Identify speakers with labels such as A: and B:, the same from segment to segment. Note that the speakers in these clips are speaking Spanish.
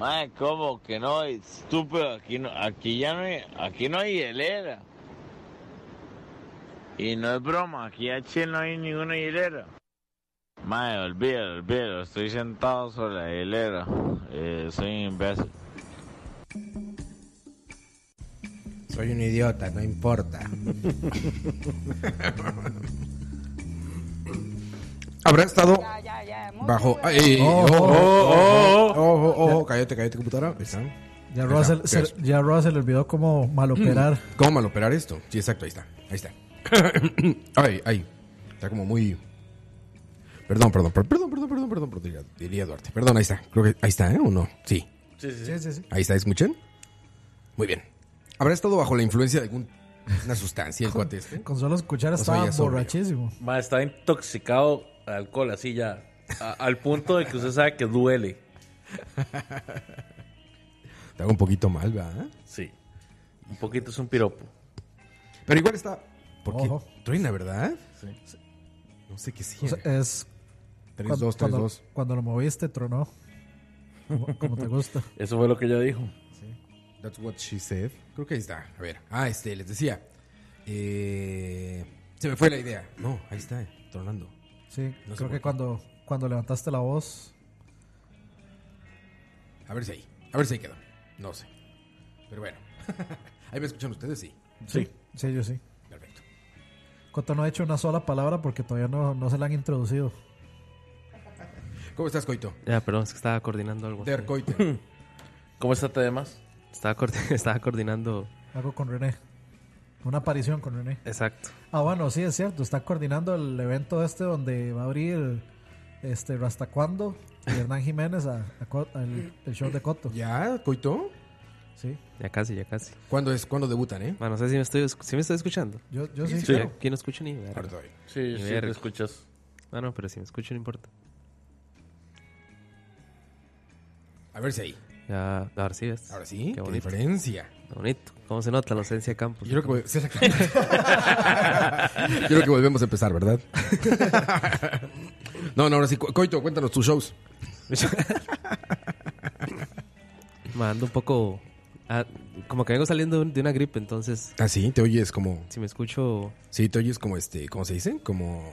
A: Mae, ¿cómo que no? Estúpido, aquí no, aquí ya no hay, aquí no hay hielera. Y no es broma, aquí a Chile no hay ninguna hilera. Mae, olvídalo, olvídalo, estoy sentado sobre la hilera. Eh, soy un imbécil.
B: Soy un idiota, no importa.
C: Habrá estado
D: Ya, ya, ya. muy
C: bajo...
D: bien,
C: ah, eh,
E: Oh,
C: ojo,
E: oh,
C: ojo, ojo, ojo, ojo, cállate, cállate, computadora. Ahí está.
E: Ya Roa se, se-
C: gracias.
E: ya Roa se le olvidó cómo maloperar.
C: ¿Cómo mal operar esto? Sí, exacto, ahí está. Ahí está. ay, ay. Está como muy. Perdón, perdón, per- perdón, perdón, perdón, perdón, perdón, diría, diría Duarte. Perdón, ahí está. Creo que ahí está, ¿eh? ¿O no? Sí.
E: Sí, sí, sí.
C: Ahí está, ¿escuchan? Muy bien. ¿Habrá estado bajo la influencia de alguna sustancia el cuate este?
E: Con solo escuchar
C: sea,
E: estaba
C: ya es obvio.
E: borrachísimo.
F: Ma, está intoxicado de alcohol, así ya. a- al punto de que usted sabe que duele.
C: Está un poquito mal, ¿verdad?
F: Sí. Un poquito es un piropo.
C: Pero igual está. Porque
E: Ojo.
C: truena, ¿verdad? Sí. No sé qué sí.
E: O sea, es
C: 3,
E: cuando,
C: 2, 3,
E: cuando-
C: 2.
E: cuando lo moviste, tronó. Como, como te gusta.
F: Eso fue lo que ella dijo.
C: That's what she said. Creo que ahí está. A ver. Ah, este, les decía. Eh, se me fue la idea. No, ahí está, eh, tornando.
E: Sí,
C: No sé
E: creo
C: por
E: que
C: qué.
E: cuando, cuando levantaste la voz.
C: A ver si ahí. A ver si ahí quedó. No sé. Pero bueno. ahí me escuchan ustedes, sí.
E: Sí. Sí, yo sí.
C: Perfecto.
E: Coto no ha hecho una sola palabra porque todavía no, no se la han introducido.
C: ¿Cómo estás, Coito?
G: Ya, perdón, es que estaba coordinando algo.
C: Der Coite.
F: ¿Cómo está Tedemas?
G: Estaba, coordi- estaba coordinando.
E: Algo con René. Una aparición con René.
G: Exacto.
E: Ah, bueno, sí, es cierto. Está coordinando el evento este donde va a abrir este Rastacuando y Hernán Jiménez a, a Co- al- el show de Coto.
C: ¿Ya, Coito?
E: Sí,
G: Ya casi, ya casi.
C: ¿Cuándo es? ¿Cuándo debutan, eh?
G: Ma, no sé si me estoy, escu- si me estoy escuchando.
E: yo, yo sí.
G: Ya, Aquí no escucho ni verga.
C: Ahora todavía.
F: Sí,
G: sí,
F: sí,
G: te
F: te escuchas.
G: Ah, no, pero si me escucho no importa.
C: A ver si ahí.
G: Ya, ahora sí ves.
C: Ahora sí.
G: Qué
C: Qué,
G: bonito.
C: diferencia.
G: qué bonito. ¿Cómo se nota la ausencia de Campos?
C: Yo creo que, voy- sí, exactamente. Yo creo que volvemos a empezar, ¿verdad? no, no, ahora sí. Co- Coito, cuéntanos tus shows.
G: Ma, ando un poco. ah, como que vengo saliendo de un- de una gripe, entonces
C: Ah, sí, te oyes como.
G: si me escucho.
C: Sí, te oyes como este. ¿Cómo se dice? Como.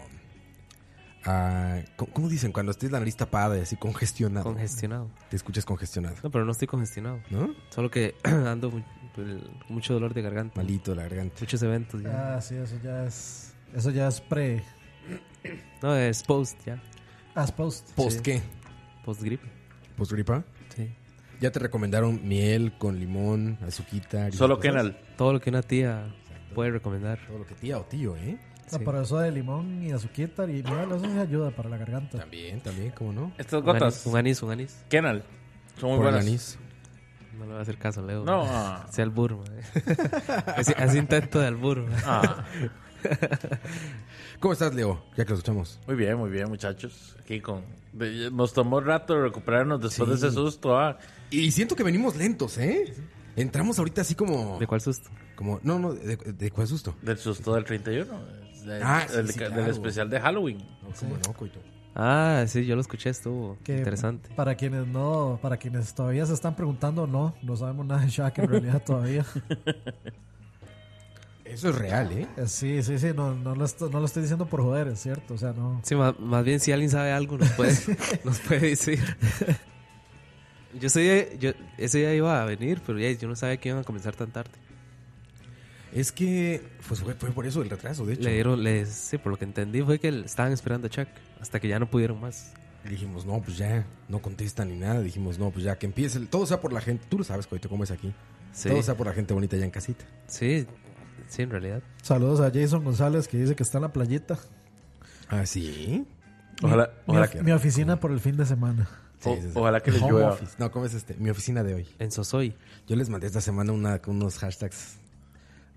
C: ah, ¿cómo- ¿Cómo dicen? Cuando estés la nariz tapada y así congestionado.
G: Congestionado.
C: te escuchas congestionado.
G: No, pero no estoy congestionado.
C: ¿No?
G: Solo que ando mu- el- mucho dolor de garganta.
C: Malito la garganta.
G: Muchos eventos ya.
E: Ah, sí, eso ya es. Eso ya es pre.
G: No, es post ya.
E: Ah, es post.
C: ¿Post
E: Sí.
C: qué?
G: Post gripe.
C: ¿Post gripa?
G: Sí.
C: Ya te recomendaron miel con limón, azuquita.
F: Solo
C: que
F: Kenal.
G: Todo lo que una tía puede recomendar.
C: Todo lo que tía o tío, ¿eh?
E: No,
G: Sí.
E: pero eso de limón y azuquita y miel, eso sí ayuda para la garganta.
C: También, también, ¿cómo no?
F: Estas
G: Un anís,
F: gotas.
G: un anís, un anís.
F: Kenal. Son muy
C: Por el
F: buenas.
C: anís.
G: No le voy a hacer caso, Leo.
F: No.
G: man.
F: ah,
G: Sea el burro, man. Así, así intento de albur, man.
F: ah.
C: ¿Cómo estás, Leo? Ya que lo escuchamos.
F: Muy bien, muy bien, muchachos. Aquí con. de- Nos tomó rato recuperarnos después de
C: Sí.
F: ese susto. ah.
C: Y siento que venimos lentos, ¿eh? Entramos ahorita así como...
G: ¿De cuál susto?
C: como no, no, ¿de, de cuál susto?
F: Del susto del 31. de-
C: Ah, sí,
F: del,
C: sí,
F: del
C: claro.
F: especial de Halloween.
C: No, como no, coito.
G: Ah, sí, yo lo escuché, estuvo
E: Que
G: interesante.
E: Para quienes no, para quienes todavía se están preguntando, no, no sabemos nada de Shaq en realidad todavía.
C: Eso es real, ¿eh?
E: Eh, Sí, sí, sí, no, no, lo estoy, no lo estoy diciendo por joder, es cierto. O sea, no.
G: Sí, ma- más, bien si alguien sabe algo nos puede, nos puede decir. Yo soy de- yo ese día iba a venir, pero ya yo no sabía que iban a comenzar tan tarde.
C: Es que, pues fue, fue por eso el retraso, de hecho.
G: Le dieron, les, sí, por lo que entendí fue que le- estaban esperando a Chuck hasta que ya no pudieron más.
C: Dijimos, no, pues ya, no contesta ni nada. Dijimos, no, pues ya, que empiece. el- Todo sea por la gente. Tú lo sabes, Coito, cómo es aquí.
G: Sí,
C: Todo sea por la gente bonita ya en casita.
G: sí, sí, en realidad.
E: Saludos a Jason González que dice que está en la playita.
C: Ah, sí.
F: Ojalá, ojalá,
E: mi, mi oficina por el fin de semana.
C: Sí,
F: o-
C: sí, sí.
F: ojalá que le
C: Home
F: llueva.
C: office. No, ¿cómo es este? Mi oficina de hoy.
G: En Sosoy.
C: Yo les mandé esta semana una, con unos hashtags.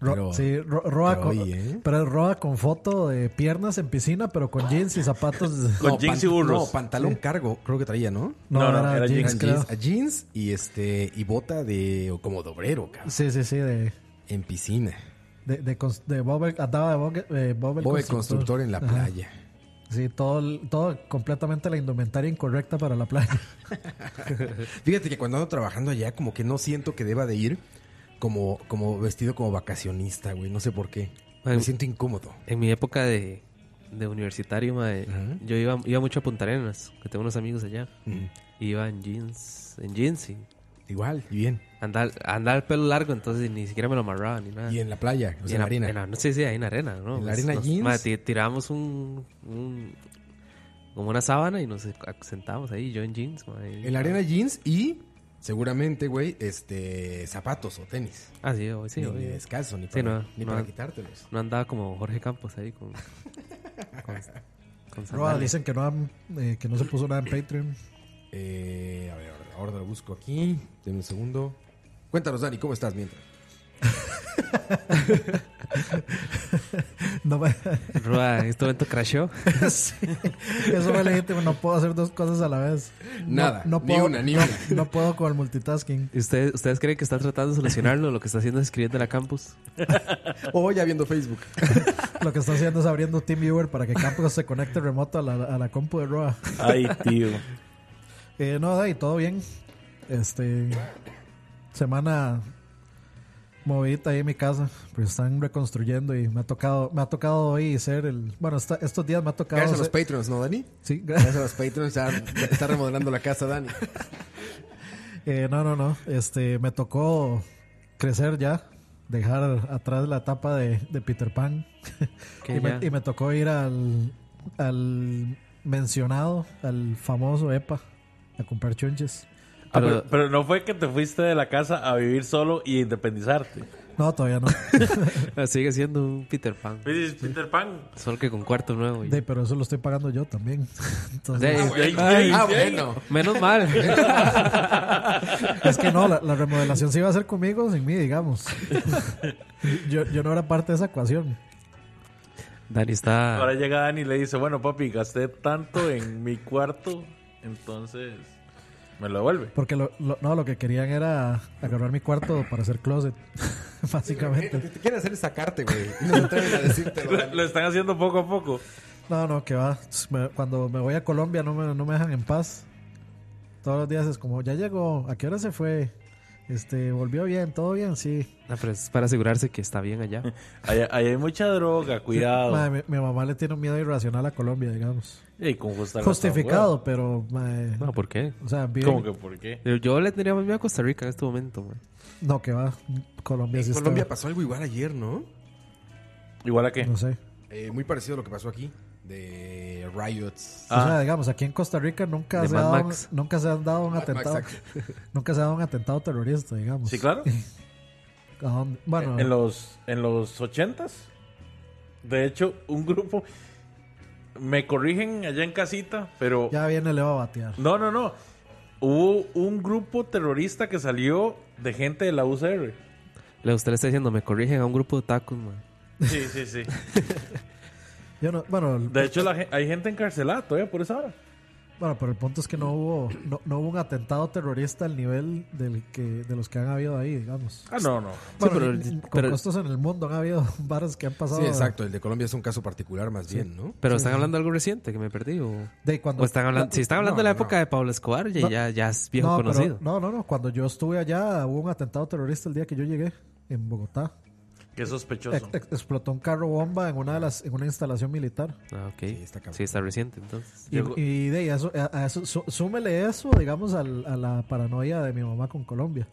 E: Ro-
C: Pero-
E: sí, Ro- Roa
C: pero
E: con,
C: hoy, ¿eh?
E: pero Roa con foto de piernas en piscina, pero con jeans y zapatos.
F: Con jeans y burros.
C: No, pantalón cargo, creo que traía, ¿no?
F: No, no, era
C: Eran
F: jeans,
C: jeans, a jeans y este y bota de o como de obrero, cabrón,
E: Sí, sí, sí, de,
C: en piscina.
E: de, de, cons- de Bob el- andaba de Bob, el- eh, Bob el
C: Bob el constructor en la
E: Ajá.
C: playa.
E: Sí, todo, el- todo completamente la indumentaria incorrecta para la playa.
C: Fíjate que cuando ando trabajando allá como que no siento que deba de ir como como vestido como vacacionista, güey, no sé por qué. Me
G: Ay.
C: siento incómodo.
G: En mi época de, de universitario, mae,
C: Ajá. Mm.
G: yo iba, iba mucho a Punta Arenas, que tengo unos amigos allá. Iba en jeans, en jeans y
C: Igual, y bien.
G: andaba, andaba el pelo largo, entonces ni siquiera me lo amarraba ni nada.
C: Y en la playa, o sea, en la arena.
G: no sé si ahí en arena, ¿no?
C: En la
G: Nos-
C: arena
G: nos-
C: jeans.
G: mae, ti- tirábamos un, un- como una sábana y nos sentábamos ahí, yo en jeans. mae.
C: En la arena jeans y seguramente, güey, este zapatos o tenis.
G: Ah, sí, obvio, sí,
C: ni, ni
G: obvio.
C: descalzo, ni
G: Sí,
C: para,
G: no,
C: ni
G: no.
C: para quitártelos.
G: No andaba como Jorge Campos ahí con. con,
E: Roa,
G: con sandalias.
E: dicen que no, han- eh, que no se puso nada en Patreon.
C: Eh, a ver, ahora- ahora lo busco aquí. Deme un segundo. Cuéntanos, Dani, ¿cómo estás mientras?
E: No me-
G: Roa, en este momento crashó.
E: Sí. Eso me legítimo, no puedo hacer dos cosas a la vez. No-
C: Nada,
E: no
C: ni
E: puedo-
C: una, ni una.
E: No puedo con el multitasking.
G: ¿Y ¿Ustedes, ¿Ustedes creen que está tratando de solucionarlo? Lo que está haciendo es escribiendo a Campus.
C: O Oh, ya viendo Facebook.
E: Lo que está haciendo es abriendo TeamViewer para que Campos se conecte remoto a la, a la compu de Roa.
F: Ay, tío.
E: Eh, no, Dai, todo bien. Este. Semana movidita ahí en mi casa. Pero están reconstruyendo y me ha tocado, me ha tocado hoy ser el. Bueno, esta- estos días me ha tocado.
C: Gracias a los
E: ser-
C: Patreons, ¿no, Dani?
E: sí, gra-
C: Gracias a los Patreons, ya está remodelando la casa, Dani.
E: eh, no, no, no. Este, me tocó crecer ya. Dejar atrás la etapa de, de Peter Pan.
G: Que
E: y, me,
G: ya-
E: y me tocó ir al, al mencionado, al famoso EPA, a comprar chunches.
F: Ah,
G: Pero-
F: pero, pero no fue que te fuiste de la casa a vivir solo y independizarte.
E: No, todavía no.
G: Sigue siendo un Peter Pan.
F: Pues Peter Pan.
G: Solo que con cuarto nuevo. y-
E: De, pero eso lo estoy pagando yo también. Entonces,
G: De-
C: ah, bueno.
G: Menos mal.
E: Es que no, la, la remodelación se iba a hacer conmigo o sin mí, digamos. Yo, yo no era parte de esa ecuación.
G: Dani está.
F: Ahora llega Dani y le dice, bueno, papi, gasté tanto en mi cuarto, entonces me lo devuelve.
E: Porque lo, lo- no, lo que querían era agarrar mi cuarto para hacer closet,
C: Lo
E: básicamente.
C: que te quieren hacer es sacarte, güey. Y no se atreven a decírtelo,
F: Lo,
C: Dani.
F: lo están haciendo poco a poco.
E: No, no, que va. Me- cuando me voy a Colombia no me, no me dejan en paz. Todos los días es como, ya llegó, ¿a qué hora se fue? Este, volvió bien, todo bien, sí.
G: Ah, pero es para asegurarse que está bien allá.
F: Allá, allá hay mucha droga, cuidado.
E: Madre, mi, mi mamá le tiene un miedo irracional a Colombia, digamos.
F: Y con justa razón,
E: Justificado, pero... madre,
G: No, ¿por qué?
E: o sea,
F: güey.
E: vive-
F: ¿Cómo que por qué?
G: Yo- Yo le tendría más miedo a Costa Rica en este momento, man.
E: No, que va. Colombia sí
C: En
E: está-
C: Colombia pasó algo igual ayer, ¿no?
F: ¿Igual a qué?
E: No sé.
C: Eh, muy parecido a lo que pasó aquí. De riots.
E: O sea,
F: Ah,
E: digamos, aquí en Costa Rica nunca
G: De
E: se, ha
G: Mad
E: dado,
G: Max.
E: nunca se han dado un
C: Mad Max,
E: atentado. nunca se ha dado un atentado terrorista, digamos.
F: sí, claro.
E: ¿A dónde? Bueno,
F: En los, en los ochentas, de hecho, un grupo... Me corrigen allá en casita, pero...
E: ya viene Leo a batear.
F: No, no, no. Hubo un grupo terrorista que salió de gente de la UCR.
G: Le usted le está diciendo, me corrigen a un grupo de tacos, man.
F: Sí, sí, sí.
E: Yo no- bueno, el-
F: De hecho, la gen- hay gente encarcelada todavía por esa hora.
E: bueno, pero el punto es que no hubo, no, no hubo un atentado terrorista al nivel del que, de los que han habido ahí, digamos.
F: Ah, no, no.
E: Bueno,
G: pero-
E: ni- ni- con
G: pero-
E: costos en el mundo han habido bares que han pasado.
C: Sí, exacto. El de Colombia es un caso particular más bien, ¿no?
G: Pero están hablando de algo reciente que me perdí. O,
E: De cuando,
G: o están hablando, si están hablando de la
C: no, no.
G: época de Pablo Escobar, ya,
E: No.
G: ya, ya es viejo
E: no, pero-
G: conocido.
E: no, no, no. Cuando yo estuve allá hubo un atentado terrorista el día que yo llegué en Bogotá.
F: Qué sospechoso.
E: Ex- ex- explotó un carro bomba en una de las en una instalación militar.
G: Ah, ok.
C: Sí, está cabrón.
G: Sí, está reciente, entonces.
E: Y,
F: Llegó-
E: y de ahí a eso, a- a eso sú- súmele eso, digamos, al- a la paranoia de mi mamá con Colombia.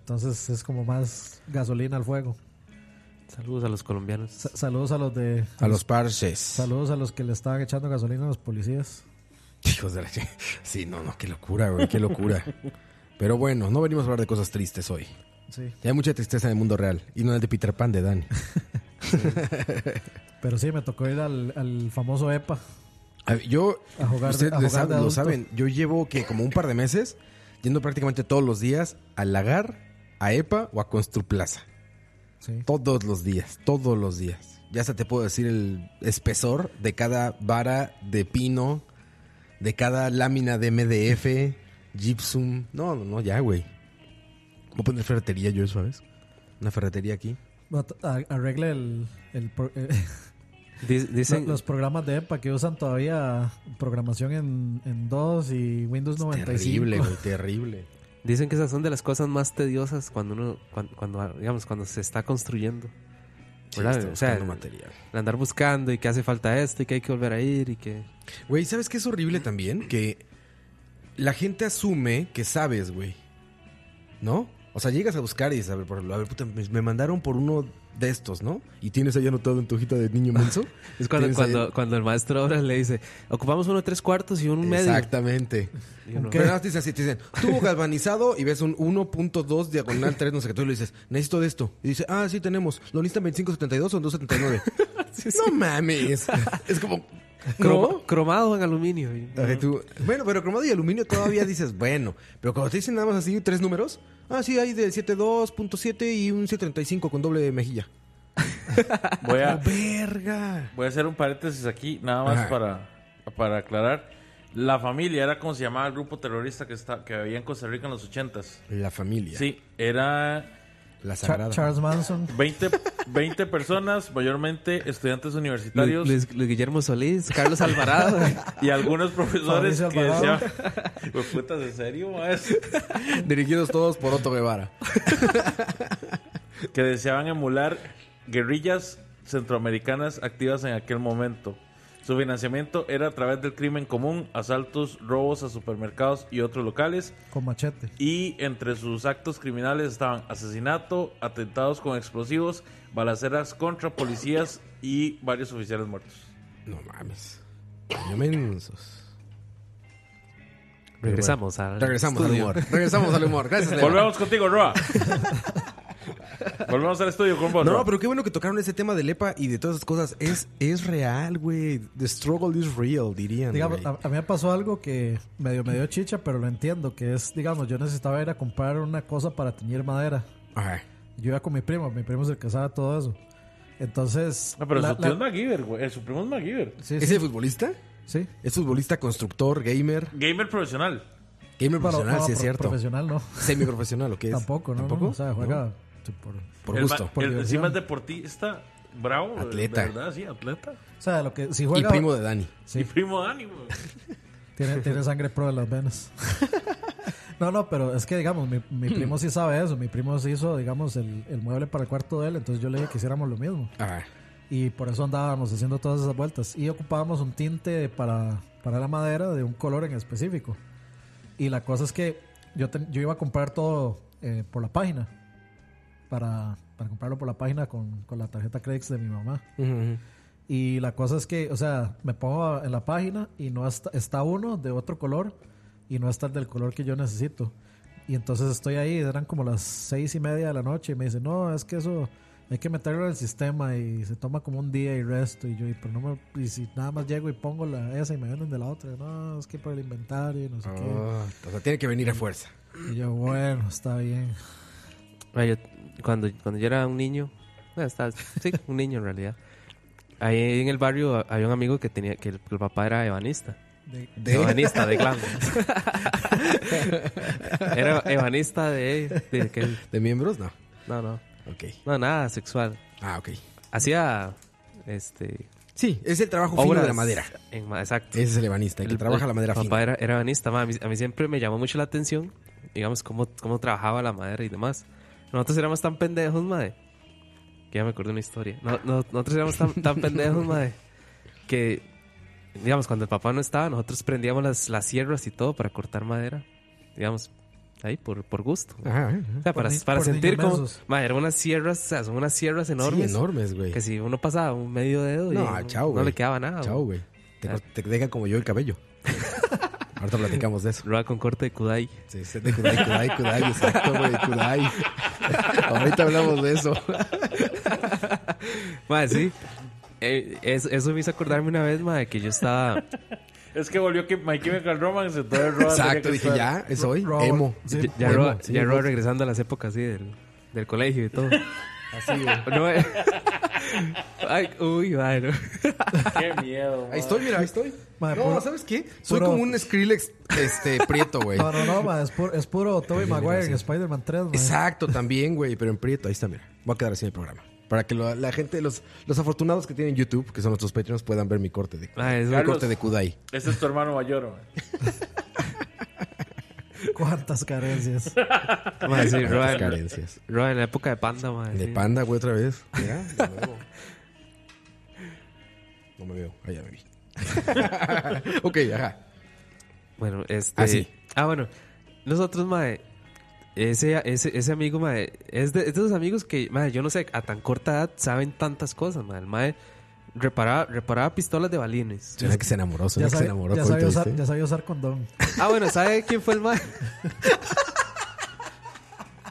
E: Entonces es como más gasolina al fuego.
G: Saludos a los colombianos.
E: Sa- saludos a los de.
H: A los parches.
E: Saludos a los que le estaban echando gasolina a los policías.
C: Hijos de la ch- Sí, no, no, qué locura, güey, qué locura. Pero bueno, no venimos a hablar de cosas tristes hoy.
E: Sí.
C: Ya hay mucha tristeza en el mundo real. Y no es de Peter Pan de Dan.
E: Pero sí, me tocó ir al, al famoso E EPA.
C: A ver, Yo,
E: A jugar de-
C: ustedes
E: a
C: le
E: jugar
C: saben-
E: de
C: lo
E: adulto.
C: saben, yo llevo que como un par de meses yendo prácticamente todos los días a Lagar, a EPA o a Construplaza.
E: Sí.
C: Todos los días, todos los días. Ya hasta te puedo decir el espesor de cada vara de pino, de cada lámina de MDF, gypsum. No, no, no, ya, güey. Voy a poner ferretería yo, ¿sabes? Una ferretería aquí.
E: Bueno, t- a- Arregle el, el pro- eh,
G: Di- Dicen,
E: lo- los programas de EPA que usan todavía programación en, en 2 y Windows 95.
C: Terrible, güey, terrible.
G: dicen que esas son de las cosas más tediosas cuando uno, cuan- cuando, digamos, cuando se está construyendo.
C: Sí,
G: ¿Verdad?
C: estoy
G: O sea,
C: buscando material.
G: El andar buscando y que hace falta esto y que hay que volver a ir y que...
C: Güey, ¿sabes qué es horrible también? Que la gente asume que sabes, güey. ¿No? O sea, llegas a buscar y dices, a ver, por ejemplo, a ver, puta, me, me mandaron por uno de estos, ¿no? Y tienes ahí anotado en tu hojita de niño menso.
G: Es cuando,
C: Tienes ahí-
G: cuando, cuando el maestro ahora le dice, ocupamos uno tres cuartos y uno un medio.
C: Exactamente.
G: Y uno,
C: Pero nada más te dicen así, te dicen, tubo galvanizado y ves un 1.2 diagonal 3, no sé qué, tú le dices, necesito de esto. Y dice, ah, sí tenemos, ¿lo listan 2572 o en 279? No mames. Es como,
G: croma-
C: ¿no?
G: cromado en aluminio. Y-
C: Ajá, tú- bueno, pero cromado y aluminio todavía dices, bueno, pero cuando te dicen nada más así tres números, ah, sí, hay del 72.7 y un 735 con doble mejilla.
F: Voy a,
C: ¡Verga!
F: voy a hacer un paréntesis aquí, nada más
C: Ajá.
F: para, para aclarar. La familia era como se llamaba el grupo terrorista que, está, que había en Costa Rica en los ochentas.
C: La familia.
F: Sí, era
C: La
E: Cha-
C: sagrada.
E: Charles Manson.
F: 20, 20 personas, mayormente estudiantes
G: Lu-
F: universitarios
G: Luis, Luis Guillermo Solís, Carlos Alvarado.
F: y algunos profesores
E: Fabricio
F: que decían,
E: Alvarado.
F: pues putas, ¿en serio? maes?"
C: Dirigidos todos por Otto Guevara.
F: que deseaban emular guerrillas centroamericanas activas en aquel momento. Su financiamiento era a través del crimen común, asaltos, robos a supermercados y otros locales,
E: Con machete.
F: y entre sus actos criminales estaban asesinato, atentados con explosivos, balaceras contra policías y varios oficiales muertos.
C: No mames. No mensos.
G: Regresamos al
C: Regresamos al
G: estudio.
C: humor. Regresamos al humor. Gracias, Leo.
F: Volvemos contigo, Roa. Volvemos al estudio con vos,
C: No,
F: Roa.
C: pero qué bueno que tocaron ese tema del EPA y de todas esas cosas. Es, es real, güey. The struggle is real, dirían.
E: Digamos,
C: güey.
E: a, a mí me pasó algo que medio me dio chicha, pero lo entiendo, que es, digamos, yo necesitaba ir a comprar una cosa para teñir madera.
C: Ajá.
E: Yo iba con mi primo, mi primo se el que sabe todo eso. Entonces...
F: No, Ah, pero
E: la-
F: su tío
E: la-
F: es MacGyver, güey. Eh, Su primo es MacGyver.
E: Sí,
C: ¿Es
E: sí,
C: el futbolista?
E: sí.
C: Es futbolista, constructor, gamer.
F: Gamer profesional.
C: Gamer
E: Pero,
C: profesional,
E: no,
C: sí es
E: pro-
C: cierto.
E: Profesional no.
C: Semiprofesional, ¿o qué es?
E: Tampoco, ¿no?
C: ¿Tampoco?
E: no, O sea, juega...
C: ¿No?
E: sí, por-
C: Por
F: El
C: gusto.
F: ma-
E: Por
F: el-
E: diversión.
F: encima es deportista, bravo.
C: Atleta.
F: Atleta. verdad, sí, atleta.
E: O sea, lo que... Si
C: Y
E: juega...
C: primo de Dani.
E: sí.
F: Y primo Dani, güey.
E: Tiene, tiene sangre pro de las venas. No, no, pero es que, digamos, mi, mi primo sí sabe eso. Mi primo se hizo, digamos, el, el mueble para el cuarto de él. Entonces yo le dije que hiciéramos lo mismo.
C: Ajá.
E: Y por eso andábamos haciendo todas esas vueltas. Y ocupábamos un tinte para, para la madera de un color en específico. Y la cosa es que yo, ten- yo iba a comprar todo eh, por la página. Para, para comprarlo por la página con, con la tarjeta Credits de mi mamá. Y la cosa es que, o sea, me pongo a- en la página y no está, está uno de otro color y no está el del color que yo necesito. Y entonces estoy ahí, eran como las seis y media de la noche y me dicen, no, es que eso hay que meterlo al sistema y se toma como un día y resto. Y yo, "Y, pero no me, y si nada más llego y pongo la esa y me venden de la otra, no, es que por el inventario y no sé
C: Ah, o sea, tiene que venir a fuerza.
E: qué. Y yo, bueno, está bien.
G: Ma, yo- cuando, cuando yo era un niño, bueno, estaba- sí, un niño en realidad, ahí en el barrio a- había un amigo que tenía que el, el papá era ebanista.
E: De-
C: De-
G: Ebanista de glam. era ebanista de, de que-
C: ¿De miembros? No.
G: No, no.
C: Ok.
G: No, nada sexual.
C: Ah, ok.
G: Hacía este
C: Sí, es el trabajo fino
G: obras
C: de la madera.
G: en ma- exacto.
C: Ese es el ebanista, el que trabaja la madera
G: papá
C: fina.
G: era, era ebanista, ma, a, mí, a mí siempre me llamó mucho la atención, digamos, cómo, cómo trabajaba la madera y demás. Nosotros éramos tan pendejos, madre, que ya me acuerdo una historia. No, no- nosotros éramos tan, tan pendejos, madre, que, digamos, cuando el papá no estaba, nosotros prendíamos las, las sierras y todo para cortar madera. Digamos, Ahí, por, por gusto.
C: Ajá, ajá.
G: O sea, para,
E: ni-
G: para
E: por
G: sentir
E: niños
G: como...
E: mensos.
G: Madre, eran unas sierras, o sea, son unas sierras
C: Sí,
G: enormes.
C: enormes, güey.
G: Que si uno pasaba un medio dedo y
C: No, chao,
G: no
C: güey.
G: le quedaba nada.
C: Chao,
G: güey. Ah.
C: güey. Te, cor- te deja como yo el cabello. Ahorita platicamos de eso.
G: Roba con corte de Kudai.
C: Sí, sí, de Kudai, Kudai, Kudai, exacto, güey, Kudai. Ahorita hablamos de eso.
G: Madre, sí. Eh, es- eso me hizo acordarme una vez, madre, que yo estaba...
F: Es que volvió que My Chemical Romance, entonces Roa tenía
C: Exacto,
F: que
C: dije,
F: estar-
C: ya, es hoy.
E: Robert,
C: Emo.
E: sí.
G: ya- ya
C: Emo,
G: Roa-
C: sí,
G: ya Roa
C: Roa.
G: regresando a las épocas así del, del colegio y todo.
C: Así, güey.
G: No, eh. Ay, uy, madre. no.
F: Qué miedo.
C: Ahí estoy, mira, ahí estoy.
E: Madre,
C: no,
E: puro-
C: ¿sabes qué? Soy
E: puro-
C: como un Skrillex este, prieto, güey.
E: No, no, no, ma, es, puro, es puro Tobey Maguire en Spider-Man 3, ma.
C: Exacto, también, güey, pero en prieto. Ahí está, mira. Voy a quedar así en el programa. Para que lo- la gente, los, los afortunados que tienen YouTube, que son nuestros Patreons, puedan ver mi corte de,
G: Madre, es
C: mi
G: una
F: Carlos.
C: corte de Kudai.
F: Ese es tu hermano mayor, man.
E: Cuántas carencias.
G: co- madre, sí, Roa-
C: Las carencias.
G: Roa en la época de Panda, madre.
C: De
G: sí.
C: panda, güey, otra vez. Mira, de nuevo. No me veo. Ah, ya me vi. ok, ajá.
G: Bueno, este.
C: Ah, sí.
G: Ah, bueno. Nosotros, mae. Ese, ese, ese amigo, mae. Es de, es de los amigos que, mae, yo no sé, a tan corta edad saben tantas cosas, mae. El mae reparaba, reparaba pistolas de balines.
C: Suena que se enamoró, suena
E: Ya
C: que se
E: sabía,
C: enamoró.
E: ya,
C: Coito,
E: sabía usar,
C: ¿viste?
E: ya sabía usar condón.
G: Ah, bueno, ¿sabe quién fue el mae?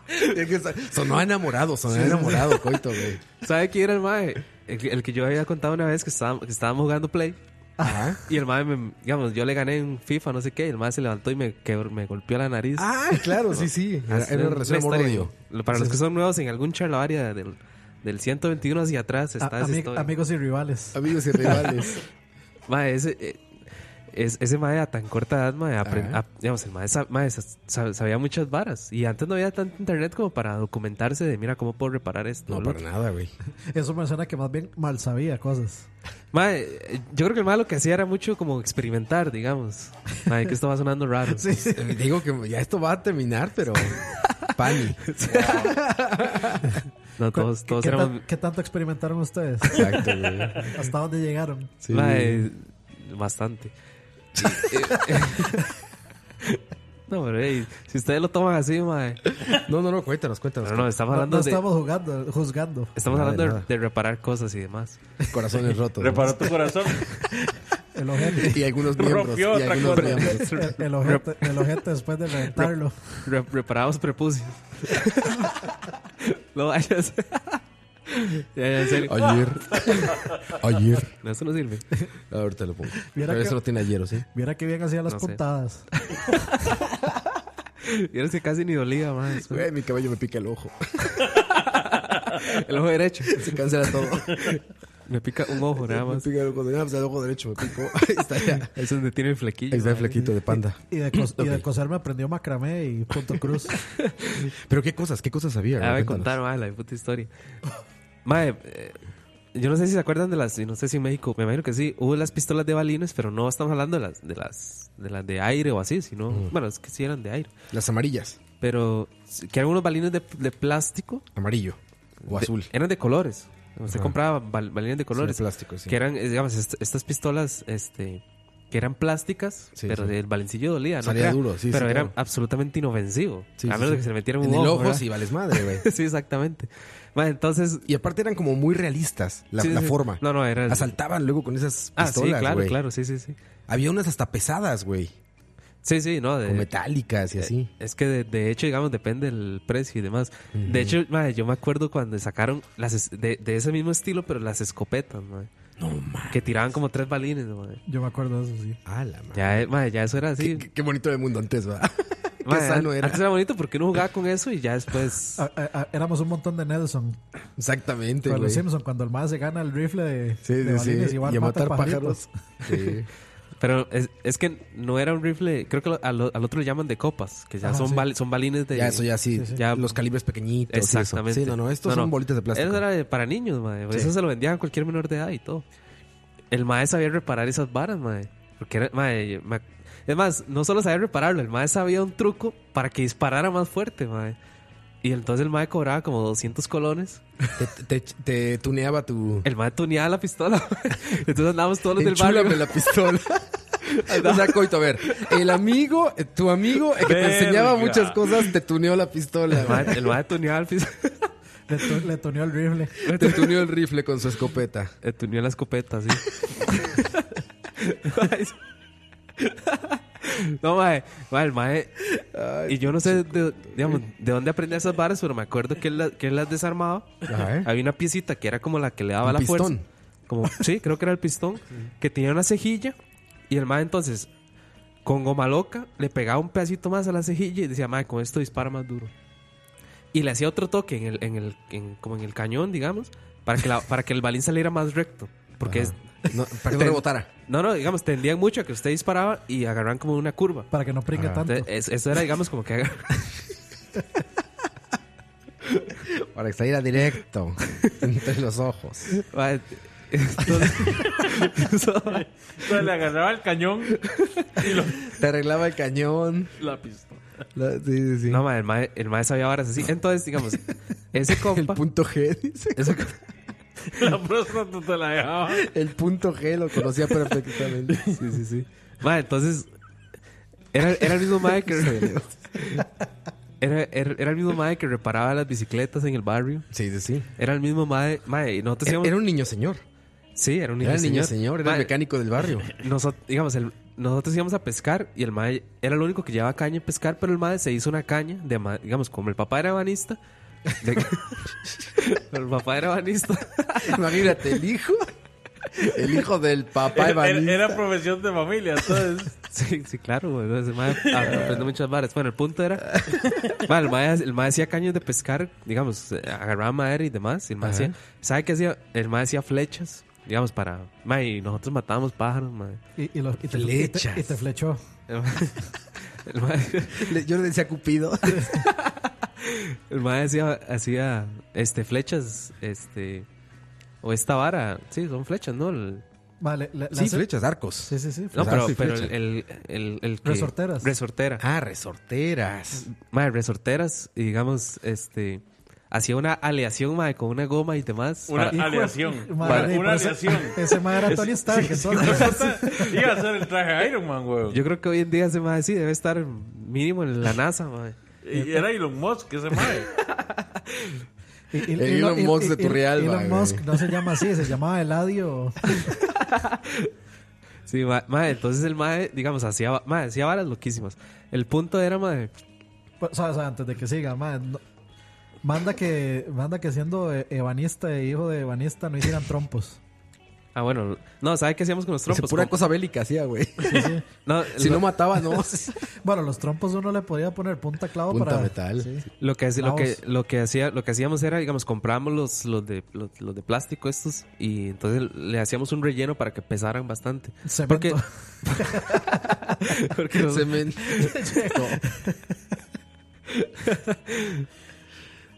C: Es que sa- Sonó enamorado, sonó enamorado, coito, güey.
G: ¿Sabe quién era el mae? El, que- el que yo había contado una vez que, estaba, que estábamos jugando Play.
C: Ajá.
G: Y el mae, me- digamos, yo le gané en FIFA, no sé qué. Y el mae se levantó y me, quebró- me golpeó la nariz.
C: Ah, claro, sí, sí. Era, era una relación
G: historia.
C: amor-odio.
G: Lo- Para los que son nuevos en algún charlavaria del, del 121 hacia atrás está
E: A-
G: esa
E: ami-
G: historia.
E: amigos y rivales.
C: Amigos y rivales.
G: Mae, ese, eh, es- ese mae a tan corta edad, mae, apren-
C: Ajá.
G: a- digamos, el mae, sa- mae sa- sa- sabía muchas varas. Y antes no había tanto internet como para documentarse de, mira, ¿cómo puedo reparar esto?
C: No,
G: lo
C: para nada, güey.
E: Eso me suena que más bien mal sabía cosas.
G: Mae, eh, yo creo que el mae lo que hacía era mucho como experimentar, digamos. Mae, que esto va sonando raro.
C: Eh, Digo que ya esto va a terminar, pero. Pani.
G: No, todos,
E: ¿Qué-
G: todos
E: qué,
G: éramos...
E: tan- qué tanto experimentaron ustedes?
C: Exacto, güey.
E: ¿Hasta dónde llegaron?
C: Sí.
G: Mae, eh, bastante. Y, eh, no, pero ey, si ustedes lo toman así, mae.
C: No, no, no, cuéntanos, cuéntanos.
G: Pero no,
E: No,
G: estamos hablando
E: no
G: de...
E: estamos jugando, juzgando.
G: Estamos
C: Nada de
G: hablando de-
C: nada.
G: de reparar cosas y demás.
C: Corazones rotos. ¿no?
F: Reparó tu corazón.
E: El ojete.
C: Y algunos miembros. Y
F: Rompió otra
C: algunos
F: cosa.
C: miembros.
E: El, el ojete, el ojete después de levantarlo.
G: Re- Preparados prepucios. no vayas. ya, ya, en serio.
C: Ayer. Ayer.
G: No, eso no sirve.
C: Ah, Ahorita lo pongo.
E: Mira
C: Pero
E: que-
C: eso no tiene ayer, ¿o ¿sí?
E: Mira que bien hacían las
G: No sé.
E: puntadas.
G: Vieron que casi ni dolía, man. Eso-
C: Güey, mi cabello me pica el ojo.
G: El ojo derecho.
C: Se cancela todo.
G: Me pica un ojo nada
C: Me
G: más.
C: pica el ojo, de- ah, pues, el ojo derecho, me picó. Ahí está ya.
G: Ahí es donde tiene el flequillo.
C: Ahí está el
G: man.
C: flequito de panda.
E: Y de, cos- y de coser me aprendió macramé y punto cruz.
C: Pero qué cosas, qué cosas había.
G: Ya voy a
C: Cuéntanos.
G: contar, mae, ah, la puta historia. Mae, eh, yo no sé si se acuerdan de las, y no sé si en México, me imagino que sí, hubo las pistolas de balines, pero no estamos hablando de las de las de, las de aire o así, sino,
C: Mm.
G: bueno, es que sí eran de aire.
C: Las amarillas.
G: Pero sí, que eran unos balines de, de plástico
C: Amarillo. O
G: de-
C: azul.
G: eran de colores. Usted compraba bal- balines de colores.
C: Sí, de plástico, sí.
G: Que eran, eh, digamos, est- estas pistolas, este, que eran plásticas,
C: Sí,
G: pero
C: sí.
G: el balencillo dolía, ¿no?
C: Salía
G: Era-
C: duro, sí, sí,
G: Pero era
C: claro.
G: absolutamente inofensivo.
C: Sí,
G: a
C: sí,
G: menos
C: sí.
G: de que se le metiera un
C: En el
G: ojo,
C: ojo,
G: ¿verdad?
C: sí, vales madre, güey.
G: sí, exactamente. Mae, entonces...
C: Y aparte eran como muy realistas la,
G: sí, sí,
C: la
G: sí.
C: forma.
G: No, no, era...
C: Asaltaban luego con esas
G: Ah,
C: pistolas,
G: sí, claro,
C: güey.
G: claro, sí, sí, sí.
C: Había unas hasta pesadas, güey.
G: Sí, sí, no, de- eh,
C: Con metálicas y así.
G: Es que de, de hecho, digamos, depende del precio y demás. De hecho, mae, yo me acuerdo cuando sacaron las es- de, de ese mismo estilo, pero las escopetas, mae,
C: No, mames.
G: que tiraban como tres balines. mae.
E: Yo me acuerdo de eso, sí.
C: A la madre.
G: Ya, eh, mae, ya eso era así.
C: Qué, qué- qué bonito era el mundo antes, va. qué
G: Mae,
C: sano
G: an-
C: era. Ah.
G: Antes era bonito porque uno jugaba con eso y ya después.
E: A- a- a- éramos un montón de Nelson.
C: Exactamente,
E: Con
C: güey.
E: los Simpsons, cuando el más se gana el rifle de,
C: Sí,
E: de
C: sí, sí.
E: balines igual
C: Y a
E: mata
C: matar pájaros.
E: pajaritos.
C: Sí.
G: Pero es, es que no era un rifle. Creo que lo- al, al otro le llaman de copas, que ya
E: Ajá,
G: son,
E: sí.
G: bal- son balines de.
C: ya, eso ya sí.
G: sí. Ya-
C: Los calibres pequeñitos. y eso.
G: Exactamente.
C: Sí, no, no. Estos son bolitas de plástico.
G: Eso era de- para niños, mae.
C: Sí.
G: Eso se lo vendían a cualquier menor de edad y todo. El mae sabía reparar esas varas, mae. Porque era, mae, yo me ac- Es más, no solo sabía repararlo, el mae sabía un truco para que disparara más fuerte, mae. Y entonces el mae cobraba como 200 colones.
C: Te, te- te tuneaba tu.
G: El mae tuneaba la pistola. mae. Entonces andábamos todos los del barrio.
C: Enchúlame la pistola. O sea, coito, a ver. El amigo, eh, tu amigo, el que te enseñaba
F: Verga.
C: muchas cosas, te tuneó la pistola.
G: El
C: güey.
G: mae- El mae tuneó al piso.
E: Le, tu- le tuneó el rifle.
C: Te tuneó el rifle con su escopeta.
G: Le tuneó eh, la escopeta, sí. no, mae. mae, el mae. Y yo no sé, de, digamos, de dónde aprendí esas barras, pero me acuerdo que él, la- que él las desarmaba.
C: Ajá, ¿eh?
G: Había una piecita que era como la que le daba
C: Un
G: la
C: pistón.
G: fuerza. Como, sí, creo que era el pistón. Que tenía una cejilla. Y el mae entonces, con goma loca, le pegaba un pedacito más a la cejilla y decía, mae, con esto dispara más duro. Y le hacía otro toque en el, en el, en- como en el cañón, digamos, para que, la- para que el balín saliera más recto. Porque es-
C: No, para que no
G: Ten-
C: rebotara.
G: no, no, digamos, tendían mucho a que usted disparaba y agarraban como una curva.
E: Para que no pringue tanto.
G: Entonces, es- eso era, digamos, como que agar-
C: Para que saliera directo entre los ojos.
G: Mae, entonces-
F: Entonces le agarraba el cañón y lo-
C: Te arreglaba el cañón.
F: la pistola.
C: La- sí, sí, sí.
G: no, mae, el mae, el mae sabía varas así. Entonces, digamos, ese
C: el
G: compa...
C: punto G, dice.
G: ese-
F: La próstata te la dejaba.
C: El punto G lo conocía perfectamente. Sí, sí, sí.
G: Mae, entonces. Era, era el mismo mae que. era, era, era el mismo mae que reparaba las bicicletas en el barrio.
C: Sí, sí, sí.
G: Era el mismo mae. Mae, y nosotros
C: E, Era,
G: íbamos.
C: un niño señor.
G: sí, era un niño
C: Era un niño
G: señor.
C: señor, era el
G: Mae,
C: mecánico del barrio.
G: noso- digamos, el- nosotros íbamos a pescar y el mae era el único que llevaba caña en pescar, pero el mae se hizo una caña. De, ma- digamos, como el papá era banista. de- el papá era banista.
C: Imagínate, el hijo. El hijo del papá
F: Era,
C: Evanista.
F: era- era profesión de familia, entonces.
G: Sí, sí, claro, güey. ¿no? Ese mae aprende muchas varas. Bueno, el punto era... Mae, el, mae, el mae hacía caños de pescar, digamos, eh, agarraba madera y demás. Y el mae hacía... ¿Sabe qué hacía? El mae hacía flechas, digamos, para... Mae, y nosotros matábamos pájaros, mae.
E: Y, y lo- y te, y, te, y te flechó.
G: El mae- el mae-
C: Le- Yo le decía Cupido.
G: el mae hacía, hacía este, flechas, este... O esta vara. Sí, son flechas, ¿no? El-
E: Vale, le, le
C: Sí,
E: hace-
C: flechas, arcos.
E: Sí, sí, ah, sí.
G: no,
C: Pues
G: pero,
C: arco y
G: pero el,
C: flecha.
G: el, el- el que-
E: Resorteras.
G: Resortera.
C: Ah, resorteras.
G: Madre, resorteras, y digamos, este. Hacía una aleación, madre, con una goma y demás.
F: Una
G: para-
F: aleación.
E: Madre, y
F: una
E: por eso-
F: aleación.
E: Ese mae era Tony Stark. entonces.
F: Iba a ser el traje Iron Man, güey.
G: Yo creo que hoy en día ese madre sí debe estar mínimo en la NASA, madre.
F: Y era Elon Musk, ese mae.
E: Y- y-
C: El
E: y-
C: Elon
E: y- y-
C: Musk de
E: y-
C: Turrialba,
E: Elon
C: güey.
E: Musk no se llama así, se llamaba Eladio.
G: Sí, ma- madre, entonces el madre, digamos, hacía, va- madre, hacía varas loquísimas. El punto era, madre,
E: O sea, o sea, antes de que siga, mae, no- manda, que, manda que siendo eh, ebanista e hijo de ebanista no hicieran trompos.
G: ah, bueno, no, ¿sabe qué hacíamos con los
C: Dice,
G: trompos?
C: pura
G: Como-
C: cosa bélica hacía, güey.
E: Sí, sí.
G: no,
C: Si
G: lo,
C: no mataba, no.
E: Bueno, los trompos uno le podía poner punta clavo
C: Punta
E: para.
C: metal.
E: sí.
G: lo que, haci- lo, que,
E: Vamos.
G: lo, que hacía, lo que hacíamos era, digamos, comprábamos los, los, de, los, los de plástico estos y entonces le hacíamos un relleno para que pesaran bastante.
E: Cemento.
G: Porque, porque los-
C: Cemento.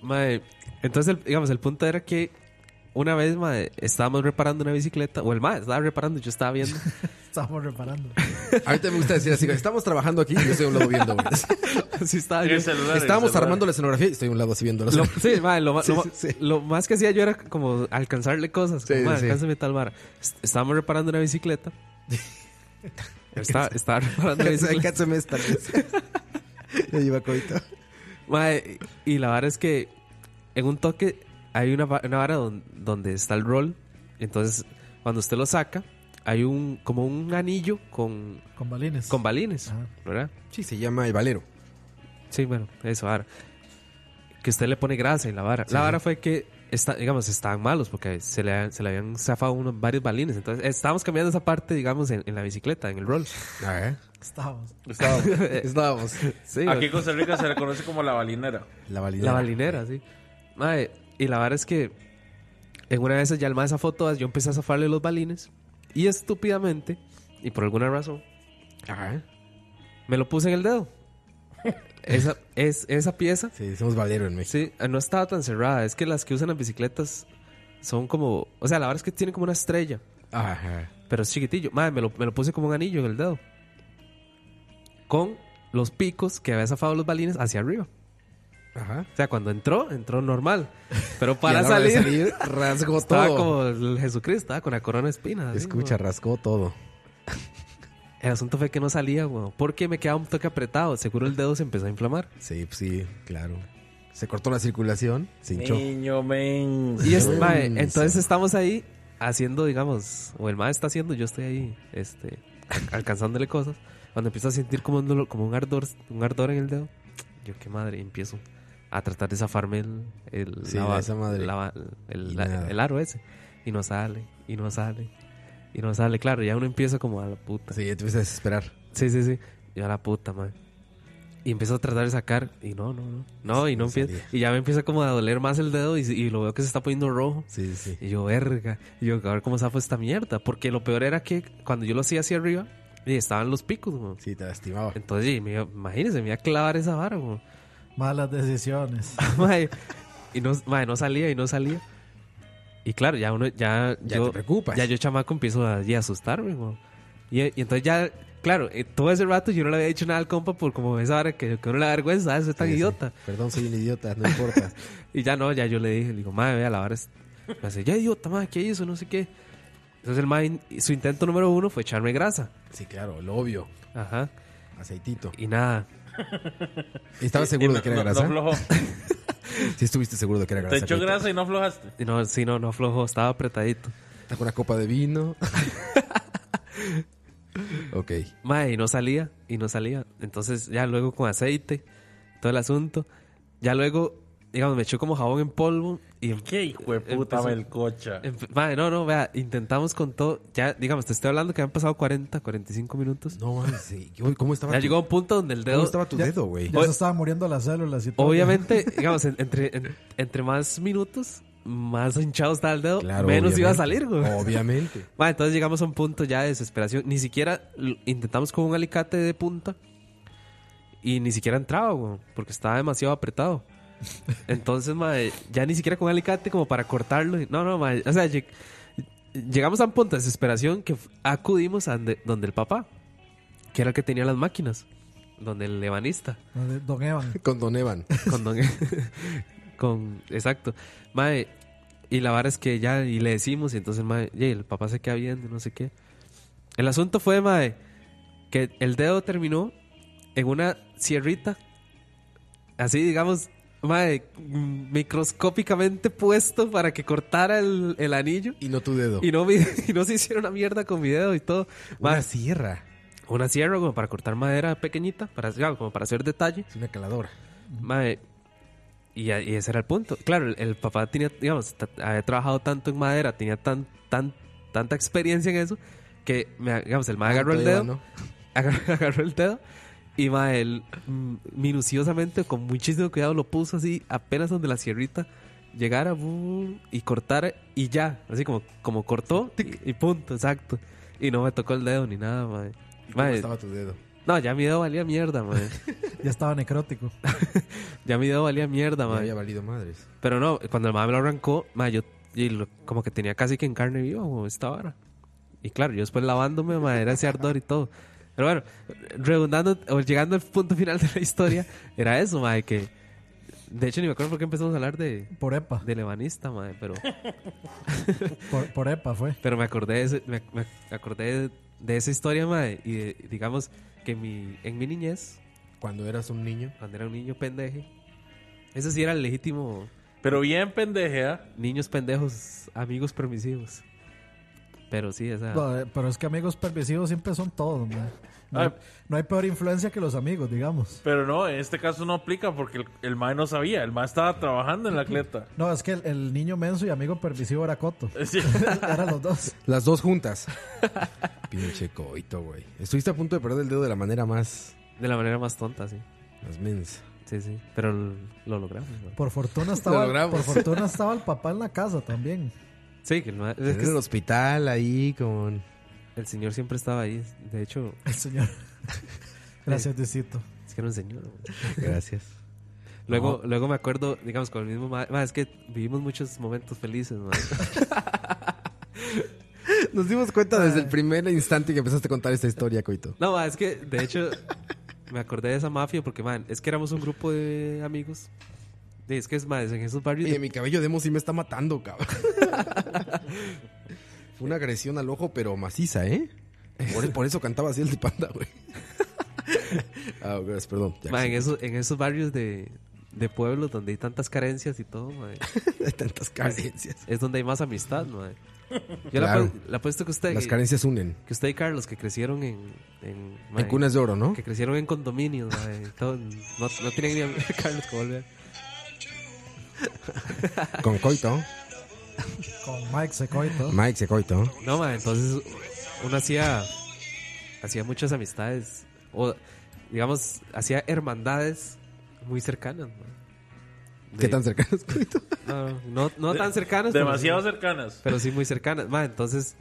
G: Mae, entonces, el- digamos, el punto era que una vez, mae, estábamos reparando una bicicleta, o el mae estaba reparando, yo estaba viendo.
E: Estábamos reparando.
C: Ahorita me gusta decir así, güey, estamos trabajando aquí y yo estoy a un lado viendo, güey.
G: sí, estaba
F: El
G: yo.
F: celular, el
C: Estábamos
F: celular.
C: armando la escenografía y estoy a un lado así viendo.
G: Lo, sí, mae, lo, ma-
C: Sí,
G: lo ma-
C: sí, sí.
G: lo más que hacía yo era como alcanzarle cosas.
C: Sí,
G: como, mae,
C: sí.
G: alcánzame tal vara. Est- Estábamos reparando una bicicleta. estaba, estaba reparando una bicicleta.
C: Cátseme esta vez. Le lleva coito.
G: Mae, y la vara es que en un toque hay una, va- una vara don- donde está el rol. Entonces, cuando usted lo saca, hay un como un anillo con
E: Con balines.
G: Con balines,
E: Ajá.
G: ¿verdad?
C: Sí, se llama el valero.
G: Ah. Sí, bueno, eso, ahora. Que usted le pone grasa y la vara. La vara fue que, está, digamos, estaban malos porque se le, se le habían zafado unos, varios balines. Entonces, estábamos cambiando esa parte, digamos, en, en la bicicleta, en el rol.
E: Estábamos.
C: Ah, ¿eh? Estábamos.
G: Sí,
F: Aquí en Costa Rica se le conoce como la balinera.
C: La validez.
G: la balinera, sí. Mae, y la vara es que en una de esas, ya el más zafó todas, yo empecé a zafarle los balines. Y estúpidamente, y por alguna razón,
C: Ajá.
G: me lo puse en el dedo. Esa, es, esa pieza
C: Sí, decimos valero en México.
G: Sí, eh, no estaba tan cerrada. Es que las que usan las bicicletas son como. O sea, la verdad es que tienen como una estrella,
C: Ajá.
G: pero es chiquitillo. Madre, me lo, me lo puse como un anillo en el dedo. Con los picos que había zafado los balines hacia arriba.
C: Ajá.
G: O sea, cuando entró, entró normal. Pero
C: Y
G: para
C: a la hora de
G: salir,
C: salir, rasgó
G: estaba
C: todo.
G: como el Jesucristo, estaba con la corona de espinas. así,
C: Escucha, rasgó todo.
G: como- El asunto fue que no salía, weón. Porque me quedaba un toque apretado. Seguro el dedo se empezó a inflamar.
C: Sí, pues sí, claro. Se cortó la circulación, se hinchó.
F: Niño, men.
G: Y es,
C: Denso.
G: mae, entonces estamos ahí haciendo, digamos, o el mae está haciendo, yo estoy ahí, este, alcanzándole cosas. Cuando empiezo a sentir como un dolor, como un ardor, un ardor en el dedo, yo qué madre, y empiezo a tratar de zafarme el, el,
C: Sí,
G: ba-
C: esa madre.
G: la- el,
C: Y
G: la-
C: nada.
G: el aro ese. Y no sale, y no sale, y no sale. Claro, ya uno empieza como a la puta.
C: Sí, ya te empiezas a desesperar.
G: Sí, sí, sí. Yo a la puta, man. Y empiezo a tratar de sacar. Y no, no, no. No, y no
C: no
G: empieza.
C: salía.
G: Y ya me empieza como a doler más el dedo. Y, y lo veo que se está poniendo rojo.
C: Sí, sí.
G: Y yo, verga. Y yo, a ver cómo zafo esta mierda. Porque lo peor era que cuando yo lo hacía hacia arriba, y estaban los picos, weón.
C: Sí, te lastimaba.
G: Entonces, y me iba- imagínense, me iba a clavar esa vara, weón.
E: Malas decisiones.
G: Mae, Y no, mae, no salía y no salía. Y claro, ya uno, ya,
C: Ya
G: yo,
C: te preocupas.
G: ya yo chamaco empiezo a, y a asustarme, weón. Y, y entonces ya, claro, eh, todo ese rato yo no le había dicho nada al compa por como esa hora que, que uno le da vergüenza, ah, soy tan
C: Sí, sí.
G: idiota.
C: Perdón, soy un idiota, no importa.
G: Y ya no, ya yo le dije, le digo, madre, vea, la vara es... este-". Me hace, ya idiota, madre, ¿qué hizo? No sé qué. Entonces el mae, su intento número uno fue echarme grasa.
C: Sí, claro, lo obvio.
G: Ajá.
C: Aceitito.
G: Y nada,
C: ¿Y ¿Estabas seguro
F: Y
C: de que era
F: no-
C: grasa?
F: No aflojó.
C: sí, estuviste seguro de que era
F: Te
C: grasa.
F: echó
C: Peter.
F: grasa y no aflojaste.
G: y no, sí, no, no aflojó, estaba apretadito.
C: Trajo una copa de vino. ok.
G: Mae, y no salía, y no salía. Entonces, ya luego con aceite, todo el asunto. Ya luego, digamos, me echó como jabón en polvo. Y,
F: ¿Qué hijo de puta
G: Empezó-
F: melcocha?
G: empe- Mae, no, no, vea, intentamos con todo. Ya, digamos, te estoy hablando que han pasado 40, 45 minutos.
C: No, man, sí. Uy, ¿Cómo estaba,
G: Ya
C: tu,
G: llegó un punto donde el
C: ¿cómo
G: dedo.
C: estaba tu
E: Ya-
C: dedo, güey?
E: Ya se estaban muriendo las células y todo.
G: Obviamente, digamos, en- entre, en- entre más minutos, más hinchado estaba el dedo,
C: Claro,
G: menos iba a
C: obviamente. Oh.
G: salir, güey.
C: Obviamente.
G: Mae, entonces llegamos a un punto ya de desesperación. Ni siquiera l- intentamos con un alicate de punta y ni siquiera entraba, weón, porque estaba demasiado apretado. Entonces, mae, ya ni siquiera con un alicate como para cortarlo. No, no, mae, o sea, lleg- llegamos a un punto de desesperación que f- acudimos a donde, donde el papá, que era el que tenía las máquinas, donde el ebanista,
E: Don Evan.
C: Con Don Evan.
G: con don- E. con exacto. Mae, y la vara es que ya y le decimos y entonces mae, y el papá se queda viendo, no sé qué. El asunto fue, mae, que el dedo terminó en una sierrita así digamos, mae, mm, microscópicamente puesto para que cortara el, el anillo.
C: Y no tu dedo.
G: Y no, mi- y no se hicieron una mierda con mi dedo y todo.
C: Una
G: Mae,
C: sierra.
G: una sierra como para cortar madera pequeñita, para, digamos, como para hacer detalle.
C: Es una caladora.
G: Mae, y, a- y ese era el punto. Claro, el, el papá tenía, digamos, ta- había trabajado tanto en madera, tenía tan, tan, tanta experiencia en eso, que, me- digamos, el mae agarró el
C: Don
G: dedo,
C: Evan, Ah, ¿no?
G: agarró, agarró el dedo, y mae, él, mm, minuciosamente, con muchísimo cuidado, lo puso así, apenas donde la sierrita llegara bu, y cortara, y ya, así como, como cortó, y, y punto, exacto. Y no me tocó el dedo ni nada, mae.
C: ¿Y ¿Cómo
G: Mae,
C: estaba tu dedo?
G: no, ya mi dedo valía mierda, mae.
E: Ya estaba necrótico.
G: Ya mi dedo valía mierda,
C: Ya
G: mae.
C: había valido madres.
G: Pero no, cuando el madre me lo arrancó, ma, yo y lo- como que tenía casi que en carne viva como esta vara. Y claro, yo después lavándome, ma, era ese ardor y todo. Pero bueno, redundando o llegando al punto final de la historia, era eso, ma, de que de hecho ni me acuerdo por qué empezamos a hablar de
E: Por EPA.
G: del ebanista, ma, pero
E: Por, por EPA fue.
G: pero me acordé de ese- me, me acordé de, de esa historia, ma, y de- digamos que mi en mi niñez,
C: Cuando eras un niño.
G: cuando era un niño pendeje, eso sí era el legítimo
F: Pero bien pendejea.
G: Niños pendejos, amigos permisivos. Pero sí, esa.
E: No, eh, pero es que amigos permisivos siempre son todos, man.
G: Ah.
E: No,
F: Ay.
E: no hay peor influencia que los amigos, digamos.
F: Pero no, en este caso no aplica porque el, el mae no sabía. El mae estaba trabajando en la cleta.
E: No, es que el, el niño menso y amigo permisivo era Coto.
F: Sí.
E: Eran los dos.
C: Las dos juntas. Pinche coito, güey. Estuviste a punto de perder el dedo de la manera más...
G: De la manera más tonta, sí.
C: Más mensa.
G: Sí, sí. Pero l- lo logramos. güey.
E: Por fortuna estaba,
C: logramos.
E: por fortuna estaba el papá en la casa también.
G: Sí, que el, ma- es
C: En
G: que
C: el hospital ahí con...
G: el señor siempre estaba ahí. De hecho,
E: El señor. Gracias, Diosito.
G: es que era un señor. güey.
C: Gracias.
G: Luego, luego me acuerdo, digamos, con el mismo. ma- ma, es que vivimos muchos momentos felices, ma.
C: Nos dimos cuenta desde
G: Ah.
C: el primer instante que empezaste a contar esta historia, coito.
G: No, ma, es que, de hecho, me acordé de esa mafia porque, man, es que éramos un grupo de amigos. Y es que es más, en esos barrios.
C: Oye, mi cabello de emo sí me está matando, cabrón. Fue una agresión al ojo, pero maciza, ¿eh? Por, por eso cantaba así el de panda, güey. ah, gracias, perdón. Ya, sí.
G: Mae, en, esos, en esos barrios de, de pueblos donde hay tantas carencias y todo, mae,
C: Hay tantas carencias.
G: es donde hay más amistad, mae. Yo
C: Claro.
G: la, apu- la apuesto que usted,
C: Las carencias unen.
G: que usted y Carlos, que crecieron en... En, mae,
C: En cunas de oro, ¿no?
G: Que crecieron en condominios, mae, y todo, no, no tienen ni am- Carlos que volver.
C: Con coito.
E: Con Mike Seco y todo.
C: Mike se coito.
G: No, mae, entonces uno hacía, hacía muchas amistades, o digamos, hacía hermandades muy cercanas, mae.
C: ¿Qué
G: De-
C: tan cercano es coito?
G: No, no, no, no tan cercanas. pero
F: Demasiado
G: sí-
F: cercanas.
G: pero sí muy cercanas. Mae, entonces,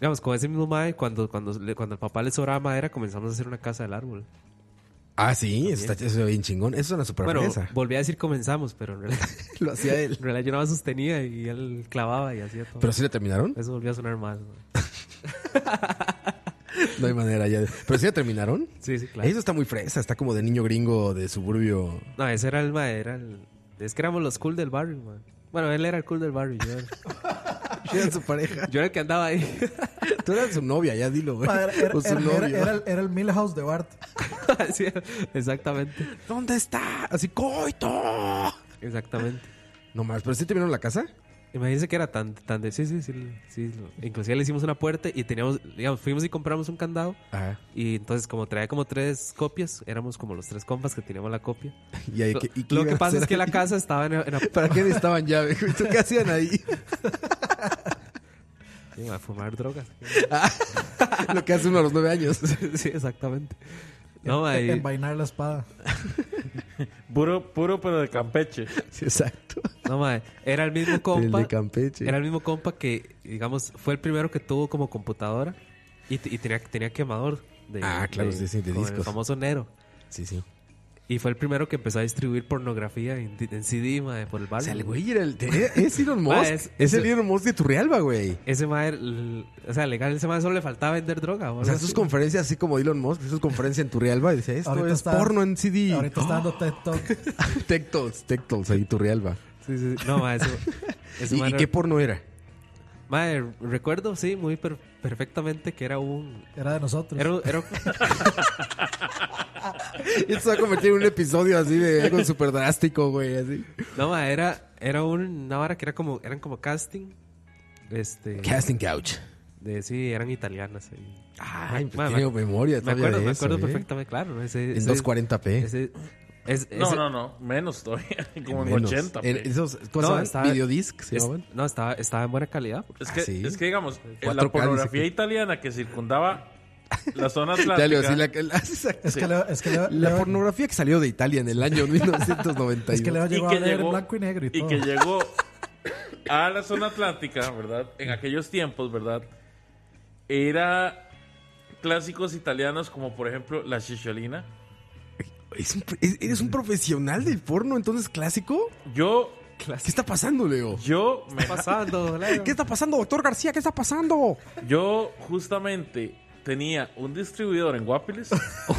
G: digamos, con ese mismo mae, cuando, cuando, le- cuando el papá le sobraba madera, comenzamos a hacer una casa del árbol.
C: Ah, sí, eso está eso está bien chingón. Eso es una super
G: bueno,
C: fresa.
G: volví a decir comenzamos, pero en realidad,
C: Lo hacía
G: en
C: él.
G: realidad yo nada más sostenía y él clavaba y hacía todo.
C: ¿Pero sí la terminaron?
G: Eso volvió a sonar mal. mae.
C: No hay manera ya. de- ¿Pero sí la terminaron?
G: Sí, sí, claro.
C: Eso está muy fresa. Está como de niño gringo de suburbio.
G: No, ese era el mae, era el... Es que éramos los cool del barrio, mae. Bueno, él era el cool del barrio. Yo era,
C: Yo era su pareja.
G: yo era el que andaba ahí.
C: Tú eras su novia, ya dilo, güey.
E: Era, era-
C: O su
E: era-
C: novio.
E: era- era el, era el Milhouse de Bart.
G: Sí, exactamente.
C: ¿Dónde está? Así, coito.
G: Exactamente.
C: No más, pero sí terminaron la casa.
G: Imagínense que era tan, tan de... Sí, sí, sí. sí lo- Inclusive le hicimos una puerta y teníamos... Digamos, fuimos y compramos un candado.
C: Ajá.
G: Y entonces como traía como tres copias, éramos como los tres compas que teníamos la copia.
C: Y ahí,
G: Lo,
C: Eh, ¿qué- y qué
G: lo
C: iban
G: que
C: a
G: pasa
C: hacer
G: es que la
C: ahí?
G: casa estaba en... en
C: ¿Para qué necesitaban llave? güey? ¿Tú qué hacían ahí?
G: a fumar drogas.
C: Lo que hace uno a los nueve años.
G: sí, exactamente. No,
E: En-
G: ahí...
E: Envainar la espada.
F: Puro, puro, pero de Campeche.
C: Sí, exacto.
G: No, mae. Era el mismo
C: El de
G: compa.
C: Campeche.
G: Era el mismo compa que, digamos, fue el primero que tuvo como computadora y, te- y tenía, tenía quemador. De,
C: Ah, claro, sí, sí, de
G: con El
C: discos.
G: famoso Nero.
C: Sí, sí.
G: Y fue el primero que empezó a distribuir pornografía en, en CD, mae, por el
C: O
G: barrio.
C: sea, el güey era el. te- Es Elon Musk.
G: Ah,
C: es,
G: es-
C: el Elon Musk de Turrialba, güey.
G: Ese mae, el- o sea, legal, ese mae solo le faltaba vender droga.
C: O sea, sus conferencias, así como Elon Musk, sus conferencias en Turrialba. Y decía, esto
E: Ahorita
C: es
E: está-
C: porno en CD.
E: Ahorita está dando TED Talk.
C: Tectals, Tectals, ahí Turrialba.
G: Sí, sí, sí. No, mae, eso... ese
C: ¿Y,
G: mae
C: y
G: era-
C: qué porno era?
G: mae, recuerdo, sí, muy per- perfectamente que era un...
E: Era de nosotros.
G: Era, un- era,
C: Esto se va a convertir en un episodio así de algo súper drástico, güey. Así.
G: no, mae, era, era una vara que era como, eran como casting. Este,
C: Casting Couch.
G: De, sí, eran italianas. ahí.
C: Ay, pues
G: Ma- ma-
C: tengo memoria
G: Me
C: todavía
G: acuerdo,
C: de
G: me
C: eso,
G: acuerdo
C: ¿eh?
G: perfectamente, claro. Ese,
C: En
G: ese-
C: 240p.
G: ese- es-
F: No,
G: ese-
F: no, no. Menos todavía. Como en
C: ¿eh? Menos.
F: 80.
C: En
F: pe.
C: esos,
G: No,
C: ¿Cómo se
G: estaba-
C: llaman? Videodisc, se
G: es-
C: llamaban.
G: no, estaba, estaba en buena calidad.
F: Es que,
C: Ah, sí.
F: es que digamos, eh, la
C: 4K dice
F: pornografía
C: que-
F: italiana que circundaba la zona
C: Ya le iba a
F: atlántica.
C: decir la, la-
E: es que Leo, es que Leo,
C: la
E: Leo-
C: pornografía que salió de Italia en el año 1992.
E: es que Leo Ah, llegó
F: que
E: a leer
F: llegó-
E: blanco y negro y,
F: y
E: todo.
F: que llegó a la zona atlántica, ¿verdad? En aquellos tiempos, ¿verdad? Era clásicos italianos como por ejemplo la chicholina.
C: Es un- es- ¿Eres un profesional del porno entonces clásico?
F: Yo,
C: ¿Qué está pasando, Leo?
F: yo, me-
G: Pasando,
C: ¿Qué está pasando, doctor García? ¿Qué está pasando?
F: yo justamente tenía un distribuidor en Guapiles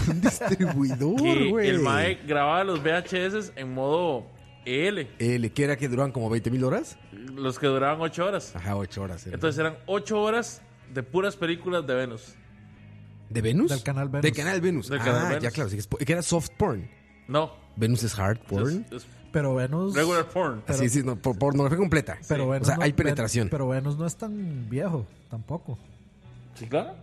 C: Un distribuidor,
F: que
C: güey.
F: el MAE grababa los VHS en modo EL,
C: El Eh, que era que duraban como 20 mil horas.
F: los que duraban 8 horas.
E: Ah,
C: Ajá, 8 horas. ¿eh? era.
F: Entonces eran 8 horas de puras películas de Venus.
C: ¿De Venus?
E: Del canal Venus.
C: De Canal Venus.
F: Del
C: ah,
F: canal Venus.
C: ya claro. sí que es po- que era soft porn.
F: No,
C: Venus es hard porn.
F: es- es
E: Pero Venus.
F: regular porn.
E: Ah,
C: Así, sí, no, por- pornografía completa.
E: Pero Venus
C: O sea,
E: no-
C: hay
E: Ven-
C: penetración.
E: Pero Venus no es tan viejo tampoco.
F: Sí, claro.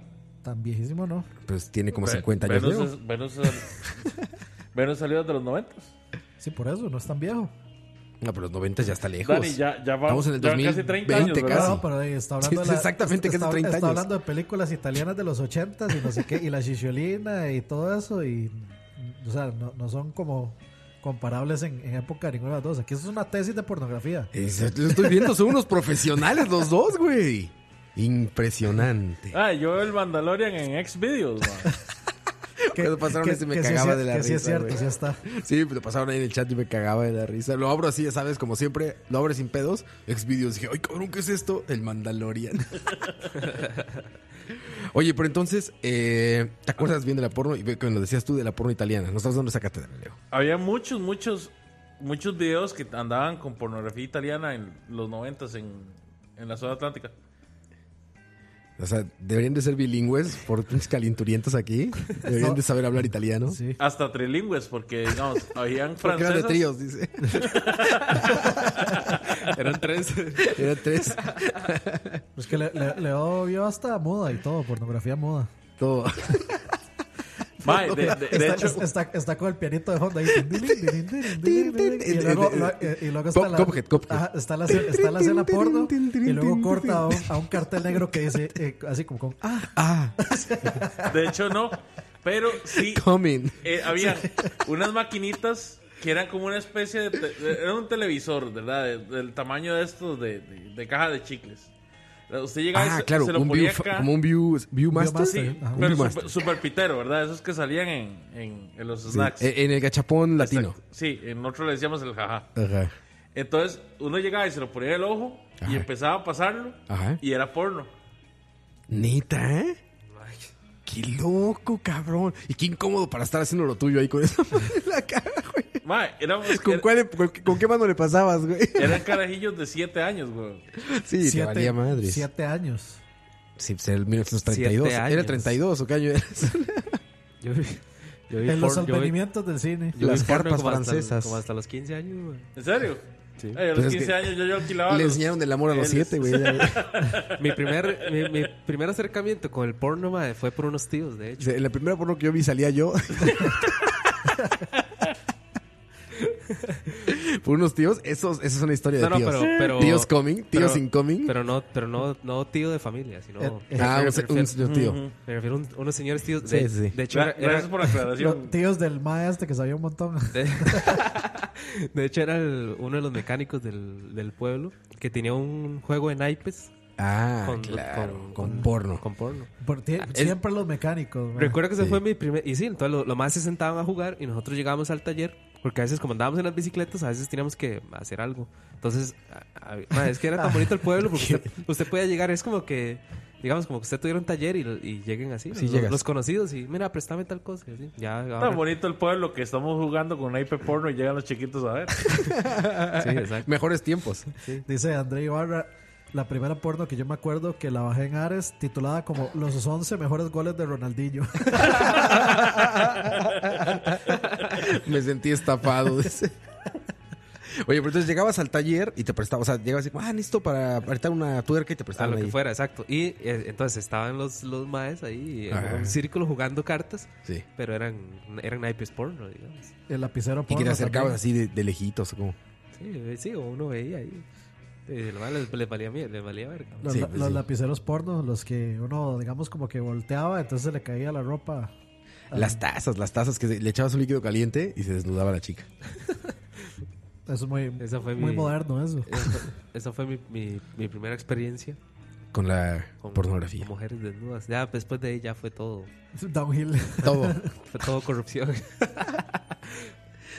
E: Tan viejísimo no.
C: Pues tiene como
F: Ve-
C: 50 años.
F: Venus,
C: Leo.
F: es- Venus es- Venus salió de los 90.
E: Sí, por eso, no es tan viejo.
C: No, pero los 90 ya está lejos.
F: Dani, ya, ya va,
C: Estamos en el
F: ya casi 30 años,
C: 2020
F: ¿verdad?
C: casi.
E: No, pero eh, está hablando
C: Sí,
E: de la-
C: exactamente, que es de
E: está-
C: 30
E: está
C: años.
E: hablando de películas italianas de los 80 y no sé qué, y la chicholina y todo eso, y o sea, no, no son como comparables en, en época ninguna de las dos. Aquí eso es una tesis de pornografía.
C: Es- lo estoy viendo, son unos profesionales los dos, güey. Impresionante.
F: Ah, yo veo el Mandalorian en Xvideos, man.
C: Cuando pasaron
E: que-
C: ese me
E: que sí
C: cagaba
E: es-
C: de la
E: que sí es
C: risa,
E: cierto,
C: güey.
E: sí está.
C: Sí, lo pasaron ahí en el chat y me cagaba de la risa. Lo abro así, ya sabes, como siempre, lo abro sin pedos. Exvideos, dije, ay, cabrón, ¿qué es esto? El Mandalorian. Oye, pero entonces, eh, ¿te acuerdas bien de la porno? Y ve- Cuando decías tú de la porno italiana, nos estás dando esa cátedra, Leo.
F: Había muchos, muchos, muchos videos que andaban con pornografía italiana en los 90 en, en la zona atlántica.
C: O sea, deberían de ser bilingües por pinches calinturientos aquí. Deberían de saber hablar italiano.
E: Sí.
F: Hasta trilingües, porque, digamos, habían
C: Porque eran de
F: francesas.
C: tríos, dice.
G: Eran tres.
C: Eran tres.
E: Es que le- le- Leo vio hasta moda y todo, pornografía moda.
C: Todo.
F: Mae, de, de- de
E: está,
F: hecho,
E: está, está con el pianito de Honda ahí. y luego, lo- y luego está
C: Pop-
E: la,
C: Cuphead, Cuphead.
E: Ajá, está la, ce- está la cena porno y luego corta a un, a un cartel negro que dice eh, así como con ah,
F: de hecho no, pero sí
C: Coming.
F: eh, habían unas maquinitas que eran como una especie de, te- de- era un televisor, ¿verdad? De- del tamaño de estos de, de- de caja de chicles. Usted llegaba y
C: Ah,
F: se,
C: claro,
F: se lo
C: un
F: ponía
C: view,
F: acá.
C: como un view, viewmaster.
E: Viewmaster.
F: Sí,
E: Ajá.
F: pero
C: Un
F: super, super pitero, ¿verdad? Esos que salían en, en- en los
C: Sí.
F: snacks.
C: E- En el gachapón latino.
F: Exacto. Sí, en otro le decíamos el jaja.
C: Ajá.
F: Entonces, uno llegaba y se lo ponía en el ojo y
C: Ajá.
F: empezaba a pasarlo
C: Ajá.
F: y era porno.
C: Neta, ¿eh? Qué loco, cabrón. Y qué incómodo para estar haciendo lo tuyo ahí con esa madre en la cara, güey.
F: Mae, éramos-
C: ¿Con,
F: era-
C: cuál, con, con qué mano le pasabas, güey?
F: eran carajillos de 7 años, güey.
C: Sí, te
E: siete,
C: valía madres.
E: siete años.
C: Sí, pues era el 1932.
G: Siete
C: Era
G: años.
C: 32, ¿o qué año era?
G: Yo vi, yo vi
E: En los
G: porno- yo vi-
E: advenimientos del cine.
G: yo vi
C: Las
G: porno
C: carpas
G: como hasta-
C: francesas.
G: como hasta los 15 años, güey.
F: ¿En serio?
G: Sí.
F: Ay, a los
C: Pues es
F: 15
C: que
F: años yo, yo alquilaba.
C: Le
F: los-
C: enseñaron el amor a los
F: él es-
C: siete, güey.
G: Mi primer, mi, mi primer acercamiento con el porno, mae, fue por unos tíos, de hecho.
C: En la primera porno que yo vi salía yo. Por unos tíos, esos, eso es una historia de
G: No, no,
C: tíos.
G: pero- pero-
C: tíos coming, tíos
G: pero-
C: incoming.
G: Pero no, pero no, no tío de familia, sino...
C: ah,
G: me
C: un, se- un
G: refiero-
C: señor tío.
G: Me refiero a un- unos señores tíos.
C: Sí,
G: De,
C: sí, sí.
G: de hecho,
F: Gra-
G: era, era-
F: Gracias por la aclaración.
E: Los tíos del maestro que sabía un montón.
G: de, de hecho, era el- uno de los mecánicos del, del pueblo que tenía un juego de naipes
C: Ah,
G: Con-
C: claro. Con,
G: con- con-
C: porno.
G: con porno.
E: Por ti- siempre los mecánicos. man.
G: ah, Recuerdo que ese
C: Sí.
G: fue mi primer... Y sí, entonces lo- los más se sentaban a jugar y nosotros llegábamos al taller. Porque a veces, como andábamos en las bicicletas, a veces teníamos que hacer algo. Entonces, a- a- ma, es que
C: Ah,
G: era tan bonito el pueblo porque usted, usted podía llegar. Es como que, digamos, como que usted tuviera un taller y, y lleguen así.
C: Sí,
G: los,
C: llegas.
G: los conocidos y, mira, préstame tal cosa. y así. Ya, ahora-
F: Tan bonito el pueblo que estamos jugando con IP porno y llegan los chiquitos a ver.
G: Sí, exacto.
C: Mejores tiempos.
E: Dice André Ibarra, la primera porno que yo me acuerdo que la bajé en Ares, titulada como Los 11 mejores goles de Ronaldinho.
C: Me sentí estafado. dice. Oye, pero entonces llegabas al taller y te prestaba, o sea, llegabas y ah, listo para apretar una tuerca y te
G: A
C: prestaban
G: lo que
C: ahí.
G: fuera, exacto. Y eh, entonces estaban los, los maes ahí en
C: Ajá.
G: un círculo jugando cartas,
C: Sí.
G: pero eran, eran naipes porno, digamos.
E: El lapicero
C: Y
E: porno.
C: que te acercabas
E: también.
C: así de, de lejitos, como.
G: Sí, eh, sí, o uno veía ahí. Eh, lo más les, les valía mie- les valía verga.
E: Los,
C: Sí,
E: la-
C: pues
E: los
C: sí.
E: lapiceros porno, los que uno, digamos, como que volteaba, entonces se le caía la ropa.
C: Las tazas, las tazas que se- le echabas un líquido caliente y se desnudaba la chica.
E: Eso es muy,
G: Esa fue
E: muy
G: mi-
E: moderno, eso.
G: Esa fue, esa fue mi, mi, mi primera experiencia
C: Con la
G: con
C: pornografía.
G: con mujeres desnudas. Ya después de ahí ya fue todo,
E: Downhill.
C: Todo.
G: fue todo corrupción.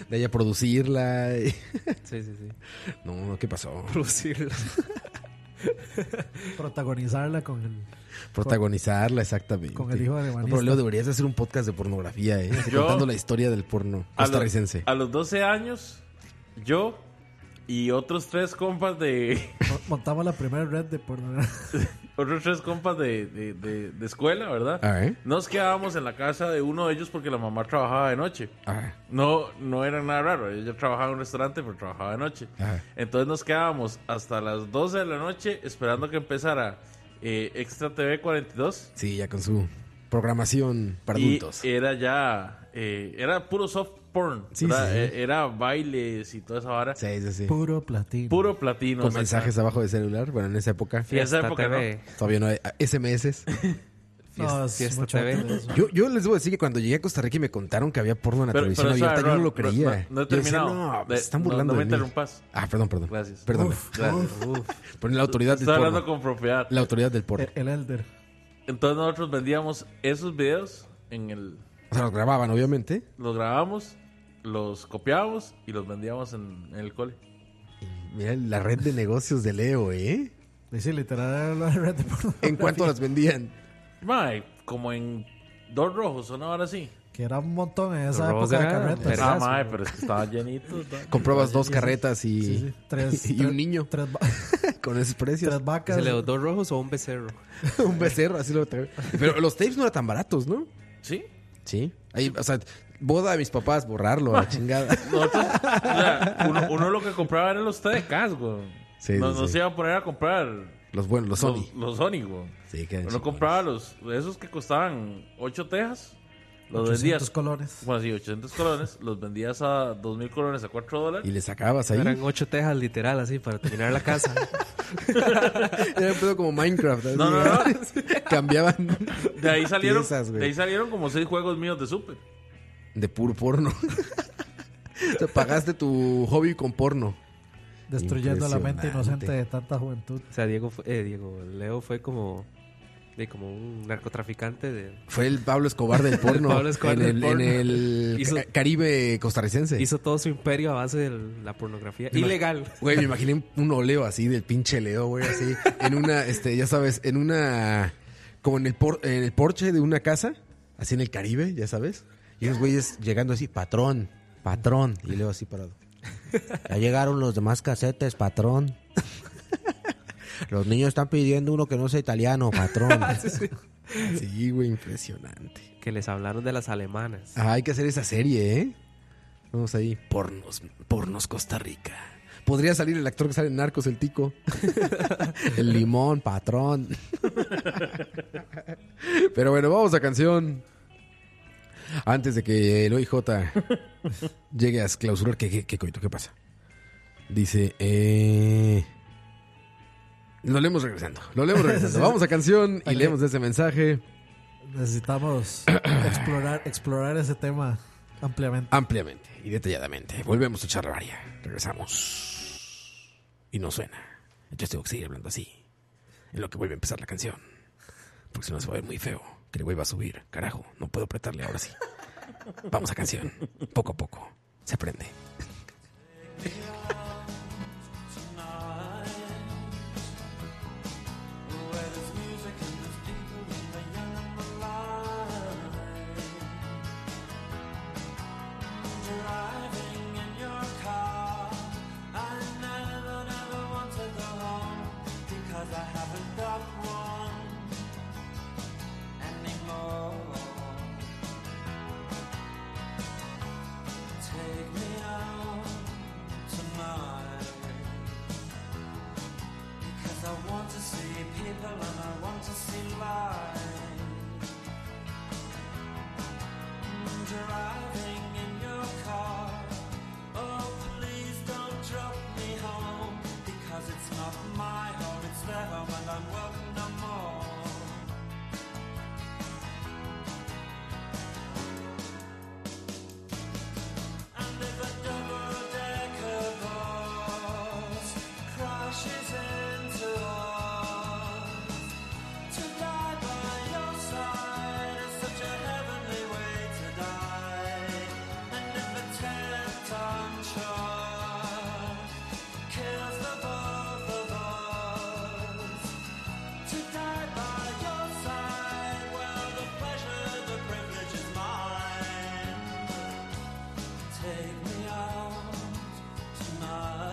C: De ella producirla. y-
G: sí, sí, sí.
C: No, no, ¿qué pasó?
G: Producirla.
E: Protagonizarla con el.
C: Protagonizarla, exactamente.
E: con el hijo de
C: No,
E: Evanista.
C: pero Leo, deberías de hacer un podcast de pornografía, ¿eh? Así
F: Yo-
C: Contando la historia del porno
F: A los-
C: costarricense.
F: A los 12 años, yo y otros tres compas de.
E: mo- Montamos la primera red de porno.
F: otros tres compas de, de- de- de escuela, ¿verdad?
C: Ah, ¿eh?
F: Nos quedábamos en la casa de uno de ellos porque la mamá trabajaba de noche.
C: Ah,
F: No, no era nada raro. Ella trabajaba en un restaurante, pero trabajaba de noche.
C: Ajá.
F: Entonces nos quedábamos hasta las 12 de la noche esperando que empezara eh, Extra TV 42.
C: sí, ya con su programación para
F: Y
C: adultos.
F: era ya. eh, era puro soft porn.
C: Sí,
F: ¿verdad?
C: sí.
F: Eh, Era bailes y toda esa vara.
C: sí, sí, sí.
E: Puro platino.
F: Puro platino.
C: con
F: o sea,
C: mensajes abajo del celular. Bueno, en esa época
F: En esa
G: Fiesta
F: época
G: TV.
C: todavía no hay ah, SMS.
E: No, es
G: Fiesta
E: mucho
G: TV.
E: antes de eso.
C: Yo, yo les debo decir que cuando llegué a Costa Rica y me contaron que había porno en la
F: Pero-
C: televisión
F: pero, o sea,
C: abierta, yo no
F: Ron,
C: lo
F: no-
C: creía.
F: no he
C: Yo decía,
F: terminado.
C: no,
F: De-
C: se están
F: no-
C: burlando
F: no me
C: de mí".
F: interrumpas.
C: Ah, perdón, perdón.
F: Gracias.
C: Perdóname.
F: Gracias. Uf.
C: Perdón, la autoridad del
F: Estoy hablando
C: porno.
F: con propiedad.
C: La autoridad del porno.
E: e, El, el Elder.
F: Entonces nosotros vendíamos esos videos en el...
C: O sea, los grababan, obviamente.
F: Los grabamos, los copiábamos y los vendíamos en, en el cole.
C: Mira la red de negocios de Leo, ¿eh?
E: Dice literal era la red de porno.
C: ¿En cuánto las vendían?
F: Mae, como en dos rojos, una hora así.
E: Que era un montón en esa
G: Los
E: época de
G: Ross eran
E: carretas.
G: vergas.
F: Ah,
G: Vergazo,
F: mae, pero es que estaban llenitos. mae.
C: Comprabas dos carretas y,
E: Sí, sí. Tres,
C: y
E: tres-
C: un niño.
E: Tres, ba-
C: Con esos precios.
E: Tres vacas.
G: ¿Se le dio dos rojos o un becerro?
C: un becerro, así lo tengo. Pero los tapes no eran tan baratos, ¿no?
F: ¿Sí?
C: Sí. Ahí, o sea, boda de mis papás, borrarlo a la chingada.
F: Nosotros, o sea, uno, uno lo que compraba eran los TDKs, güey.
C: Sí,
F: no,
C: sí,
F: no
C: sí.
F: se iba a poner a comprar
C: Los buenos, los Sony.
F: los, los Sony, güey.
C: Sí, pues. que
F: Uno compraba los, esos que costaban 8 tejas, los vendías.
E: colores.
F: Bueno, sí, 800 colones, los vendías a 2000 colones a 4
C: Y
F: dólares.
C: le sacabas ahí.
G: Eran ocho tejas literal, así, para terminar la casa.
C: Era un pedo como Minecraft. así,
F: No, no, no.
C: Cambiaban
F: De ahí salieron,
C: Piezas, güey.
F: de ahí salieron como 6 juegos míos de Super.
C: de puro porno. Te pagaste tu hobby con porno.
E: Destruyendo la mente
C: Impresionante.
E: inocente de tanta juventud.
G: O sea, Diego, fue- eh, Diego Leo fue como, de, como un narcotraficante de...
C: Fue el Pablo Escobar del porno.
G: Pablo Escobar
C: en,
G: del
C: el,
G: porno.
C: en el
G: Hizo-
C: ca- Caribe costarricense.
G: Hizo todo su imperio a base de la pornografía.
C: Ima-
G: Ilegal.
C: Güey, me imaginé un oleo así del pinche Leo, güey, así. En una, este, ya sabes, en una. Como en el, por, en el porche de una casa, así en el Caribe, ya sabes. Y unos güeyes llegando así, patrón, patrón. Y Leo así parado.
B: Ya llegaron los demás casetes, patrón. Los niños están pidiendo uno que no sea italiano, patrón.
C: Sí, güey, impresionante.
G: Que les hablaron de las alemanas.
C: Ah, hay que hacer esa serie, ¿eh? Vamos ahí. Pornos, pornos Costa Rica. Podría salir el actor que sale en Narcos, el tico. el limón, patrón. Pero bueno, vamos a canción. Antes de que el OIJ llegue a clausurar, ¿qué, qué, qué coito? ¿Qué pasa? Dice, eh... Lo leemos regresando. Lo leemos regresando. Vamos a canción y leemos ese mensaje
E: Necesitamos explorar, explorar ese tema
C: Ah,
E: ampliamente.
C: ampliamente y detalladamente. Volvemos a charlavaria. Regresamos. Y no suena. Entonces tengo que seguir hablando así. En lo que vuelve a empezar la canción. Porque si no se va a ver muy feo. Que el güey va a subir. Carajo, no puedo apretarle ahora sí. Vamos a canción. Poco a poco. Se aprende.
I: Take me out tonight. Mm, Oh, oh Oh,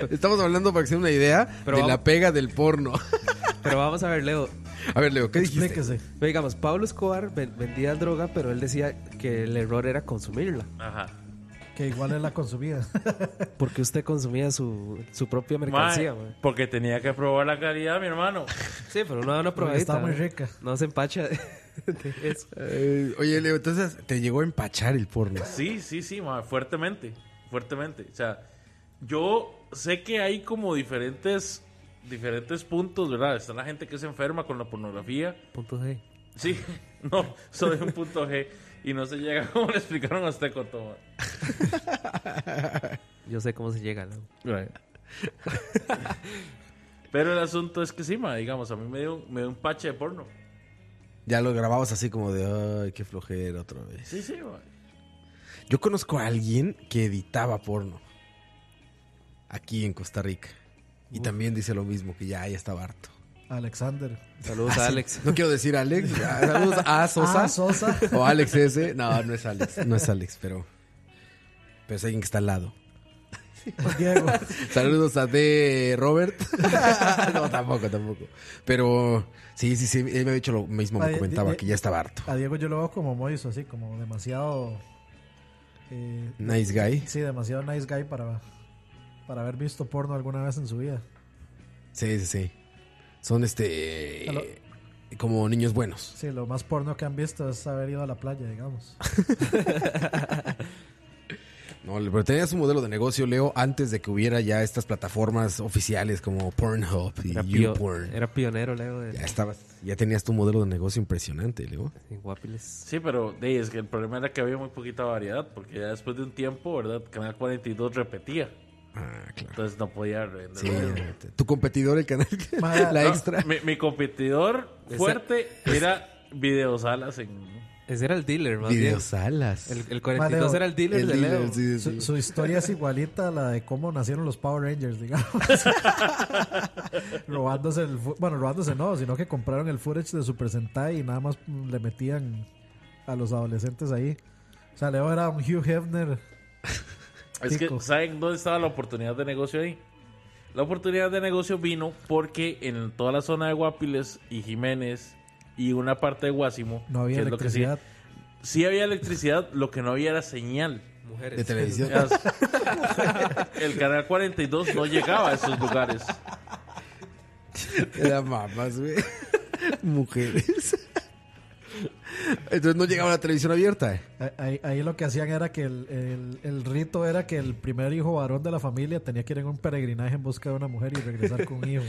I: Oh,
C: Estamos hablando para que se den una idea
G: Pero
C: de
G: vamos-
C: la pega del porno.
G: Pero vamos a ver, Leo.
C: A ver, Leo, ¿qué dijiste?
E: Explíquese.
G: Digamos, Pablo Escobar ven- vendía droga, pero él decía que el error era consumirla.
F: Ajá.
E: Que igual es la consumida.
G: Porque usted consumía su, su propia mercancía,
F: Mae,
G: mae.
F: porque tenía que probar la calidad, mi hermano.
G: Sí, pero uno da una probadita.
E: está muy
G: ¿no?
E: rica.
G: No se empacha de, de eso.
C: Eh, oye, Leo, entonces te llegó a empachar el porno.
F: Sí, sí, sí, mae, fuertemente. Fuertemente. O sea, yo sé que hay como diferentes, diferentes puntos, ¿verdad? Está la gente que se enferma con la pornografía.
G: Punto G.
F: Sí, no, soy un punto G. Y no se llega como le explicaron a usted, Coto. mae.
G: Yo sé cómo se llega, Leo.
F: Pero el asunto es que sí, ma, digamos, a mí me dio, me dio un pache de porno.
C: Ya lo grababas así como de, ay, qué flojera otra vez.
F: Sí, sí, ma.
C: Yo conozco a alguien que editaba porno. Aquí en Costa Rica. Y también dice lo mismo, que ya, ya estaba harto. Ah,
E: Alexander.
G: Saludos a Alex.
C: No quiero decir Alex. Saludos a Sosa.
E: Ah, Sosa.
C: O Alex ese. No, no es Alex. No es Alex, pero. Pero es alguien que está al lado.
E: Diego.
C: Saludos a D. Robert. no, tampoco, tampoco. Pero sí, sí, sí. Él me ha dicho lo mismo, me
E: Ay,
C: comentaba
E: di-
C: que ya estaba harto.
E: A Diego yo lo veo como moiso, así, como demasiado. eh,
C: Nice guy.
E: sí, demasiado nice guy para, para haber visto porno alguna vez en su vida.
C: Sí, sí, sí. Son este.
E: Hello.
C: Como niños buenos.
E: Sí, lo más porno que han visto es haber ido a la playa, digamos.
C: No, pero tenías un modelo de negocio, Leo, antes de que hubiera ya estas plataformas oficiales como Pornhub y
G: Era, pio-
C: YouPorn.
G: era pionero, Leo. De,
C: Ya estabas, ya tenías tu modelo de negocio impresionante, Leo.
G: de Guapiles.
F: Sí, pero de, es que el problema era que había muy poquita variedad, porque ya después de un tiempo, ¿verdad? Canal 42 repetía,
C: Ah, claro.
F: entonces no podía revender.
C: Sí, obviamente. tu competidor, el canal, la
F: No,
C: extra.
F: Mi, mi competidor
G: Esa-
F: fuerte era videosalas en...
G: Ese era el dealer, más
C: Videosalas.
G: bien. El, el
E: Ma,
G: 42
E: Leo.
G: era el dealer
C: El
G: de
C: dealer,
G: Leo.
C: sí, sí, sí.
E: Su, su historia es igualita a la de cómo nacieron los Power Rangers, digamos. robándose el. fu- Bueno, robándose no, sino que compraron el footage de Super Sentai y nada más mm, le metían a los adolescentes ahí. O sea, Leo era un Hugh Hefner.
F: Es que,
E: Tico.
F: ¿saben dónde estaba la oportunidad de negocio ahí? La oportunidad de negocio vino porque en toda la zona de Guapiles y Jiménez y una parte de Guasimo...
E: No había
F: que es lo que sí-
E: electricidad.
F: Sí había electricidad, lo que no había era señal.
G: Mujeres.
C: de televisión.
F: Eras- El canal 42 no llegaba a esos lugares.
C: Era mamás, güey. Mujeres. Entonces no llegaba la televisión abierta.
E: Ah, Ahí, ahí lo que hacían era que el, el- el rito era que el primer hijo varón de la familia tenía que ir en un peregrinaje en busca de una mujer y regresar con un hijo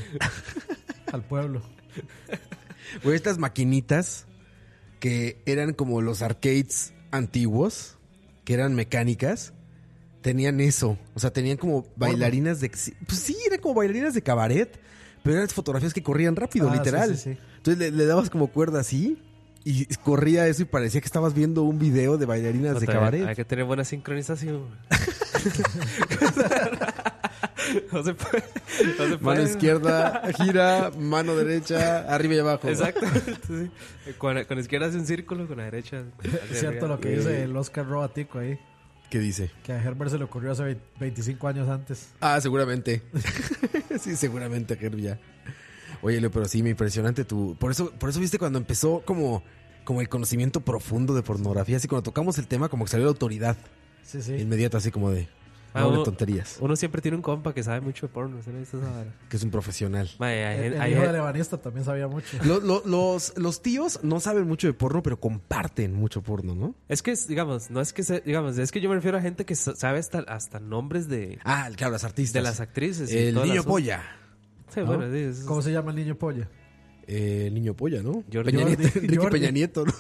E: al pueblo.
C: Güey, estas maquinitas que eran como los arcades antiguos, que eran mecánicas, tenían eso. O sea, tenían como bailarinas de. Pues sí, eran como bailarinas de cabaret, pero eran fotografías que corrían rápido,
E: Ah, sí,
C: literal.
E: sí, sí.
C: Entonces le, le dabas como cuerda así y corría eso y parecía que estabas viendo un video de bailarinas de
G: Otra vez,
C: cabaret.
G: Hay que tener buena sincronización. no se puede. No se puede.
C: Mano izquierda, gira, mano derecha, arriba y abajo.
G: Exacto. sí. con, la- con la izquierda hace un círculo, con la derecha.
E: Es cierto lo que dice el Oscar Robatico ahí,
C: ¿Qué dice?
E: que a Herbert se le ocurrió hace vein- 25 años antes.
C: Ah, seguramente. sí, seguramente, Gerb, ya. Oye, Leo, pero sí, me impresionante tu... Por eso, por eso viste cuando empezó como, como el conocimiento profundo de pornografía, así cuando tocamos el tema, como que salió la autoridad
E: Sí, sí.
C: inmediata, así como de...
G: Ah,
C: No hablen
G: uno-
C: tonterías,
G: Uno siempre tiene un compa que sabe mucho de porno. ¿Se no viste esa vara?
C: que es un profesional.
G: Mae, hay,
E: El,
G: gen-
E: el
G: hay
E: hijo
G: gen-
E: del ebanista también sabía mucho.
C: Lo- lo- los, los tíos no saben mucho de porno, pero comparten mucho porno, ¿no?
G: Es que, es- digamos, no es que se- digamos, es que yo me refiero a gente que sa- sabe hasta, hasta nombres de,
C: Ah, claro, las artistas.
G: de las actrices. y
C: El
G: todo
C: niño
G: asunto.
C: polla.
G: Sí,
C: ¿no?
G: bueno, sí, es-
E: ¿Cómo se llama el niño polla?
C: Eh, el niño polla, ¿no?
G: Jordi.
C: Peña
E: Jordi,
C: Nieto, Enrique
E: Jordi.
C: Peña Nieto, ¿no?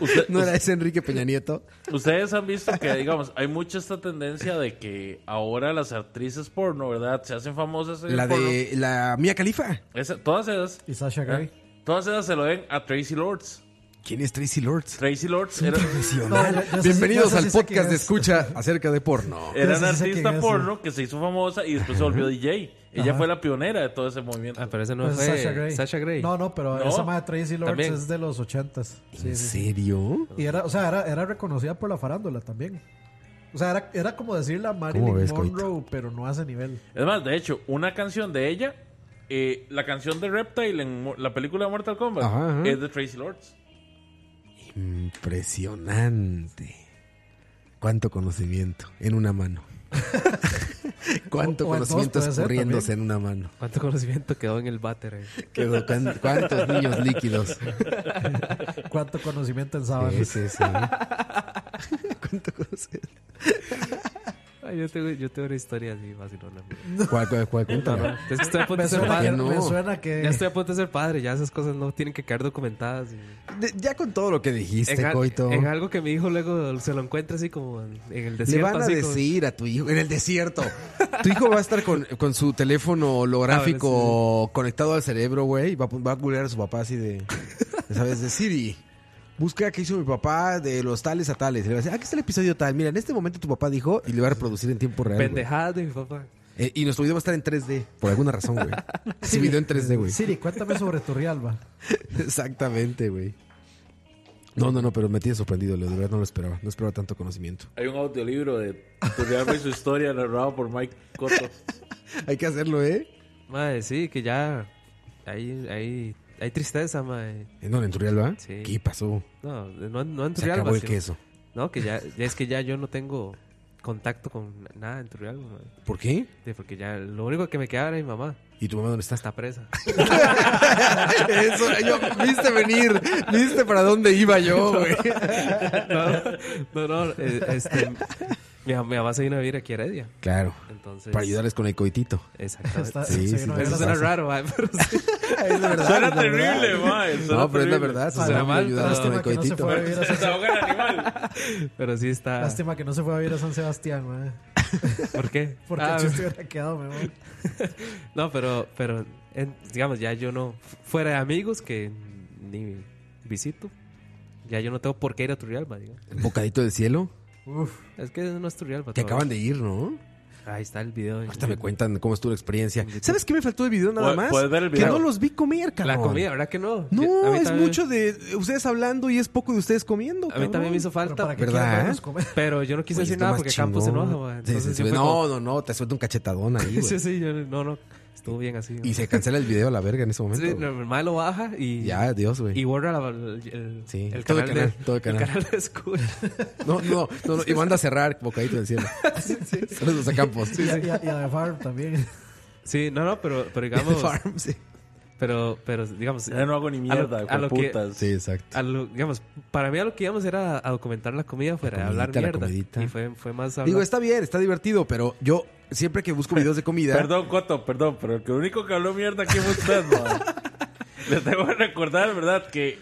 F: Usted-
C: ¿No era ese Enrique Peña Nieto?
F: Ustedes han visto que, digamos, hay mucha esta tendencia de que ahora las actrices porno, ¿verdad? Se hacen famosas en
C: La
F: el porno.
C: de la Mía Califa.
F: Esa- todas esas. ¿eh?
E: Y Sasha Gray.
F: Todas esas se lo ven a Tracy Lords.
C: ¿Quién es Tracy Lords?
F: Tracy Lords era,
C: pues,
E: No, ya- ya sé-
C: Bienvenidos
E: ya sé-
C: al
E: sí sé quién
C: podcast de
E: es.
C: escucha acerca de porno.
F: era
E: Ya
F: una
E: sé- sé quién
F: artista
E: es,
F: porno que se hizo famosa y después se volvió DJ. Ella
E: Ajá.
F: fue la pionera de todo ese movimiento.
G: Ah, pero ese no
E: Pues
G: fue
E: es Sasha Grey. No, no, pero
F: No.
E: esa madre Tracy Lords
G: También.
E: es de los 80s. Sí,
C: ¿En
E: sí, sí.
C: serio?
E: Y era, o sea, era, era reconocida por la farándula también. O sea, era, era como decir la
B: ¿Cómo
E: Marilyn
B: ves,
E: Monroe,
B: Coito?
E: pero no hace nivel.
F: Es más, de hecho, una canción de ella, eh, la canción de Reptile en mo- la película de Mortal Kombat,
C: Ajá, ajá.
F: es de Tracy Lords.
C: Impresionante. Cuánto conocimiento en una mano. Cuánto
E: O- o en dos
C: conocimiento
E: puede ser
C: escurriéndose en una mano.
G: ¿Cuánto conocimiento quedó en el váter? eh?
C: Quedó cuán- cuántos niños líquidos.
E: Cuánto conocimiento en
C: Sí,
E: sábanas.
C: sí, sí. Cuánto conocimiento.
G: Ay, yo, tengo, yo tengo una historia así vacilona.
C: ¿Cuál, cuál, cuál?
G: No,
C: Cuéntame.
G: no, es que estoy a punto
E: Me
G: de ser
E: suena, que,
G: padre.
C: no.
E: me suena que-
G: Ya estoy a punto de ser padre. Ya esas cosas no tienen que quedar documentadas. y-
C: De- ya con todo lo que dijiste,
G: en, al-
C: Este Coito.
G: en algo que mi hijo luego se lo encuentra así como en en el
C: Le
G: desierto.
C: van a
G: así como-
C: decir a tu hijo, en el desierto. Tu hijo va a estar con, con su teléfono Ah, holográfico conectado al cerebro, güey. y Va, a pu- va a googlear a su papá así de, de, ¿sabes? De Siri. Busca qué hizo mi papá de los tales a tales. Y le va a decir, ah, aquí está el episodio tal. Mira, en este momento tu papá dijo y le va a reproducir en tiempo real. güey.
G: pendejadas de mi papá.
C: Eh, y nuestro video va a estar en 3D, por alguna razón, güey. Ese video en 3D, güey.
E: Siri, cuéntame sobre Turrialba.
C: Exactamente, güey. No, no, no, pero me tiene sorprendido, Leo. De verdad no lo esperaba. No esperaba tanto conocimiento.
F: Hay un audiolibro de Turrialba y su historia narrado por Mike Cotto.
C: Hay que hacerlo, ¿eh?
G: Madre, sí, que ya hay, hay, hay tristeza, madre.
C: ¿En dónde? ¿En Turrialba?
G: Sí.
C: ¿Qué pasó?
G: No, no, no en
C: Se
G: Turrialba.
C: acabó el
G: sino-
C: queso.
G: No, que ya, ya es que ya yo no tengo contacto con nada en Turrialba, madre.
C: ¿Por qué?
G: Sí, porque ya lo único que me quedaba era mi mamá.
C: ¿Y tu mamá dónde está?
G: Está presa.
C: Eso, yo, viste venir. Viste para dónde iba yo, güey.
G: No, no, eh, este, mi, mi mamá se vino a vivir aquí a Heredia.
C: Claro.
G: Entonces,
C: Para ayudarles con el coitito.
G: Exactamente.
E: Está-
C: Sí,
E: se
C: sí,
E: vino a
C: sí,
E: ver
G: Eso
E: la-
G: suena raro, madre, pero sí.
F: Suena
C: ¿eh?
F: terrible, mae. suena
C: No, pero es la
F: terrible.
C: verdad.
E: Ah,
C: Susana, me
G: mal,
C: ayudaron
G: pero-
C: con el
E: Lástima
C: coitito.
E: que no se fue.
F: Pero se desahoga el animal.
G: Pero sí está.
E: Lástima que no se fue a vivir a San Sebastián, man.
G: ¿Por qué?
E: Porque
G: Ah,
E: yo estuviera quedado, mi amor.
G: No, pero, pero en- digamos, ya yo no. Fuera de amigos que ni visito, ya yo no tengo por qué ir a Turrialba, digo.
C: Bocadito del cielo.
E: Uf,
G: Es que no es Turrialba.
C: Que
G: todavía.
C: acaban de ir, ¿no?
G: Ahí está el video.
C: Ahorita me cuentan cómo estuvo la experiencia. ¿Sabes qué me faltó el video nada
F: Puedes-
C: más?
F: puedes ver el
C: Que
F: video.
C: no los vi comer,
G: La
C: cabrón.
G: comida, ¿verdad que no? A
C: No,
G: mí
C: es
G: también-
C: mucho de de ustedes hablando y es poco de ustedes comiendo.
G: A mí también me hizo
E: pero
G: falta,
E: para que
G: pero,
C: ¿verdad?
E: quieran vernos comer.
G: yo no quise
C: Oye,
G: decir
C: está
G: nada
C: más
G: porque Campos se
C: chingón.
G: enoja, man.
C: Sí, sí,
G: Entonces
C: sí,
G: yo fue
C: no,
G: como-
C: no, no, te suelta un cachetadón ahí. güey.
G: Sí, sí, yo no, no. Estuvo bien así.
C: Y
G: man.
C: se cancela el video a la verga en ese momento.
G: Sí,
C: güey.
G: no, el mae lo baja y.
C: Ya, adiós,
G: Y
C: güey.
G: borra la- el,
C: Sí,
G: el
C: todo el
G: canal, de,
C: canal, todo el canal.
G: de Scooby.
C: No, no, no, no, y manda a cerrar bocadito del cielo. Saludos a Campos.
E: Y a, y a- y a The Farm también.
G: Sí, no, no, pero, pero digamos.
C: Farm, sí.
G: Pero, pero digamos,
F: Ya no hago ni
G: A lo-
F: mierda,
G: a lo que-
F: putas.
C: Sí, exacto.
G: a lo- digamos, para mí a lo que íbamos era a documentar la comida fuera de hablar
C: comidita, la
G: mierda.
C: comidita.
G: Y fue, fue más hablar.
C: Digo, está bien, está divertido, pero yo siempre que busco videos de comida.
F: Perdón, Coto, perdón, pero el que único que habló mierda aquí fue usted, ma. Le tengo que recordar, ¿verdad? Que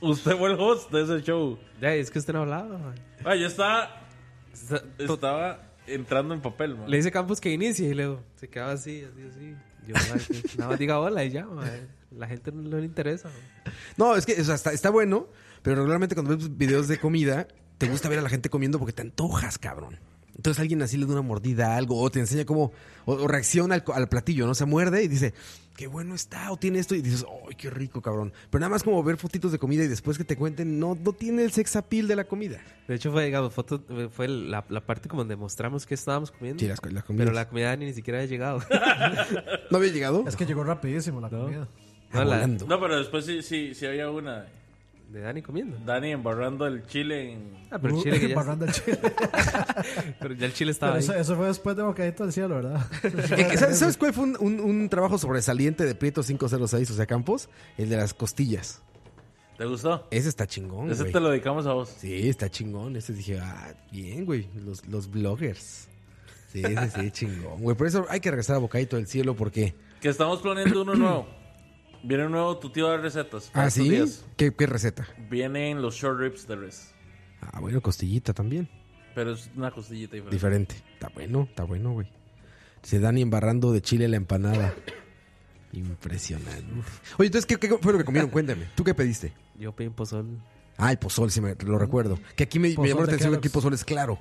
F: usted fue el host de ese show.
G: Ya, es que usted no hablaba. man.
F: Ah, yo estaba,
G: Está- to-
F: estaba entrando en papel, man.
G: Le dice Campos que inicie y luego se quedaba así, así, así. Yo, man, que nada más diga hola y ya, man. La gente no le interesa. man.
C: No, es que o sea, está, está bueno, pero regularmente cuando ves videos de comida, te gusta ver a la gente comiendo porque te antojas, cabrón. Entonces alguien así le da una mordida a algo o te enseña cómo, o, o reacciona al, co- al platillo, ¿no? Se muerde y dice, qué bueno está, o tiene esto, y dices, ay, qué rico, cabrón. Pero nada más como ver fotitos de comida y después que te cuenten, no, no tiene el sex appeal de la comida.
G: De hecho, fue, digamos, foto, fue la, la parte como donde mostramos que estábamos comiendo.
C: Sí, las co- las comidas.
G: pero la comida ni, ni siquiera había llegado.
C: ¿No había llegado?
E: Es que llegó rapidísimo la comida.
G: no, la-
C: Volando.
F: No, pero después sí, sí, sí había una.
G: de Dani comiendo.
E: Uh,
F: Dani embarrando el chile en...
G: Ah, pero, el chile que ya,
E: Barranda Uh, chile.
G: pero ya el chile estaba
E: Pero
G: ahí.
E: eso, eso fue después de Bocadito del Cielo, ¿verdad?
C: Eh, eh, ¿Sabes, sabes cuál fue un, un- un trabajo sobresaliente de Prieto 506, o sea, Campos? El de las costillas.
F: ¿Te gustó?
C: Ese está chingón,
F: Ese
C: güey.
F: te lo dedicamos a vos.
C: Sí, está chingón. Ese dije, ah, bien, güey. Los, los bloggers. Sí, sí, sí, chingón, güey. Por eso hay que regresar a Bocadito del Cielo porque...
F: Que estamos planeando uno nuevo. Viene un nuevo tu tío de recetas. para
C: Ah,
F: estos
C: ¿sí?
F: días.
C: ¿Qué, qué receta?
F: Vienen los short ribs de res.
C: Ah, bueno, costillita también.
F: Pero es una costillita
C: Ah.
F: diferente.
C: Diferente. Está bueno, está bueno, güey. Se dan embarrando de chile la empanada. Impresionante. Oye, entonces, ¿qué, qué fue lo que comieron? Cuéntame. ¿Tú qué pediste?
G: Yo pedí un pozol.
C: Ah, el pozol, sí, me, lo recuerdo. Que aquí me, me
E: Pozol
C: llamó la
E: de
C: atención que aquí
E: Kellogg's.
C: pozol es claro.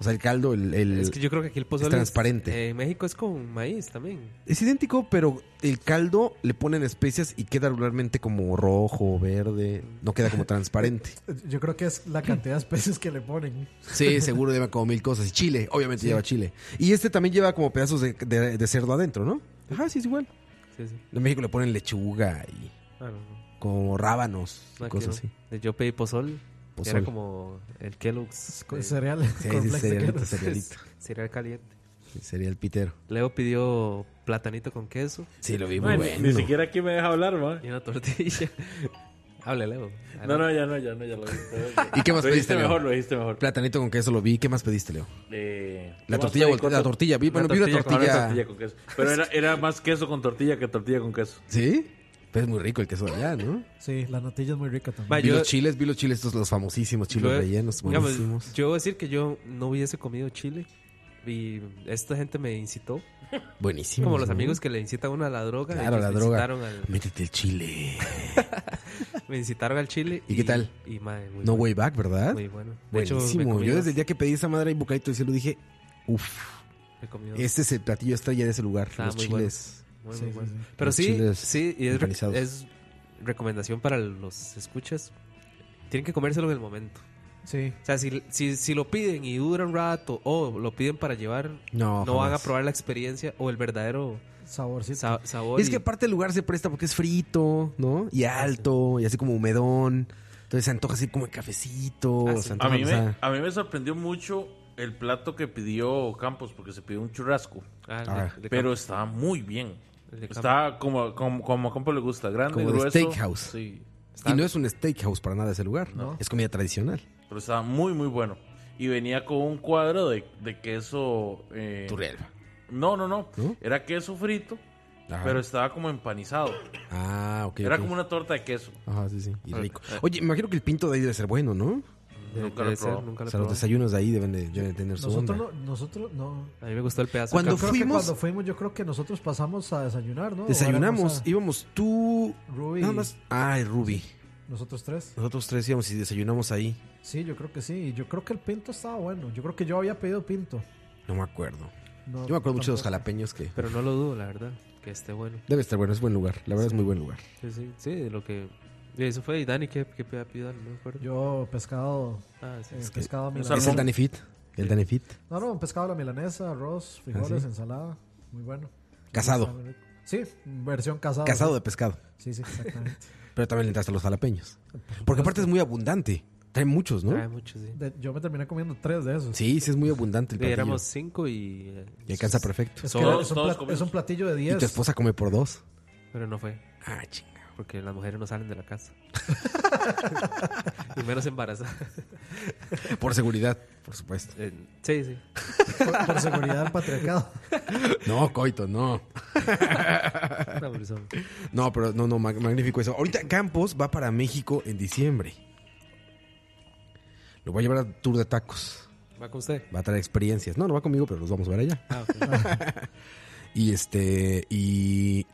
C: O sea, el caldo, el... el-
G: Es que yo creo que aquí el pozole.
C: Es transparente.
G: eh, en México es con maíz también.
C: Es idéntico, pero el caldo le ponen especias y queda regularmente como rojo, verde. No queda como transparente.
E: Yo creo que es la cantidad de especies que le ponen.
C: Sí, seguro lleva como mil cosas. Y chile, obviamente lleva chile. Y este también lleva como pedazos de, de- de cerdo adentro, ¿no? Ajá, sí, es igual.
G: Sí, sí.
C: En México le ponen lechuga y
G: Ah, no, no.
C: como rábanos y
G: No, aquí
C: cosas
G: no.
C: así.
G: Yo pedí pozol. que
C: Pozol.
G: Era como el Kellogg's.
E: Con
G: eh,
E: cereales.
C: Sí,
E: con
C: sí,
E: flex de
C: cerealito,
E: queso.
C: cerealito.
G: cereal caliente.
C: Sería el pitero.
G: Leo pidió platanito con queso
C: Sí, lo vi
F: Mae, ni- Ni siquiera aquí me deja hablar, man.
G: y una tortilla. Hable, Leo.
F: No, no, ya no, ya no, ya lo dijiste.
C: ¿Y qué más
F: Lo dijiste
C: pediste, Leo?
F: mejor, lo dijiste mejor.
C: Platanito con queso lo vi. ¿Qué más pediste, Leo?
F: Eh, ¿qué
C: La
F: más
C: tortilla,
F: pedí?
C: volteada, la
F: Corta-
C: tortilla. Vi, bueno, vi una
G: tortilla con-
F: Ahora
C: tortilla.
F: tortilla con queso. Pero era, era más queso con tortilla que tortilla con queso.
C: ¿Sí? Pues es muy rico el queso de allá, ¿no?
E: Sí, la natilla es muy rica también.
G: Ma,
C: vi
G: Ah, yo-
C: los chiles, vi los chiles, estos los famosísimos chiles
G: Yo-
C: rellenos,
G: digamos,
C: buenísimos.
G: yo voy a decir que yo no hubiese comido chile y esta gente me incitó.
C: buenísimos.
G: Como los
C: ¿no?
G: amigos que le incitan a uno a la droga.
C: Claro,
G: ellos
C: la
G: me
C: droga.
G: Incitaron al,
C: Métete el chile.
G: me incitaron al chile.
C: ¿Y qué tal?
G: Y, madre, muy
C: No
G: bueno,
C: way back, ¿verdad?
G: Muy bueno. De hecho, me
C: Buenísimo.
G: comí
C: Yo
G: dos,
C: desde el día que pedí esa madre y bocadito de cielo dije, uff,
G: me comí dos.
C: este es el platillo estrella de ese lugar.
G: Estaba
C: los
G: muy bueno.
C: chiles.
G: Muy,
E: Sí,
G: muy
E: sí,
G: bueno.
E: sí.
G: Pero
C: Los
G: sí,
C: chiles
G: sí, y es,
C: empanizados.
G: re- es recomendación para los escuchas. Tienen que comérselo en el momento.
E: Sí.
G: O sea, si, si, si lo piden y dura un rato o lo piden para llevar,
C: No,
G: no, van a
C: jamás.
G: probar la experiencia o el verdadero
E: Saborcito.
G: sa- sabor.
C: Es
G: y-
C: que aparte el lugar se presta porque es frito, ¿no? Y alto, y así como humedón. Entonces se antoja así como el cafecito.
G: Ah,
C: se
G: sí.
F: A
C: antoja,
F: mí,
C: o
F: me,
C: sea,
F: a mí me sorprendió mucho el plato que pidió Campos, porque se pidió un churrasco.
G: Ah, el
C: Ah,
G: de- de
F: Pero estaba muy bien.
G: El de campo.
F: Estaba como, como, como a Campos le gusta, grande,
C: Como de
F: grueso.
C: steakhouse.
F: Sí.
C: Y no es un steakhouse para nada ese lugar.
F: No.
C: Es comida tradicional.
F: Pero estaba muy, muy bueno. Y venía con un cuadro de, de queso. eh,
C: Turrialba.
F: no, no, no,
C: ¿No?
F: Era queso frito,
C: Ajá.
F: pero estaba como empanizado.
C: Ah, ok.
F: Era
C: ok.
F: como una torta de queso.
C: Ajá, sí, sí. Y
E: Eh,
C: rico. Oye, me imagino que el pinto de ahí debe ser bueno, ¿no?
G: de-
F: Nunca lo
G: debe
F: he
G: ser,
F: probado.
G: nunca
C: O
G: lo he
C: sea, los
G: probado.
C: desayunos de ahí deben de, deben de tener su onda.
E: Nosotros no, nosotros no.
G: A mí me gustó el pedazo.
C: Cuando
G: de
E: Yo creo que
C: fuimos-
E: cuando fuimos, yo creo que nosotros pasamos a desayunar, ¿no?
C: Desayunamos,
E: O éramos
C: íbamos tú...
E: a- Ruby,
C: Nada más... Ay, Ruby.
E: nosotros tres.
C: Nosotros tres íbamos y desayunamos ahí.
E: Sí, yo creo que sí. Y Yo creo que el pinto estaba bueno. Yo creo que yo había pedido pinto.
C: No me acuerdo.
E: No,
C: Yo me acuerdo mucho de los
E: tampoco.
C: jalapeños que...
G: Pero no lo dudo, la verdad, que esté bueno.
C: Debe estar bueno, es buen lugar. La verdad es muy buen lugar.
G: Sí, sí, sí, de lo que... y Eso fue, y Dani, ¿qué, qué pida pido? No me acuerdo.
E: Yo pescado,
G: Ah, sí.
E: eh, pescado a
C: Es el
E: milanesa.
C: Danny Fit. El Danny Fit.
E: No, no, un pescado a la milanesa, arroz, frijoles,
C: ¿Ah, sí?
E: ensalada. Muy bueno. Está
C: Casado.
E: muy rico. Sí, versión casado.
C: Casado de pescado.
E: Sí, sí, exactamente.
C: Pero también le entraste a los jalapeños. Porque aparte es muy abundante. Trae muchos,
G: Trae
C: ¿no?
G: mucho, sí.
E: De- yo me terminé comiendo tres de esos.
C: Sí, sí es muy abundante el
G: Sí,
C: platillo.
G: éramos cinco y... eh,
C: Y alcanza perfecto.
E: Es,
F: Todos-
E: que es, un
F: todos
E: plat-
F: comimos.
E: es un platillo de
C: Y tu
E: 10.
C: esposa come por dos.
G: Pero no fue,
C: Ah, chinga.
G: porque las mujeres no salen de la casa. y menos embarazadas.
C: Por seguridad, por supuesto.
G: Eh, sí, sí.
E: Por, por seguridad del patriarcado.
C: No, coito, no.
G: No, pero son-
C: No, pero no, no, mag- magnífico eso. Ahorita Campos va para México en diciembre. Lo voy a llevar a tour de tacos.
G: ¿Va con usted?
C: Va a traer experiencias. No, no va conmigo, pero los vamos a ver allá.
G: Ah, ok.
C: Y este, y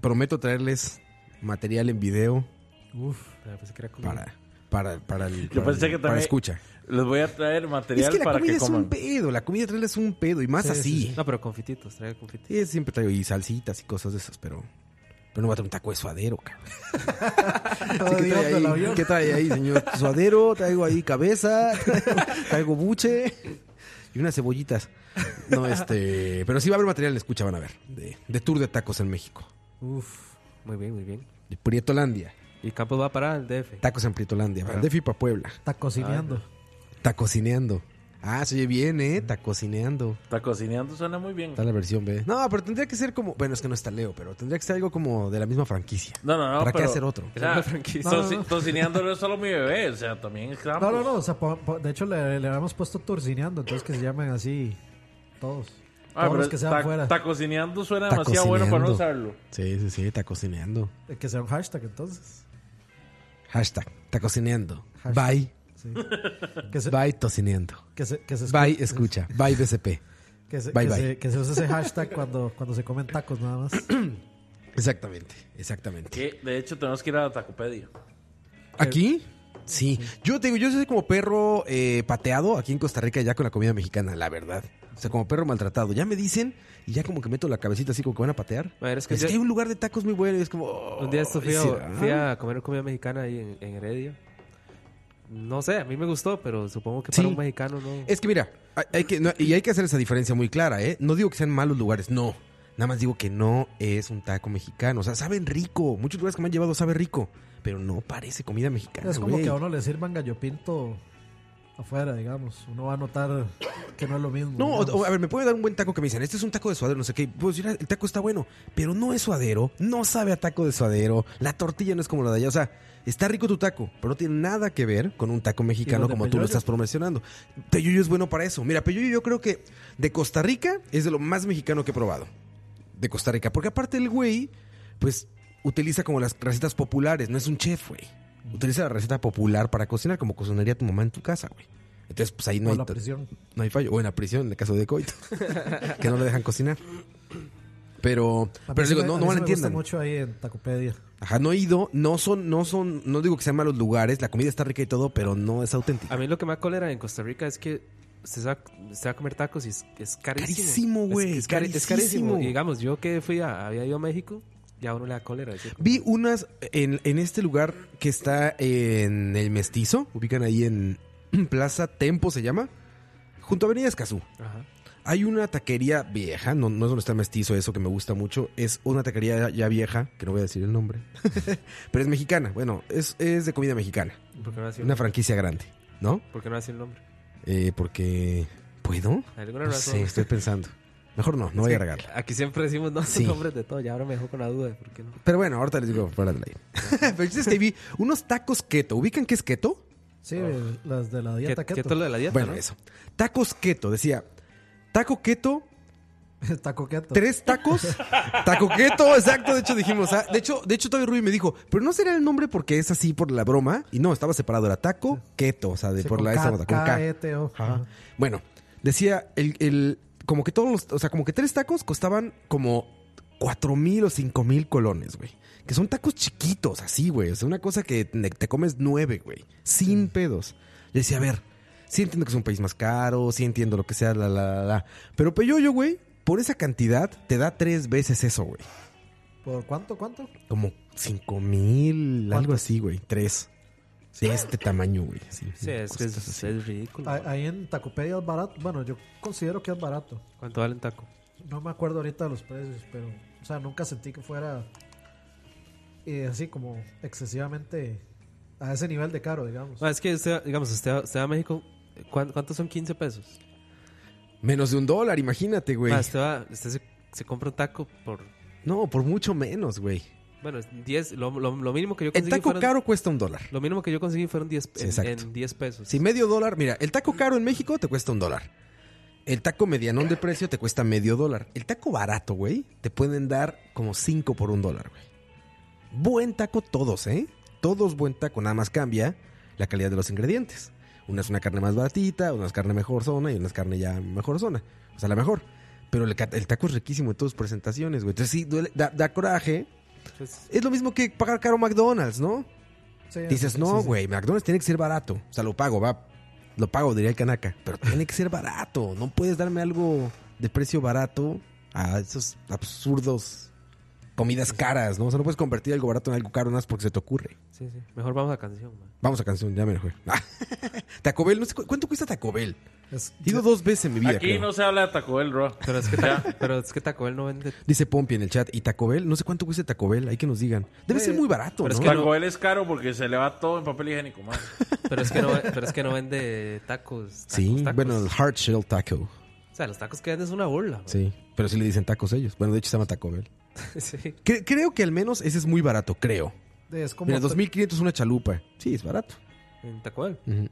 C: prometo traerles material en video
G: Uf, ah, pensé que era como...
C: para, para, para el.
F: Yo
C: para
F: pensé
C: el-
F: que
C: Para
F: también-
C: escucha.
F: Les voy a traer material
C: Es que la
F: para
C: comida
F: que
C: es un
F: coman.
C: pedo. La comida traerles es un pedo. Y más
E: Sí, sí,
C: así.
E: sí.
G: No, pero confititos, trae confititos.
C: Sí, siempre traigo y salsitas y cosas de esas, pero. Pero no va a traer un taco de suadero, cabrón. Sí,
E: Todo
C: ¿qué,
E: idiota el
C: trae ahí?
E: avión.
C: ¿Qué trae ahí, señor? Suadero, traigo ahí cabeza, traigo buche y unas cebollitas. No, este. Pero sí va a haber material, escucha, van a ver. De, de tour de tacos en México.
G: Uf, muy bien, muy bien.
C: De Prietolandia.
G: Y Campos va para el DF.
C: Tacos en Prietolandia. Van de Fipa Puebla.
E: Está cocineando.
C: Tacocineando. Ah, se oye bien, ¿eh? Tacocineando.
F: Está cocineando, suena muy bien.
C: Está la versión B. No, pero tendría que ser como. Bueno, es que no está Leo, pero tendría que ser algo como de la misma franquicia.
F: No, no, no.
C: ¿Para qué
F: pero-
C: hacer otro?
F: O sea,
G: Una franquicia.
E: No,
F: toci-
E: no, no.
F: Tocineando no es solo mi bebé, o sea, también es
E: No, no, no. o sea, po- po- de hecho, le, le habíamos puesto turcineando. Entonces, que se llamen así todos.
F: Ah,
E: todos
F: pero
E: los que sean
F: ta-
E: fuera.
F: tacocineando suena demasiado bueno para no usarlo.
C: Sí, sí, sí, tacocineando.
E: Eh, Que sea un hashtag, entonces.
C: Hashtag, tacocineando.
E: Hashtag.
C: Bye,
E: Sí. Que se,
C: bye, tocineando.
E: que se, que se, escu-
C: Bye, escucha. Bye, BCP.
E: que se-
C: bye,
E: que
C: bye.
E: se- que se use ese hashtag cuando, cuando se comen tacos, nada más.
C: Exactamente, exactamente.
F: Que de hecho tenemos que ir a la Tacopedia.
C: ¿Aquí? Sí, yo te digo, yo soy como perro eh, pateado aquí en Costa Rica ya con la comida mexicana, la verdad. O sea, como perro maltratado. Ya me dicen y ya como que meto la cabecita así como que van a patear.
G: Madre, es que
C: es
G: yo-
C: que hay un lugar de tacos muy bueno y es como... oh,
G: Un día esto fui, a,
C: sí,
G: fui
C: ah.
G: a comer comida mexicana ahí en, en Heredia. No sé, a mí me gustó, pero supongo que
C: Sí.
G: para un mexicano no.
C: Es que mira, hay, hay que, no, y hay que hacer esa diferencia muy clara, ¿eh? No digo que sean malos lugares, no. Nada más digo que no es un taco mexicano. O sea, saben rico. Muchos lugares que me han llevado saben rico. Pero no parece comida mexicana,
E: Es como
C: güey.
E: que a uno le sirvan gallo pinto afuera, digamos. Uno va a notar que no es lo mismo.
C: No, o-
E: digamos.
C: o, a ver, me puede dar un buen taco que me dicen, este es un taco de suadero, no sé qué. Pues mira, el taco está bueno, pero no es suadero, no sabe a taco de suadero, la tortilla no es como la de allá. O sea, está rico tu taco, pero no tiene nada que ver con un taco mexicano
E: los de
C: como tú lo
E: Peyoyo?
C: estás promocionando. Peyoyo es bueno para eso. Mira, Peyoyo yo creo que de Costa Rica es de lo más mexicano que he probado. De Costa Rica, porque aparte el güey, pues utiliza como las recetas populares, no es un chef, güey. Utiliza la receta popular para cocinar, como cocinaría tu mamá en tu casa, güey. Entonces, pues ahí no
E: O
C: hay
E: la
C: to-
E: prisión.
C: no hay fallo. O en la prisión, en el caso de Coito. que no le dejan cocinar. Pero,
E: A mí
C: pero
E: sí
C: digo,
E: me-
C: no,
E: a
C: no mal
E: mí sí me gusta
C: entiendan.
E: mucho ahí en Tacopedia.
C: Ajá, no he ido, no son, no son, no digo que sean malos lugares, la comida está rica y todo, pero no es auténtica.
G: A mí lo que me da cólera en Costa Rica es que usted se va, usted va a comer tacos y es, es carísimo.
C: Carísimo,
G: Es-
C: güey,
G: Es, cari- es
C: carísimo.
G: carísimo. Y digamos, yo que fui a, había ido a México, ya a uno le da cólera. decir,
C: Vi unas en, en este lugar que está en el Mestizo, ubican ahí en Plaza Tempo se llama, junto a Avenida Escazú.
G: Ajá.
C: Hay una taquería vieja, no, no es donde está mestizo, eso que me gusta mucho. Es una taquería ya, ya vieja, que no voy a decir el nombre, pero es mexicana. Bueno, es, es de comida mexicana,
G: ¿Por qué no decir,
C: una franquicia grande, ¿no?
G: ¿por qué no decir el nombre?
C: Eh, porque. ¿Puedo?
G: Hay alguna
C: No
G: razón.
C: sé, estoy pensando. Mejor no, no voy a regarla.
G: Aquí siempre decimos no
C: Sí.
G: nombres de todo, ya ahora me dejó con la duda de por qué no.
C: Pero bueno, ahorita les digo, fuera del aire. Pero el chiste es que vi unos tacos keto. ¿Ubican qué es keto?
E: Sí,
C: Ah.
E: las de la dieta
G: ¿Qué,
E: keto.
G: ¿Qué todo lo de la dieta,
C: Bueno,
G: no?
C: eso. Tacos keto, decía. Taco keto,
E: Taco keto.
C: Tres tacos. Taco keto, exacto. De hecho, dijimos. ah, de hecho, de hecho, todavía Rubí me dijo, pero no será el nombre porque es así por la broma. Y no, estaba separado. Era taco keto. O sea, de
E: Sí,
C: por
E: con
C: la
E: K- E
C: esa onda, con K. E,
E: K-E-T-O.
C: Ajá. Bueno, decía el, el- como que todos los, o sea, como que tres tacos costaban como cuatro mil o cinco mil colones, güey. Que son tacos chiquitos, así, güey. O sea, una cosa que te te comes nueve, güey. Sin pedos. Yo decía, a ver, sí entiendo que es un país más caro, sí entiendo lo que sea, la, la, la, la. Pero Peyoyo, güey, por esa cantidad te da tres veces eso, güey.
E: ¿Por cuánto, cuánto?
C: Como cinco mil, algo
E: ¿Cuánto?
C: así, güey. Tres. De este tamaño, güey. Sí,
G: Sí, es que es, es ridículo.
E: Ah, Ahí en Tacopedia es barato. Bueno, yo considero que es barato.
G: ¿Cuánto vale un taco?
E: No me acuerdo ahorita de los precios, pero, o sea, nunca sentí que fuera eh, así como excesivamente a ese nivel de caro, digamos.
G: Ah, es que usted, digamos, usted, va- usted va a México, ¿cuán- ¿cuántos son 15 pesos?
C: Menos de un dólar, imagínate, güey.
G: Ah, usted va- usted se, se compra un taco por,
C: No, por mucho menos, güey.
G: bueno, 10, lo, lo- lo mínimo que yo
C: El
G: conseguí
C: taco
G: fueron,
C: caro cuesta un dólar.
G: lo mínimo que yo conseguí fueron 10
C: Sí,
G: en- en,
C: exacto.
G: 10 pesos.
C: Si medio dólar, mira, el taco caro en México te cuesta un dólar. El taco medianón de precio te cuesta medio dólar. El taco barato, güey, te pueden dar como cinco por un dólar, güey. Buen taco todos, ¿eh? Todos buen taco, nada más cambia la calidad de los ingredientes. Una es una carne más baratita, una es carne mejor zona y una es carne ya mejor zona. O sea, la mejor. Pero el, ca- el taco es riquísimo en todas sus presentaciones, güey. Entonces sí, duele- da- da coraje.
G: Entonces,
C: Es lo mismo que pagar caro McDonald's, ¿no?
E: Sí,
C: Dices,
E: sí,
C: no,
E: sí.
C: güey, McDonald's tiene que ser barato. O sea, lo pago, va. Lo pago, diría el canaca. Pero tiene que ser barato. No puedes darme algo de precio barato a esos absurdos comidas caras, ¿no? O sea, no puedes convertir algo barato en algo caro nada más porque se te ocurre.
G: sí, sí. Mejor vamos a canción, man.
C: Vamos a canción, ya me la jugué. Taco Bell, no sé, cu- ¿cuánto cuesta Taco Bell?
E: Es-
C: He ido dos veces en mi vida,
F: Aquí
C: creo.
F: no se habla de Taco Bell, bro.
G: Pero es que, ta- pero es que Taco Bell no vende...
C: Dice Pompi en el chat. ¿Y Taco Bell? No sé cuánto cuesta Taco Bell, hay que nos digan. Debe
E: Güey,
C: ser muy barato,
G: Eh,
C: ¿no?
G: pero es que
F: Taco Bell es caro porque se le va todo en papel higiénico, man.
G: Pero es que no, pero es que no vende tacos. tacos,
C: Sí,
G: tacos.
C: bueno, el hard shell taco.
G: O sea, los tacos que venden es una burla. man.
C: Sí, pero sí le dicen tacos ellos. Bueno, de hecho se llama Taco Bell.
G: sí.
C: Cre- creo que al menos ese es muy barato, creo.
E: es como
C: Mira, 2500 es una chalupa. Sí, es barato.
G: En Taco Bell.
C: Ujú.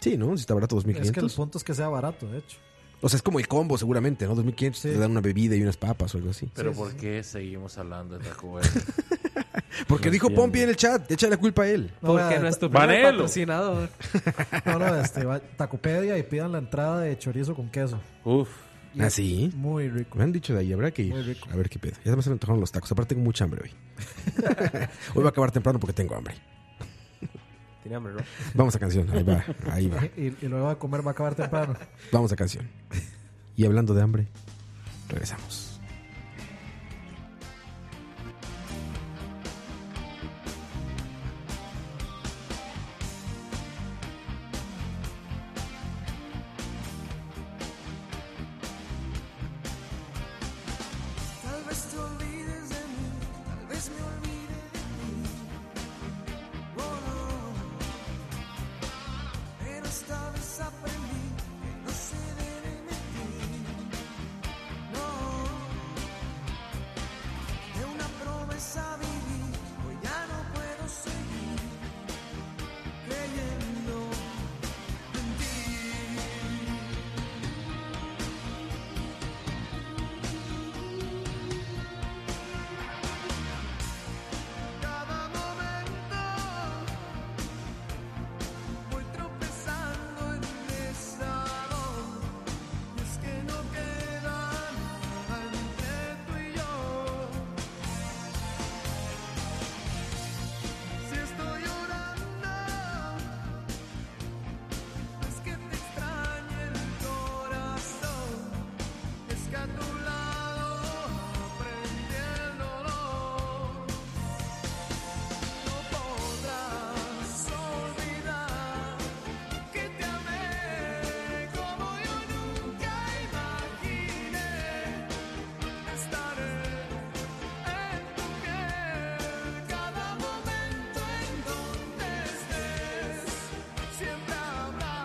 C: Sí, ¿no? Si está barato
E: Es que el
C: 2500.
E: punto es que sea barato, de hecho.
C: O sea, es como el combo seguramente, ¿no? 2500
E: Sí. Pues
C: te dan una bebida y unas papas o algo así.
F: Pero
E: Sí,
F: ¿por
E: sí,
F: qué seguimos hablando de Taco Bell?
C: Porque
F: No
C: dijo
F: entiendo.
C: Pompi en el chat, echa la culpa a él.
E: No,
G: Porque
E: vea,
G: nuestro
F: Vanelo.
G: primer patrocinador.
E: No, no, este, va- Tacopedia y pidan la entrada de chorizo con queso.
F: Uf.
C: Ah, sí.
E: Muy rico.
C: Me han dicho de ahí, habrá que ir.
E: Muy rico.
C: A ver qué pedo. Ya me se me antojaron los tacos. Aparte tengo mucha hambre hoy. hoy va a acabar temprano porque tengo hambre.
G: Tiene hambre, ¿no?
C: Vamos a canción, ahí va, ahí va.
E: Y, y luego a comer va a acabar temprano.
C: Vamos a canción. Y hablando de hambre, regresamos.
I: Tal vez te olvides de mí, tal vez me olvide de ti. Oh no, pero esta vez aprendí que no se debe mentir. No, de una promesa viví, hoy ya no puedo seguir creyendo en ti. Cada momento voy tropezando en esa voz, y es que no quedan al tú y yo. Si estoy llorando, es que te extraña el corazón, es que a tu lado aprendiéndolo. No podrás olvidar que te amé como yo nunca imaginé. Estaré en tu piel cada momento en donde estés. Siempre habrá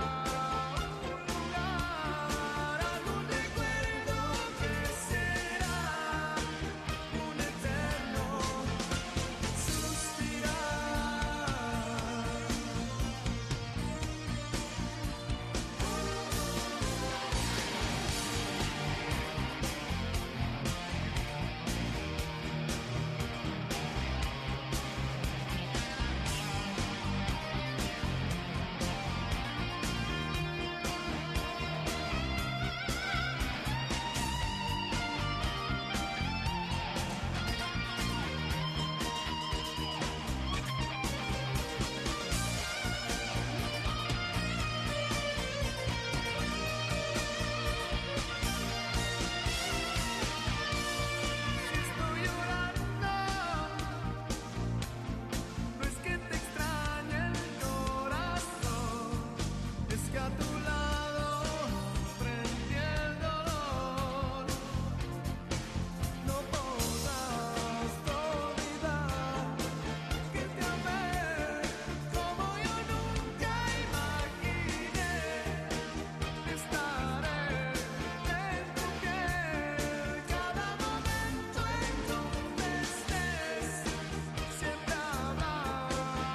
I: un lugar, algún recuerdo que será un eterno. Suspirar. Estoy llorando, no es que te extrañe el corazón, es que a tu lado frente el dolor no podrás olvidar que te amé como yo nunca imaginé. Estaré en tu piel cada momento en donde estés. Siempre habrá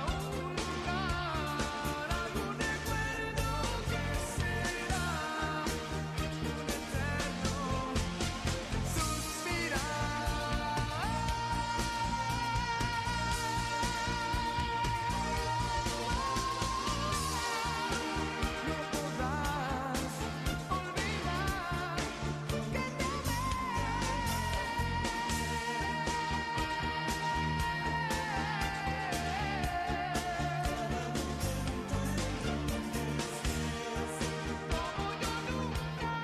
I: un lugar, algún recuerdo que será un eterno suspirar. No podrás olvidar que te amé como yo nunca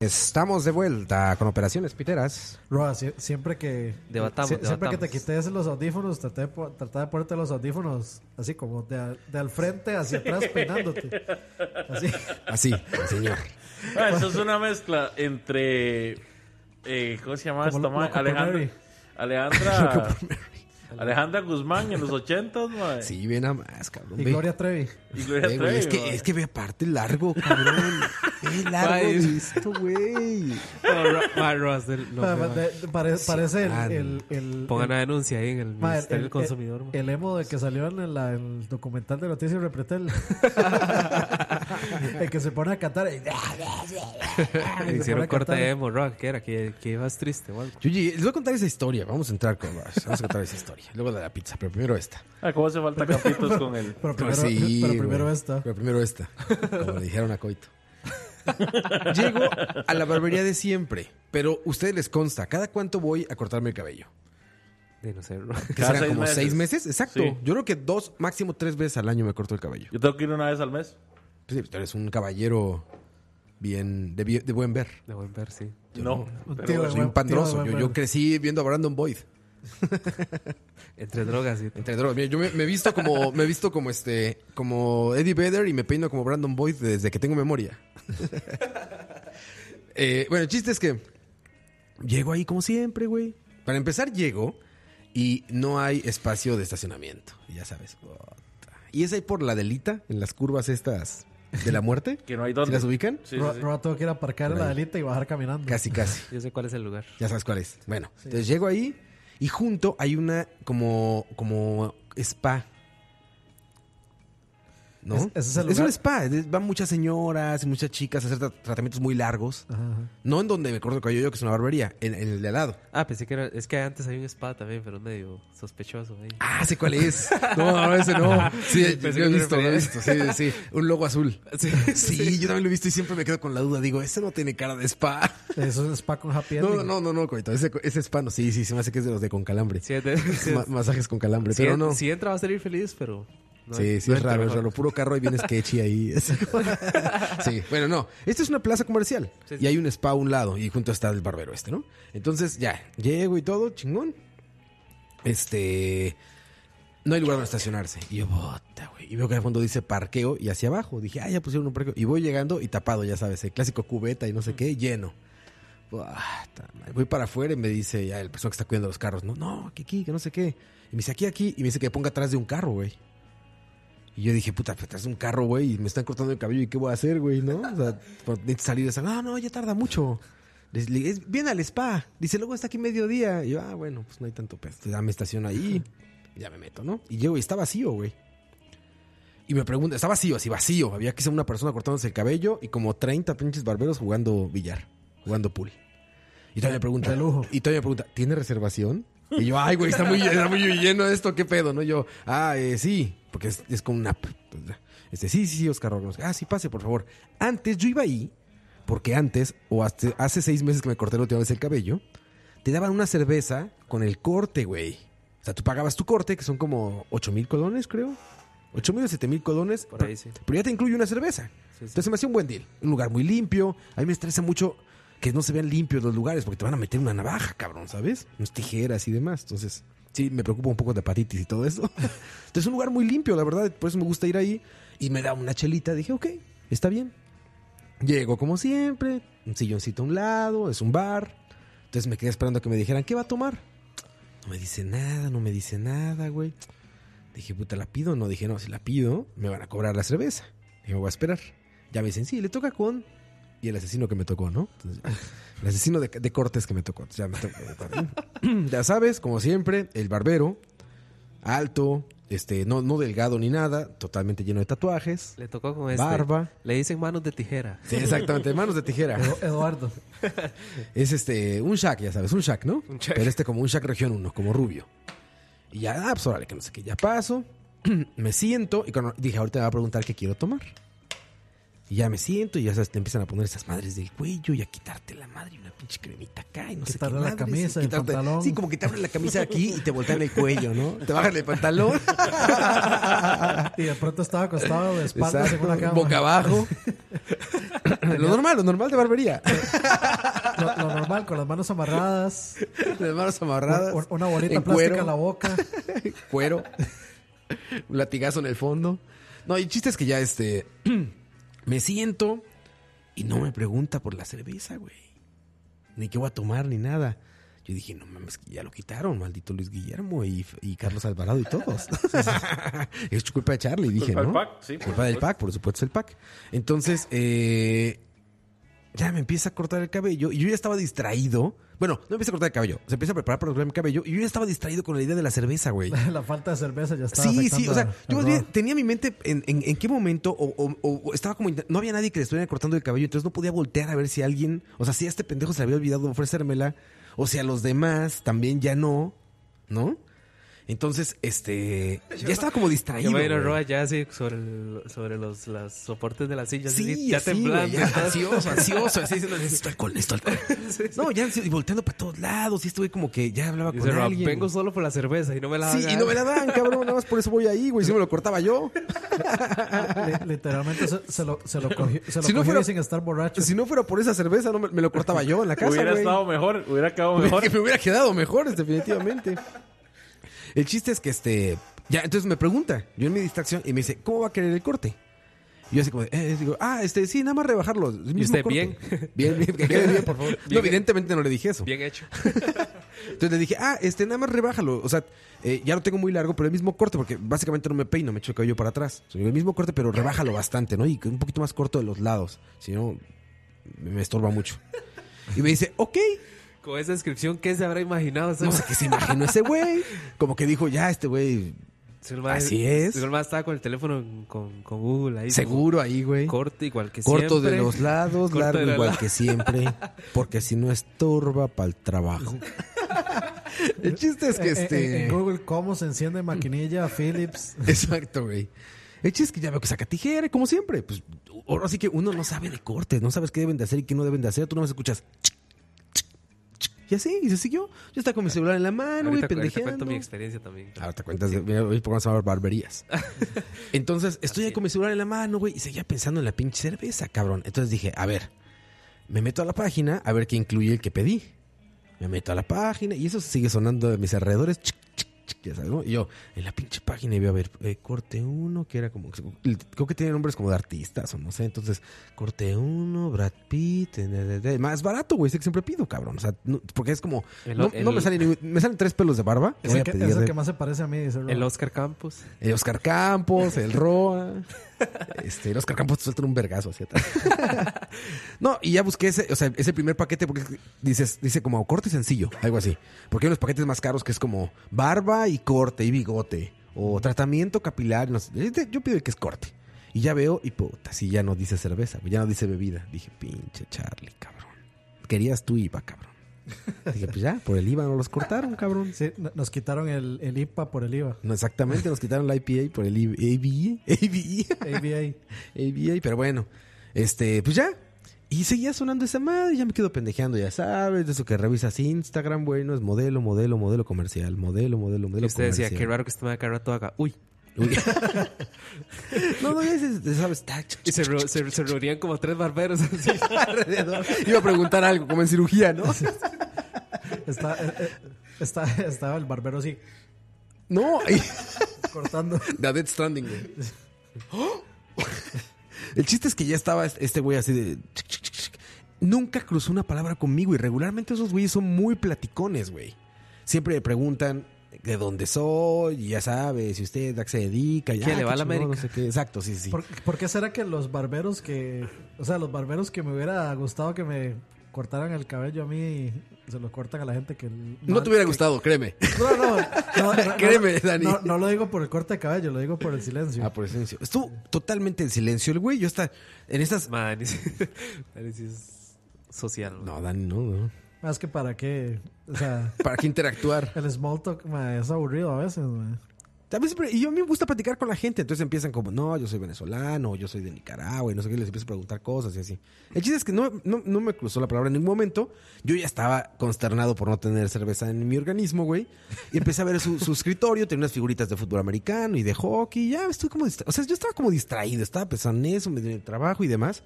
C: Estamos de vuelta con Operaciones Piteras.
E: Roa, sie- siempre que.
G: Debatamos,
E: sie- Siempre que te
G: debatamos.
E: quites los audífonos, traté de po- traté de ponerte los audífonos así como de, al- de al frente hacia atrás peinándote. Así.
C: Así, señor.
F: Ah, eso es una mezcla entre. eh, ¿Cómo se llama
E: Como
F: esta
E: lo-
F: ma-
E: loco por
F: Alejandra.
E: Mary.
F: Alejandra. Alejandra Guzmán en los 80, mae.
C: Sí, ven a más, cabrón.
E: Y
C: ve.
E: Gloria Trevi.
F: Y
C: Ve,
F: Gloria
C: güey,
F: Trevi.
C: es, que,
F: mae.
C: es que ve aparte largo, cabrón. Ve largo
G: Mae.
C: listo, güey.
G: No, Ro- ma, Ross, del- no,
E: Ma-
G: ma.
E: ma- de- de- pare- parece el.
C: ah,
E: el, el-
G: Pongan
E: el-
G: la denuncia ahí en el
E: ma,
G: Ministerio del Consumidor. ma.
E: el emo de que salió en la- el documental de Noticias Repretel. El que se pone a cantar. y-
G: Le hicieron corte de emo rock, que era que, que ibas triste o algo.
C: Yuji, les voy a contar esa historia. Vamos a entrar con Rush. Vamos a contar esa historia. Luego la de la pizza, pero primero esta. Pues
F: Ah, ¿Cómo hace falta capitos con él?
E: Pero primero,
G: Pues
C: Sí,
E: pero primero
C: güey.
E: esta.
C: Pero primero esta. Como le dijeron a Coito. Llego a la barbería de siempre, pero ustedes les consta, ¿cada cuánto voy a cortarme el cabello?
G: De no ser
C: ¿Que
F: Cada
C: serán
F: seis
C: como
F: meses.
C: seis meses? Exacto.
F: Sí.
C: Yo creo que dos, máximo tres veces al año me corto el cabello.
F: Yo tengo que ir una vez al mes.
C: Sí, tú eres un caballero bien de, bien- de buen ver.
G: de buen ver, sí.
F: No. pero
E: tío
F: bueno.
E: de
C: Soy un
E: buen- tío
C: pandroso.
E: de
C: Yo,
E: buen
C: yo
E: ver.
C: crecí viendo a Brandon Boyd.
G: Entre drogas y todo.
C: Entre drogas. Mira, yo me, me he visto como me he visto como este como Eddie Vedder y me peino como Brandon Boyd desde que tengo memoria. Eh, bueno, el chiste es que llego ahí como siempre, güey. Para empezar llego y no hay espacio de estacionamiento, Y ya sabes. puta. Y es ahí por la delita en las curvas estas de la muerte.
F: Que no hay
C: ¿Sí
F: dónde.
C: las ubican?
F: Sí, sí,
E: Roa,
F: sí.
E: Roa tuvo que ir a aparcar en la delita y bajar caminando.
C: Casi casi.
G: Yo sé cuál es el lugar.
C: Ya sabes cuál es. Bueno, entonces llego ahí y junto hay una como como spa. ¿No?
E: Es- ese es el
C: un
E: lugar.
C: spa. es- Van muchas señoras y muchas chicas a hacer tra- tratamientos muy largos.
E: Ajá, ajá.
C: No en donde me corto el cabello yo, que es una barbería, en, en el de al lado.
G: Ah, pensé que era. Es que antes había un spa también, pero medio sospechoso. ahí.
C: Ah, sé cuál es. No, no, ese no. Sí,
G: Pensé
C: yo he
G: que te
C: visto, lo he
G: referías.
C: visto. Sí, sí. Un logo azul.
G: Sí,
C: Sí, yo también lo he visto y siempre me quedo con la duda. Digo, ese no tiene cara de spa.
E: Eso es un spa con happy
C: No,
E: ending.
C: no, no, no, coito. Ese, ese spa no. Sí, sí, se me hace que es de los de con calambre.
G: Si, entra- si-
C: Ma- masajes con calambre,
G: si
C: pero
G: en-
C: no.
G: si entra va a salir feliz, pero. no-
C: Sí, sí,
G: no
C: es
G: entra
C: raro, es
G: mejor.
C: raro. Puro carro y bien sketchy ahí. sí, bueno, no. Esta es una plaza comercial
G: Sí, sí.
C: y hay un spa a un lado y junto está el barbero este, ¿no? Entonces, ya, llego y todo, chingón. Este. No hay lugar donde estacionarse. Y yo, bota, güey. Y veo que al fondo dice parqueo y hacia abajo. Dije, ah, ya pusieron un parqueo. Y voy llegando y tapado, ya sabes, el clásico cubeta y no sé qué, lleno. Puta madre. Voy para afuera y me dice ya el persona que está cuidando los carros, no, no, aquí, aquí, que no sé qué. Y me dice aquí, aquí. Y me dice que ponga atrás de un carro, güey. Y yo dije, puta, pues, atrás de un carro, güey, y me están cortando el cabello, ¿y qué voy a hacer, güey? ¿No? O sea, por- necesito salir de esa. No, no, ya tarda mucho. Le- le- es- Viene al spa. Dice, luego está aquí mediodía. Y yo, ah, bueno, pues no hay tanto peso. Ya me estaciono ahí. Ya me meto, ¿no? Y llego y está vacío, güey. Y me pregunta, está vacío, así vacío. Había quizá una persona cortándose el cabello y como 30 pinches barberos jugando billar, jugando pool. Y todavía me pregunta,
E: De lujo.
C: y todavía me pregunta, ¿tiene reservación? Y yo, ay, güey, está muy, está muy lleno esto, qué pedo, ¿no? Yo, ah, eh, sí, porque es, es como una... app. Entonces, Este, sí, sí, sí, Oscar Robles. Ah, sí, pase, por favor. Antes yo iba ahí, porque antes, o hasta- hace seis meses que me corté la última vez el cabello, te daban una cerveza con el corte, güey. O sea, tú pagabas tu corte, que son como 8 mil colones, creo. 8 mil o 7 mil colones.
G: Por ahí, sí.
C: Pero ya te incluye una cerveza.
G: sí.
C: Entonces se me hacía un buen deal. Un lugar muy limpio. A mí me estresa mucho que no se vean limpios los lugares porque te van a meter una navaja, cabrón, ¿sabes? Unas tijeras y demás. Entonces, sí, me preocupa un poco de hepatitis y todo eso. Entonces, un lugar muy limpio, la verdad. Por eso me gusta ir ahí. Y me da una chelita. Dije, ok, está bien. Llego como siempre, un silloncito a un lado, es un bar. Entonces me quedé esperando a que me dijeran, ¿qué va a tomar? No me dice nada, no me dice nada, güey. Dije, puta, ¿la pido? No, dije, no, si la pido, me van a cobrar la cerveza. Dije, me voy a esperar. Ya me dicen, sí, le toca con... Y el asesino que me tocó, ¿no? Entonces, el asesino de, de cortes que me tocó. Entonces, ya, me tocó. ya sabes, como siempre, el barbero, alto, este, no, no delgado ni nada, totalmente lleno de tatuajes.
G: Le tocó con este.
C: Barba.
G: Le dicen manos de tijera.
C: Sí, exactamente, manos de tijera.
E: Edu- Eduardo.
C: Es este, un Shaq, ya sabes, un Shaq, ¿no?
G: Un Shaq.
C: Pero este como un Shaq región 1, como rubio. Y ya, ah, pues órale, que no sé qué, ya paso. me siento y cuando- dije, ahorita me va a preguntar qué quiero tomar. Y ya me siento y ya sabes, te empiezan a poner esas madres del cuello y a quitarte la madre y una pinche cremita acá y no sé qué
E: Quitarle la
C: madres, y
E: camisa, el
C: quitarte-
E: pantalón.
C: Sí, como que te abren la camisa aquí y te voltean el cuello, ¿no? Te bajan el pantalón.
E: y de pronto estaba acostado de espaldas en
C: Exacto,
E: una cama.
C: boca abajo. lo normal, lo normal de barbería.
E: Lo, lo normal, con las manos amarradas.
C: Las manos amarradas.
E: un- Una bolita
C: en
E: plástica
C: cuero.
E: en la boca.
C: cuero, un latigazo en el fondo. No, y el chiste es que ya este me siento y no me pregunta por la cerveza, güey. Ni qué voy a tomar ni nada. Yo dije, no mames, que ya lo quitaron, maldito Luis Guillermo y, y Carlos Alvarado y todos. es culpa de
F: Pues,
C: Charlie, dije, Pues,
F: Culpa del
C: ¿no?
F: pack, sí, por
C: Culpa del
F: supuesto.
C: pack, por supuesto, el pack. Entonces, eh, ya me empieza a cortar el cabello y yo ya estaba distraído. Bueno, no me empieza a cortar el cabello, se empieza a preparar para cortar mi cabello y yo ya estaba distraído con la idea de la cerveza, güey.
E: La falta de cerveza ya está.
C: Sí, sí, o sea, yo más bien tenía mi mente en, en- en qué momento o, o- o- o estaba como... inte- No había nadie que le estuviera cortando el cabello, entonces no podía voltear a ver si alguien, o sea, si a este pendejo se le había olvidado ofrecérmela, o si a los demás también ya no, ¿no? Entonces, este, ya estaba como distraído.
G: Yo me vino
C: güey.
G: Roa ya así sobre, el- sobre los las soportes de las sillas. así,
C: Sí,
G: ya
C: así,
G: temblando.
C: güey, ya
G: entonces-
C: ansioso, ansioso, así diciendo, necesito alcohol, necesito alcohol. No, ya ansioso, y volteando para todos lados, y estuve como que ya hablaba
G: Y
C: con
G: dice, Roa,
C: alguien.
G: vengo solo por la cerveza y no me la
C: sí,
G: van a
C: y no
G: dar".
C: me la dan, cabrón, nada más por eso voy ahí, güey, si me lo cortaba yo.
E: Li- Literalmente se, se lo, se lo cogió, se lo
C: ah, Si no
E: cogió
C: fuera-
E: sin estar borracho.
C: Si no fuera por esa cerveza, no me, me lo cortaba yo en la casa,
F: hubiera
C: güey.
F: estado mejor, hubiera quedado
C: Me-
F: mejor.
C: que me hubiera quedado mejor, definitivamente. El chiste es que este. Ya, entonces me pregunta, yo en mi distracción, y me dice, ¿cómo va a querer el corte? Y yo así como, de, eh, digo, ah, este, sí, nada más rebajarlo. el mismo
G: usted,
C: corte".
G: "Bien".
C: Bien, bien, que quede bien, por favor. No,
G: Bien.
C: evidentemente no le dije eso.
G: Bien hecho.
C: Entonces le dije, ah, este, nada más rebájalo. O sea, eh, ya lo tengo muy largo, pero el mismo corte, porque básicamente no me peino, me echo el cabello para atrás. O sea, el mismo corte, pero rebájalo bastante, ¿no? Y un poquito más corto de los lados. Si no, me me estorba mucho. Y me dice, ok.
G: Con esa descripción, ¿qué se habrá imaginado?
C: No sé qué se imaginó ese güey. Como que dijo, ya, este güey,
G: Si el mae-
C: Así es.
G: si El más estaba con el teléfono con, con Google ahí.
C: seguro ahí, güey.
G: como Corto igual que
C: Corto
G: siempre.
C: de los lados,
G: Corto
C: largo
G: de la-
C: igual que siempre. Porque si no estorba para el trabajo. el chiste es que
E: Eh, eh,
C: este.
E: En Google, ¿cómo se enciende maquinilla Philips?
C: Exacto, güey. El chiste es que ya veo que saca tijera, y como siempre. Pues ahora sí que uno no sabe de cortes, no sabes qué deben de hacer y qué no deben de hacer. Tú nomás escuchas. chic, chic, chic, Y así, y se siguió. Yo estaba con mi celular en la mano, güey,
G: Ahorita, ahorita
C: pendejeando.
G: cuento mi experiencia también.
C: Ahora te cuentas, de- mira, hoy por se llama barberías. Entonces, estoy ahí con mi celular en la mano, güey, y seguía pensando en la pinche cerveza, cabrón. Entonces dije, a ver, me meto a la página a ver qué incluye el que pedí. Me meto a la página y eso sigue sonando de mis alrededores. Chic, chic, chic, ya sabes, ¿no? Y yo, en la pinche página iba a ver eh, corte uno, que era como. Creo que tiene nombres como de artistas o no sé. Entonces, corte uno, Brad Pitt, eh, eh, eh, más barato, güey, ese que siempre pido, cabrón. O sea, no- porque es como.
G: El-
C: no, no
G: el-
C: me salen, ningún- me salen tres pelos de barba.
E: Es
C: Voy
E: el
C: a
E: que,
C: pedir
E: es el
C: de-
E: que más se parece a mí,
C: Ah.
E: dice Rob.
G: El Oscar Campos.
C: el Eh, Oscar Campos, el Roa. Este, el Oscar Campos te suelta un vergazo hacia atrás. No, y ya busqué ese, o sea, ese primer paquete porque dices, dice como corte sencillo, algo así. Porque hay unos paquetes más caros que es como barba y corte y bigote. O tratamiento capilar. no sé. Este, Yo pido el que es corte. Y ya veo, y puta, si ya no dice cerveza, ya no dice bebida. Dije, pinche Charlie, cabrón. Querías tu IVA, cabrón. Dije, pues ya, por el IVA no los cortaron, cabrón.
E: Sí, no- nos quitaron el, el IPA por el IVA.
C: No, exactamente, nos quitaron la IPA por el IVA. ABE.
E: ABA.
C: ABA, E, pero bueno, este, pues ya. Y seguía sonando esa madre, ya me quedo pendejeando, ya sabes, de eso que revisas Instagram, bueno, es modelo, modelo, modelo comercial, modelo, modelo,
G: Y
C: modelo
G: usted decía, qué
C: comercial.
G: raro que este mae cada rato haga. Uy.
C: Uy. no, no, ya es- ya sabes, está
G: Y se, reu- se- se reunían como tres barberos. así.
C: alrededor. Iba a preguntar algo, como en cirugía, ¿no?
E: Está, eh, eh, está- estaba el barbero así,
C: No, ahí-
E: cortando.
C: The Dead Stranding, güey. El chiste es que ya estaba este este güey así de. Nunca cruzó una palabra conmigo y regularmente esos güeyes son muy platicones, güey. Siempre me preguntan de dónde soy, y ya sabes, si usted a qué se dedica. y,
G: ¿Qué,
C: ah,
G: le va a la
C: chingón,
G: América?
C: no sé qué. Exacto, sí, sí.
E: ¿Por, por qué será que los barberos que... O sea, los barberos que me hubiera gustado que me cortaran el cabello a mí se lo cortan a la gente que... el-
C: No te hubiera gustado, créeme.
E: No, no, no, no, no,
C: Créeme, Dani.
E: No, no lo digo por el corte de cabello, lo digo por el silencio.
C: Ah, por el silencio. Estuvo totalmente en silencio el güey. Yo está en estas.
G: Mae, Dani sí- Dani sí es social.
C: No, Dani, no, no.
E: Más que para qué... O sea,
C: ¿Para qué interactuar?
E: el small talk ma, es aburrido a veces, ma.
C: A mí siempre- y yo a mí me gusta platicar con la gente, entonces empiezan como, no, yo soy venezolano, yo soy de Nicaragua, y no sé qué, les empiezo a preguntar cosas y así. El chiste es que no, no, no me cruzó la palabra en ningún momento, yo ya estaba consternado por no tener cerveza en mi organismo, güey, y empecé a ver su, su escritorio, tenía unas figuritas de fútbol americano y de hockey, ya estoy como, distra- o sea, yo estaba como distraído, estaba pensando en eso, me dio el trabajo y demás,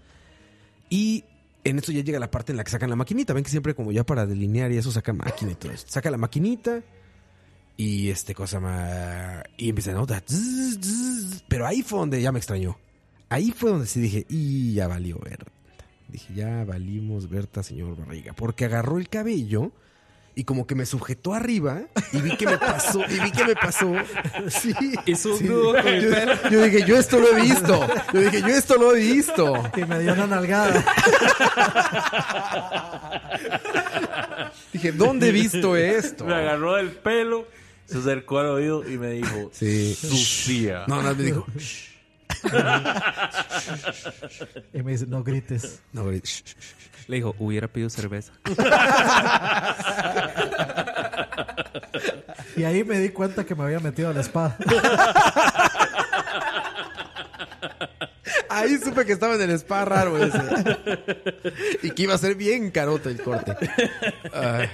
C: y... En esto ya llega la parte en la que sacan la maquinita. Ven que siempre como ya para delinear y eso saca máquina y todo eso. Saca la maquinita, y este cosa más. Y empieza a notar. zzz, zzz, Pero ahí fue donde ya me extrañó. Ahí fue donde sí dije, y ya valió Berta. Dije, ya valimos Berta, señor Barriga. Porque agarró el cabello y como que me sujetó arriba y vi que me pasó, y vi que me pasó. Sí.
G: Hizo un
C: Sí.
G: nudo con el
C: Yo-
G: pelo.
C: yo dije, yo esto lo he visto. Yo dije, yo esto lo he visto.
E: Que me dio una nalgada.
C: Dije, ¿dónde he visto esto?
F: Me agarró del pelo, se acercó al oído y me dijo,
C: Sí.
F: sucia.
C: No, no, me dijo,
E: Y me dice, no grites.
C: no, shh, shh, shh.
G: Le dijo, hubiera pedido cerveza.
E: Y ahí me di cuenta que me había metido a la espada.
C: Ahí supe que estaba en el spa raro ese. Y que iba a ser bien carote el corte. Ah.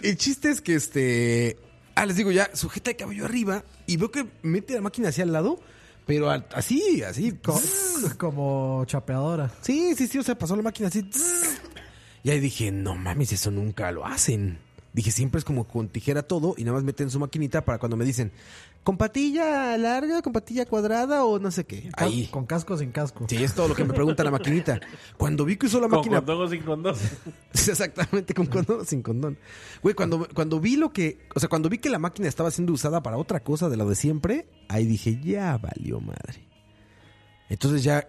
C: El chiste es que este. Ah, les digo ya, sujeta el cabello arriba y veo que mete la máquina hacia el lado, pero al- así, así.
E: Co-
C: zzz.
E: como chapeadora.
C: Sí, sí, sí, o sea, pasó la máquina así. zzz. Y ahí dije, no mames, eso nunca lo hacen. Dije, siempre es como con tijera todo y nada más meten su maquinita para cuando me dicen, con patilla larga, con patilla cuadrada o no sé qué.
E: Ca-
C: Ahí.
E: Con casco o sin casco.
C: Sí, es todo lo que me pregunta la maquinita. Cuando vi que usó la
F: Con
C: máquina.
F: condón o sin condón.
C: Sí, Exactamente, con condón o sin condón. Güey, cuando, cuando vi lo que. O sea, cuando vi que la máquina estaba siendo usada para otra cosa de lo de siempre, ahí dije, ya valió madre. Entonces ya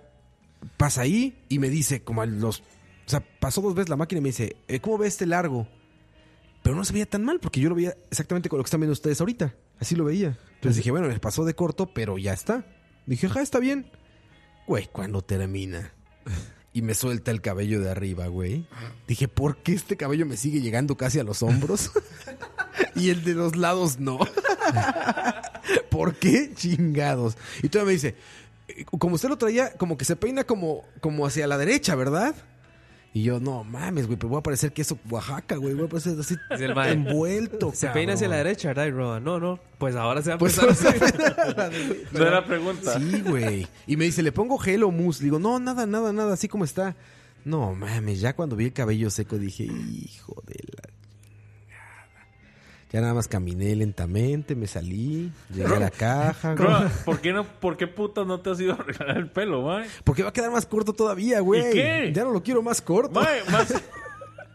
C: pasa ahí y me dice, como a los. O sea, pasó dos veces la máquina y me dice, eh, ¿cómo ve este largo? Pero no se veía tan mal porque yo lo veía exactamente con lo que están viendo ustedes ahorita. Así lo veía. Entonces dije, bueno, me pasó de corto, pero ya está. Dije, ajá, está bien. Güey, cuando termina y me suelta el cabello de arriba, güey. Dije, ¿por qué este cabello me sigue llegando casi a los hombros? y el de los lados no. ¿Por qué chingados? Y todavía me dice, eh, como usted lo traía, como que se peina como, como hacia la derecha, ¿verdad? Y yo, no mames, güey, pero voy a parecer que eso Oaxaca, güey. Voy a parecer así
G: Dice el mae,
C: envuelto,
G: Se peina hacia la derecha, ¿verdad? Y Roa, no, no. Pues ahora se va a
C: Pues
G: empezar
C: ahora se
G: a hacer.
C: peina la derecha.
F: No era pregunta.
C: Sí, güey. Y me dice, ¿le pongo gel o mousse? Digo, no, nada, nada, nada, así como está. No, mames, ya cuando vi el cabello seco dije, hijo de la... chingada". Ya nada más caminé lentamente, me salí, llegué a la caja. güey.
F: Roa, ¿por qué, no, ¿Por qué puta no te has ido a arreglar el pelo, mae?
C: Porque va a quedar más corto todavía, güey.
F: ¿Y qué?
C: Ya no lo quiero más corto.
F: Mae, más...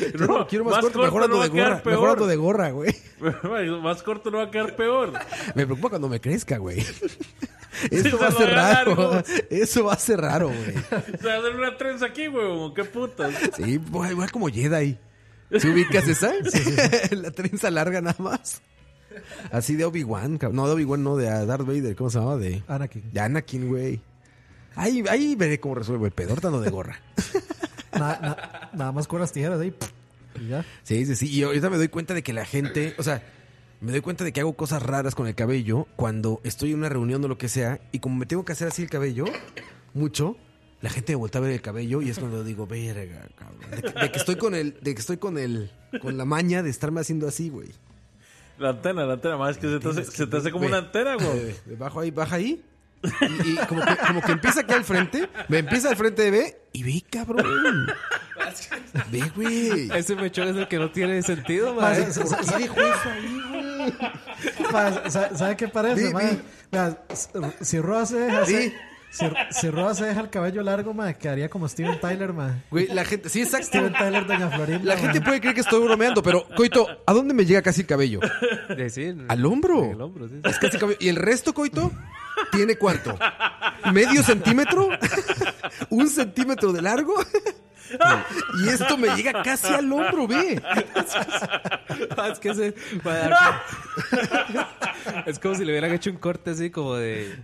C: Ya no lo quiero más, corto, mejor ando
F: no va
C: de
F: a quedar
C: gorra. Mejor ando de gorra, güey.
F: peor. Mae, más corto no va a quedar peor.
C: Me preocupa cuando me crezca, güey.
F: se
C: Eso va a
F: lo
C: ser
F: vea
C: raro.
F: largo.
C: Eso va a ser raro, güey.
F: Se va a hacer una trenza aquí, huevón. Qué putas.
C: Sí, voy, voy como Jedi. ¿Se ubicas esa? la trenza larga nada más. Así de Obi-Wan, cabrón. No, de Obi-Wan no, de ah, Darth Vader. ¿Cómo se llamaba? De,
E: Anakin.
C: de Anakin, güey. Ahí, ahí veré cómo resuelvo el pedo. Ahorita no de gorra.
E: Na- na- nada más con las tijeras ahí. pff, Y ya.
C: Sí, sí, sí. Y ahorita me doy cuenta de que la gente, o sea, me doy cuenta de que hago cosas raras con el cabello cuando estoy en una reunión o lo que sea. Y como me tengo que hacer así el cabello, mucho, la gente me voltea a ver el cabello y es cuando digo, verga, cabrón. De que, de que estoy con el, de que estoy con el, con la maña de estarme haciendo así, güey.
F: La antena, la antena. Mae, es que se te hace, se te hace como una antena, güey.
C: Bajo ahí, baja ahí. Y, y como, que, como que empieza aquí al frente, me empieza al frente de B y ve, cabrón. Ve, güey.
G: Ese mechón es el que no tiene sentido,
E: Ma,
G: mae.
E: sa- sa-
C: ¿Por qué dejó eso ahí, güey?
E: ma, sa- ¿Sabe qué
C: Di,
E: parece, ma?
C: di.
E: Vea, s- Si Roa se deja...
C: Di.
E: Si, si Roa se deja el cabello largo, ma, quedaría como Steven Tyler, ma.
C: Güey, la gente, sí, exacto.
E: Steven Tyler, Doña Florinda.
C: La
E: ma.
C: gente puede creer que estoy bromeando, pero, Coito, ¿a dónde me llega casi el cabello?
G: Decir,
C: Al hombro.
G: El hombro, sí.
C: Es casi cabello. ¿Y el resto, Coito? ¿Tiene cuánto? ¿Medio centímetro? ¿Un centímetro de largo? Y esto me llega casi al hombro, ve.
G: Ah, es que se va a dar- es como si le hubieran hecho un corte así como de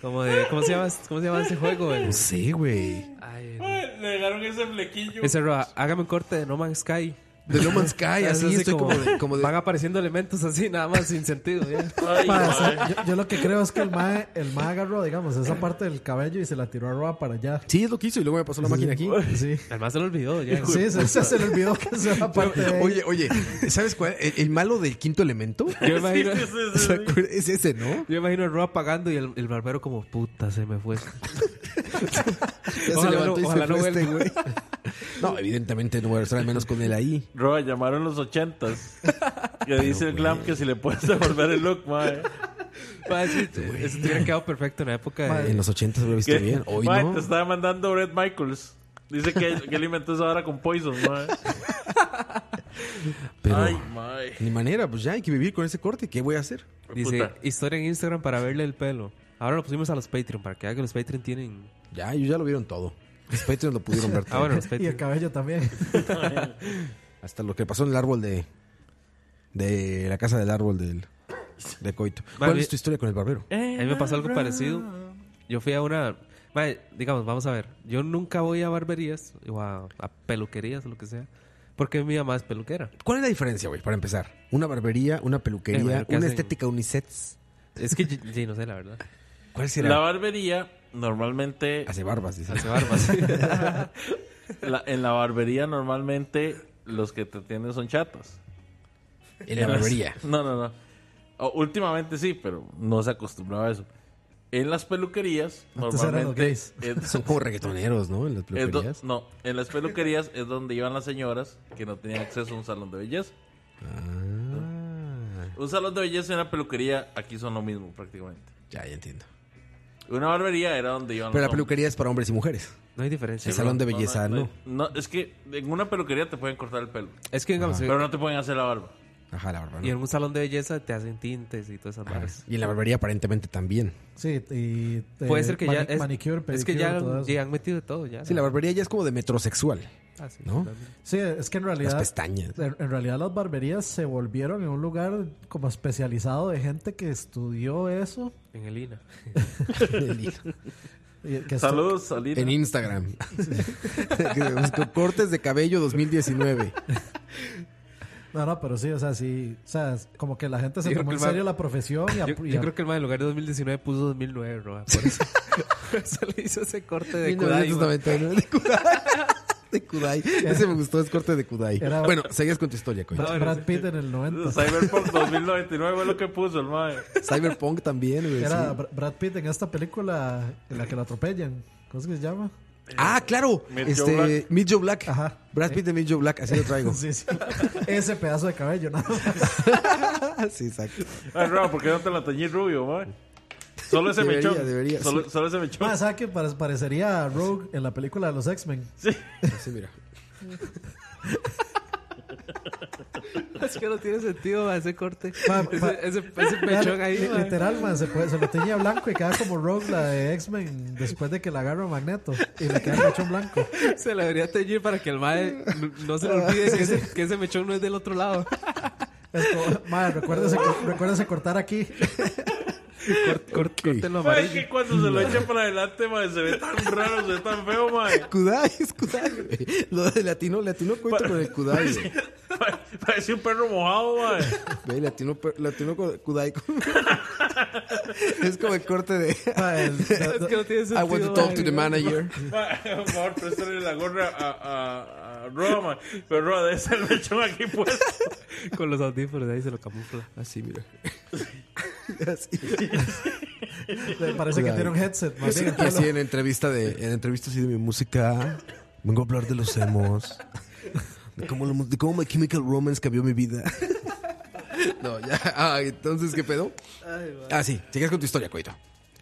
G: como de cómo se llama cómo se llama ese juego el-
C: No sé, güey.
G: ay, el-
F: Mae, Le dejaron ese flequillo.
G: ese Roa, hágame un corte de No Man's Sky
C: De No Man's Sky,
G: Es
C: así estoy como, de, como de-
G: van apareciendo elementos así nada más sin sentido ya.
F: Ay,
E: Ma,
F: mae.
E: sa- yo, yo lo que creo es que el mae, el mae agarró, digamos, esa parte del cabello y se la tiró a Roa para allá.
C: Sí, es lo que hizo y luego me pasó la máquina aquí.
E: Sí.
G: además se lo olvidó ya
E: Sí, se, se- se le olvidó que esa era parte de ahí.
C: Oye, oye, ¿sabes cuál? El, el malo del quinto elemento.
G: yo imagino
F: Sí, sí,
C: O
F: sí,
C: sea,
F: sí.
C: Es ese, ¿no?
G: yo imagino a Roa apagando y el, el barbero como puta se me fue
C: Ya se
G: Ojalá
C: levantó
G: no-
C: y se
G: ojalá no
C: fue este, güey. No, evidentemente no voy a estar al menos con él ahí.
F: Roa, llamaron los ochentas. Que dice el glam que si le puedes devolver el look, mae.
G: Ma, sí, eso te hubiera quedado perfecto en la época de-
C: En los 80 lo he visto
F: Que-
C: bien. Hoy
F: mae,
C: no.
F: te estaba mandando Brett Michaels. Dice que, que él inventó esa vara con Poison, mae.
J: Pero
F: Ay, mae.
C: Ni manera, pues ya hay que vivir con ese corte. ¿Qué voy a hacer?
G: Dice,
F: Puta.
G: historia en Instagram para verle el pelo. Ahora lo pusimos a los Patreon, para que vean que los Patreon tienen...
C: Ya, ellos ya lo vieron todo.
J: los Patreons lo pudieron ver.
G: Ah, bueno, los
E: Y el
G: Patreon.
E: cabello también.
C: Hasta lo que pasó en el árbol de. de la casa del árbol del. de Coito. ¿Cuál
G: Vale.
C: es tu historia con el barbero?
G: A mí me pasó algo parecido. Yo fui a una... Mae, digamos, vamos a ver. Yo nunca voy a barberías o a, a peluquerías o lo que sea. Porque mi mamá es peluquera.
C: ¿Cuál es la diferencia, güey, para empezar? Una barbería, una
G: Eh,
C: peluquería,
G: bueno, ¿qué
C: una
G: hacen?
C: estética unisex.
G: Es que, yo- sí, no sé, la verdad.
C: ¿Cuál será?
F: La barbería, normalmente,
C: Hace barbas, dice.
G: Hace barbas.
F: la- en la barbería normalmente los que te atienden son chatas.
C: En la barbería.
F: No, no, no. O- últimamente sí, pero no se acostumbraba a eso. En las peluquerías,
E: Antes eran los
F: normalmente...
E: gays.
F: es-
C: Son como reggaetoneros, ¿no?
G: Eh,
C: En las
F: es do-
C: peluquerías.
F: no, en las peluquerías es donde iban las señoras que no tenían acceso a un salón de belleza.
C: Ah,
F: Un salón de belleza y una peluquería aquí son lo mismo prácticamente.
C: ya, ya entiendo.
F: Una barbería era donde iban
C: Pero la
F: los hombres.
C: peluquería es para hombres y mujeres.
G: No hay diferencia.
C: El salón de belleza,
F: no,
C: ¿no?
F: no, es que en una peluquería te pueden cortar el pelo,
G: Es que, digamos,
F: pero no te pueden hacer la barba.
C: Ajá, la barba.
G: y en
C: ¿no?
G: un salón de belleza te hacen tintes y
C: Ah.
G: todas esas barras.
C: Y en la barbería aparentemente también.
E: Sí, y. eh,
G: Puede ser que ya...
E: mani-
G: Es,
E: Manicure,
G: es que
E: pedicure,
G: ya,
E: todo eso.
G: ya han metido de todo, ya.
C: Sí, la barbería ya es como de metrosexual.
G: Ah, sí,
C: ¿no?
G: totalmente.
E: Sí, es que en
C: Las
E: realidad.
C: pestañas.
E: En, en realidad las barberías se volvieron en un lugar como especializado de gente que estudió eso.
G: En el INA.
E: y Que estu-
F: Saludos, Salina.
C: En Instagram. Que busco Cortes de cabello 2019.
E: No, no, pero sí, o sea, sí. O sea, es como que la gente se
G: Yo creo
E: tomó
G: que
E: en
G: el
E: serio
G: man-
E: la profesión y, a-
G: Yo,
E: y
G: yo
E: a-
G: creo que el más del lugar de 2019 puso 2009, Roa. Por eso, por eso le hizo ese corte de Kudai. mae.
C: 1999 de Kudai. De Kudai. Ese me gustó, es corte de Kudai.
E: Era-
C: Bueno, seguías con tu historia, coño.
E: Brad, Brad Pitt en el 90.
F: Cyberpunk 2099 fue lo que puso el mae.
C: Cyberpunk también, güey.
E: Era
C: sí.
E: Br- Brad Pitt en esta película en la que lo atropellan. ¿Cómo es que se llama?
C: Ah, claro.
F: Meet Joe
C: Este,
F: Black.
C: Meet Joe Black.
E: Ajá.
C: Brad Pitt de Meet Joe Black, así lo traigo.
E: Sí, sí. Ese pedazo de cabello, nada más.
C: Sí, exacto.
F: Ay, Rob, ¿por qué no te la teñí rubio, mae? Solo ese
C: Debería,
F: mechón.
C: debería,
F: solo, solo ese mechón.
E: Más, ¿sabes qué? Pare- parecería a Rogue en la película de los X-Men?
C: Sí, mira.
G: Es que no tiene sentido mae, ese corte.
E: Ma- ma-
G: ese, ese, ese pechón ahí.
E: Li-
G: mae.
E: Literal, man, se, puede- se lo teñía blanco y queda como Rogue, la de X-Men, después de que la agarra Magneto. Y le queda el mechón blanco.
G: Se le debería teñir para que el mae no, no se le olvide que, ese, que ese mechón no es del otro lado.
E: Es como, madre, recuérdese, co- recuérdese cortar aquí.
G: Corte en lo
F: Mae, es
G: amarillo.
F: que cuando se lo echa para adelante, mae, se ve tan raro, se ve tan feo, mae.
C: Kudai, es Kudai, güey. Lo de latino, latino cuento con el Kudai, güey.
F: Pare- Parece un perro mojado, mae.
C: Ve, latino, per- latino con- Kudai. Es como el corte de
E: Ma, el-
G: Es que no tiene sentido.
C: I want to talk
G: mae.
C: to the manager.
F: Mae, Por favor, préstale la gorra a, a, a Roa, mae. Pero Roa, debe ser el mechón aquí pues. puesto.
G: Con los audífonos ahí se lo camufla.
C: Así, mira. Así.
E: le parece que
C: Cuidado.
E: tiene un headset. Más
C: Y
E: bien,
C: Pues así en entrevista de en entrevista así de mi música vengo a hablar de los emos de cómo, la mu- de cómo My Chemical Romance cambió mi vida no ya ah, entonces qué pedo ah sí sigues con tu historia coito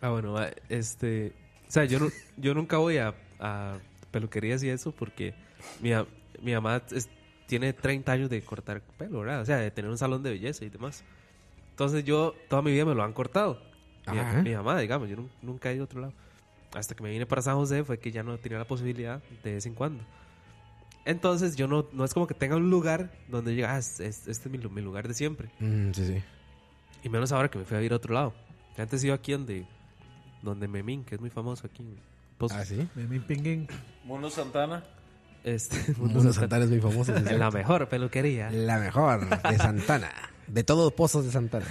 G: Ah, bueno, ma, este. O sea, yo, nu- yo nunca voy a, a peluquerías y eso porque mi, a- mi mamá es- tiene 30 años de cortar pelo, ¿verdad? O sea, de tener un salón de belleza y demás. Entonces yo, toda mi vida me lo han cortado. Mi,
C: Ajá.
G: mi mamá, digamos, yo nun- nunca he ido a otro lado. Hasta que me vine para San José fue que ya no tenía la posibilidad de vez en cuando. Entonces yo no, no es como que tenga un lugar donde diga, ah, es- es- este es mi lu- mi lugar de siempre.
C: Mm, sí sí
G: Y menos ahora que me fui a ir a otro lado. Que Antes iba aquí donde, donde Memín, que es muy famoso aquí. Pues, en Pozo.
C: ah sí
E: Mi pinguín.
F: Mono Santana.
G: Este,
C: Mundo Santana es muy famoso sí,
G: en la mejor peluquería.
C: la mejor de Santana de todos los pozos de Santana